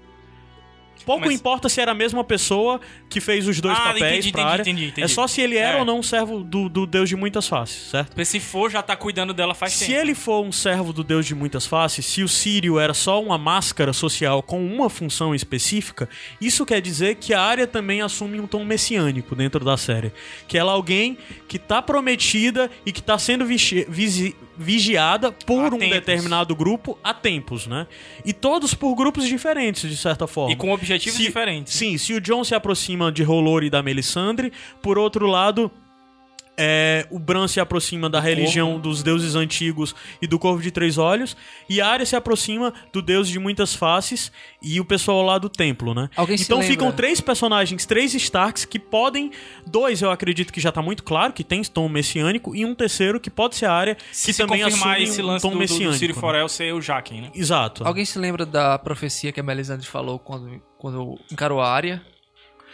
Speaker 2: Pouco
Speaker 1: Mas-
Speaker 2: importa se era a mesma pessoa que fez os dois
Speaker 1: Ah,
Speaker 2: papéis
Speaker 1: entendi,
Speaker 2: pra
Speaker 1: entendi,
Speaker 2: área.
Speaker 1: entendi, entendi.
Speaker 2: É só se ele era
Speaker 1: É.
Speaker 2: ou não um servo do, do Deus de muitas faces, certo?
Speaker 1: Porque se for, já tá cuidando dela faz
Speaker 2: Se
Speaker 1: tempo.
Speaker 2: ele for um servo do Deus de muitas faces, se o Sírio era só uma máscara social com uma função específica, isso quer dizer que a área também assume um tom messiânico dentro da série. Que ela é alguém que tá prometida e que tá sendo vixi- visi- vigiada por
Speaker 1: Há
Speaker 2: um
Speaker 1: tempos.
Speaker 2: determinado grupo há tempos, né? E todos por grupos diferentes, de certa forma.
Speaker 1: E com objetivos
Speaker 2: Se-
Speaker 1: diferentes.
Speaker 2: Sim, se o John se aproxima de Rolori e da Melisandre, por outro lado, é, o Bran se aproxima da religião dos deuses antigos e do Corvo de Três Olhos, e a Arya se aproxima do deus de muitas faces e o pessoal lá do templo, né?
Speaker 3: Alguém se
Speaker 2: então
Speaker 3: lembra?
Speaker 2: ficam três personagens, três Starks que podem, dois eu acredito que já tá muito claro, que tem tom messiânico, e um terceiro que pode ser a Arya,
Speaker 1: Se,
Speaker 2: que
Speaker 1: se
Speaker 2: também
Speaker 1: confirmar
Speaker 2: assume
Speaker 1: esse
Speaker 2: um
Speaker 1: lance
Speaker 2: tom
Speaker 1: do, do, do
Speaker 2: messiânico.
Speaker 1: Ciro
Speaker 2: né?
Speaker 1: Forel ser o Jaquen, né?
Speaker 2: Exato.
Speaker 3: Alguém se lembra da profecia que a Melisandre falou quando, quando encarou a área?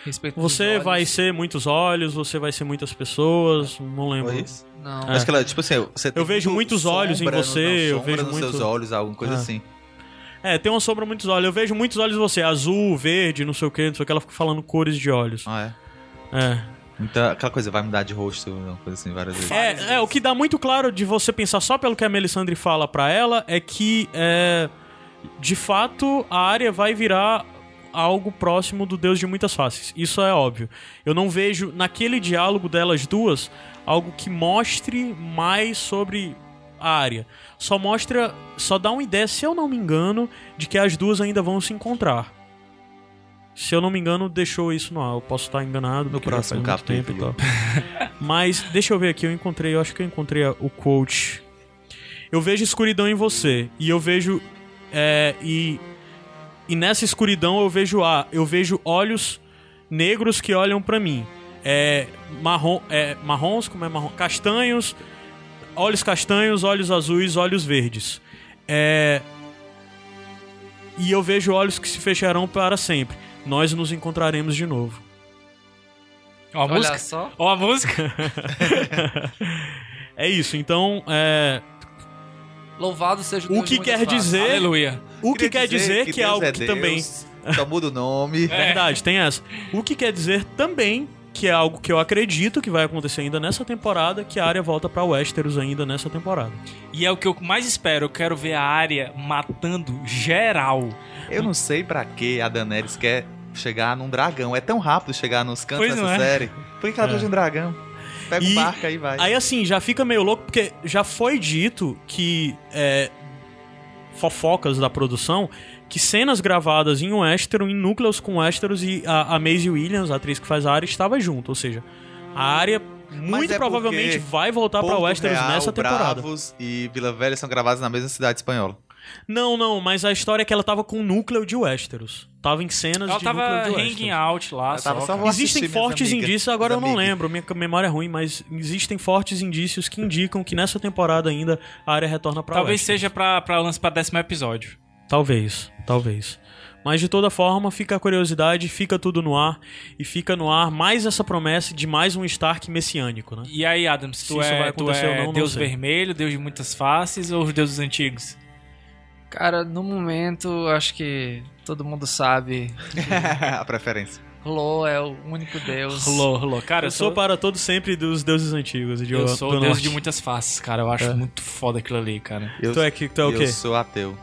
Speaker 3: Respeito dos
Speaker 2: Você
Speaker 3: olhos?
Speaker 2: vai ser muitos olhos, você vai ser muitas pessoas, não lembro.
Speaker 4: Foi isso?
Speaker 3: Não.
Speaker 2: Ah.
Speaker 4: Acho que ela, tipo assim, você tem
Speaker 2: É. vejo muitos olhos em
Speaker 4: sombra no-
Speaker 2: você,
Speaker 4: não,
Speaker 2: eu
Speaker 4: sombra
Speaker 2: vejo
Speaker 4: nos
Speaker 2: muito-
Speaker 4: seus olhos, alguma coisa
Speaker 2: Ah.
Speaker 4: assim.
Speaker 2: É, tem uma sombra muitos olhos. Eu vejo muitos olhos em você, azul, verde, não sei o que, não sei o que. Ela fica falando cores de olhos.
Speaker 4: Ah, é.
Speaker 2: É.
Speaker 4: Então, aquela coisa vai mudar de rosto, uma coisa assim, várias vezes.
Speaker 2: É, é, o que dá muito claro de você pensar só pelo que a Melisandre fala pra ela é que, é, de fato, a área vai virar algo próximo do Deus de muitas faces. Isso é óbvio. Eu não vejo naquele diálogo delas duas algo que mostre mais sobre a área. Só mostra, só dá uma ideia, se eu não me engano, de que as duas ainda vão se encontrar. Se eu não me engano, deixou isso no ar. Eu posso estar enganado.
Speaker 4: No
Speaker 2: porque já
Speaker 4: próximo
Speaker 2: faz um muito tempo e
Speaker 4: capítulo.
Speaker 2: tal. <laughs> Mas deixa eu ver aqui, eu encontrei, eu acho que eu encontrei a- o quote. Eu vejo escuridão em você e eu vejo é, e e nessa escuridão eu vejo a, eu vejo olhos negros que olham pra mim. É marrom, é marrons, como é marrom, castanhos, olhos castanhos, olhos azuis, olhos verdes. É e eu vejo olhos que se fecharão para sempre. Nós nos encontraremos de novo.
Speaker 1: Ó, a
Speaker 3: Olha
Speaker 1: música.
Speaker 3: só.
Speaker 1: Ó, a música. <laughs>
Speaker 2: É isso. Então, é,
Speaker 3: Louvado seja
Speaker 2: o
Speaker 3: Deus de
Speaker 2: que
Speaker 3: muitas
Speaker 2: quer
Speaker 3: faces.
Speaker 2: dizer,
Speaker 1: Aleluia.
Speaker 2: o que quer dizer que, é
Speaker 4: Deus
Speaker 2: algo que também É.
Speaker 4: Deus, Só muda o nome.
Speaker 2: Verdade, tem essa. O que quer dizer também que é algo que eu acredito que vai acontecer ainda nessa temporada, que a área volta pra Westeros ainda nessa temporada.
Speaker 1: E é o que eu mais espero. Eu quero ver a área matando geral.
Speaker 4: Eu não sei pra que a Daenerys quer chegar num dragão. É tão rápido chegar nos cantos
Speaker 1: Pois não
Speaker 4: dessa
Speaker 1: é.
Speaker 4: série. Por que que ela precisa de um dragão? Pega
Speaker 2: E
Speaker 4: um barco aí e vai.
Speaker 2: Aí assim, já fica meio louco porque já foi dito que é, fofocas da produção que cenas gravadas em um Westeros, em núcleos com Westeros e a, a Maisie Williams, a atriz que faz a área, estava junto, ou seja, a área muito
Speaker 4: é
Speaker 2: provavelmente
Speaker 4: porque
Speaker 2: vai voltar tá pra
Speaker 4: Porto
Speaker 2: Westeros
Speaker 4: Real,
Speaker 2: nessa temporada.
Speaker 4: Bravos e Vila Velha são gravados na mesma cidade espanhola.
Speaker 2: Não, não, mas a história é que ela tava com o núcleo de Westeros. Tava em cenas
Speaker 1: Ela
Speaker 2: de é
Speaker 1: tava
Speaker 2: núcleo de
Speaker 1: hanging
Speaker 2: Westeros.
Speaker 1: out lá.
Speaker 4: Ela tava
Speaker 1: só,
Speaker 4: só
Speaker 1: cara.
Speaker 4: vou
Speaker 2: Existem
Speaker 4: assistir minhas
Speaker 2: fortes
Speaker 4: amigas,
Speaker 2: indícios, agora eu
Speaker 4: minhas
Speaker 2: não
Speaker 4: amigas.
Speaker 2: lembro, minha memória é ruim, mas existem fortes indícios que indicam que nessa temporada ainda a área retorna pra
Speaker 1: Talvez
Speaker 2: Westeros.
Speaker 1: seja pra, pra lance pra décimo episódio.
Speaker 2: Talvez, talvez. Mas de toda forma, fica a curiosidade, fica tudo no ar e fica no ar mais essa promessa de mais um Stark messiânico, né?
Speaker 1: E aí, Adam, se
Speaker 2: Se
Speaker 1: tu
Speaker 2: isso vai
Speaker 1: é, tu
Speaker 2: acontecer ou
Speaker 1: é
Speaker 2: não, não
Speaker 1: Deus
Speaker 2: sei.
Speaker 1: Vermelho, Deus de muitas faces ou os deuses antigos?
Speaker 3: Cara, no momento, acho que todo mundo sabe
Speaker 4: <laughs> a preferência.
Speaker 3: Hlo é o único deus.
Speaker 1: Rolou, rolou. Cara,
Speaker 2: Eu sou para todo sempre dos deuses antigos. De
Speaker 1: eu sou
Speaker 2: do
Speaker 1: o deus
Speaker 2: norte. É.
Speaker 1: de muitas faces, cara. Eu acho muito foda aquilo ali, cara.
Speaker 4: Eu,
Speaker 2: Tu é, que, tu é o
Speaker 4: eu
Speaker 2: quê?
Speaker 4: sou ateu.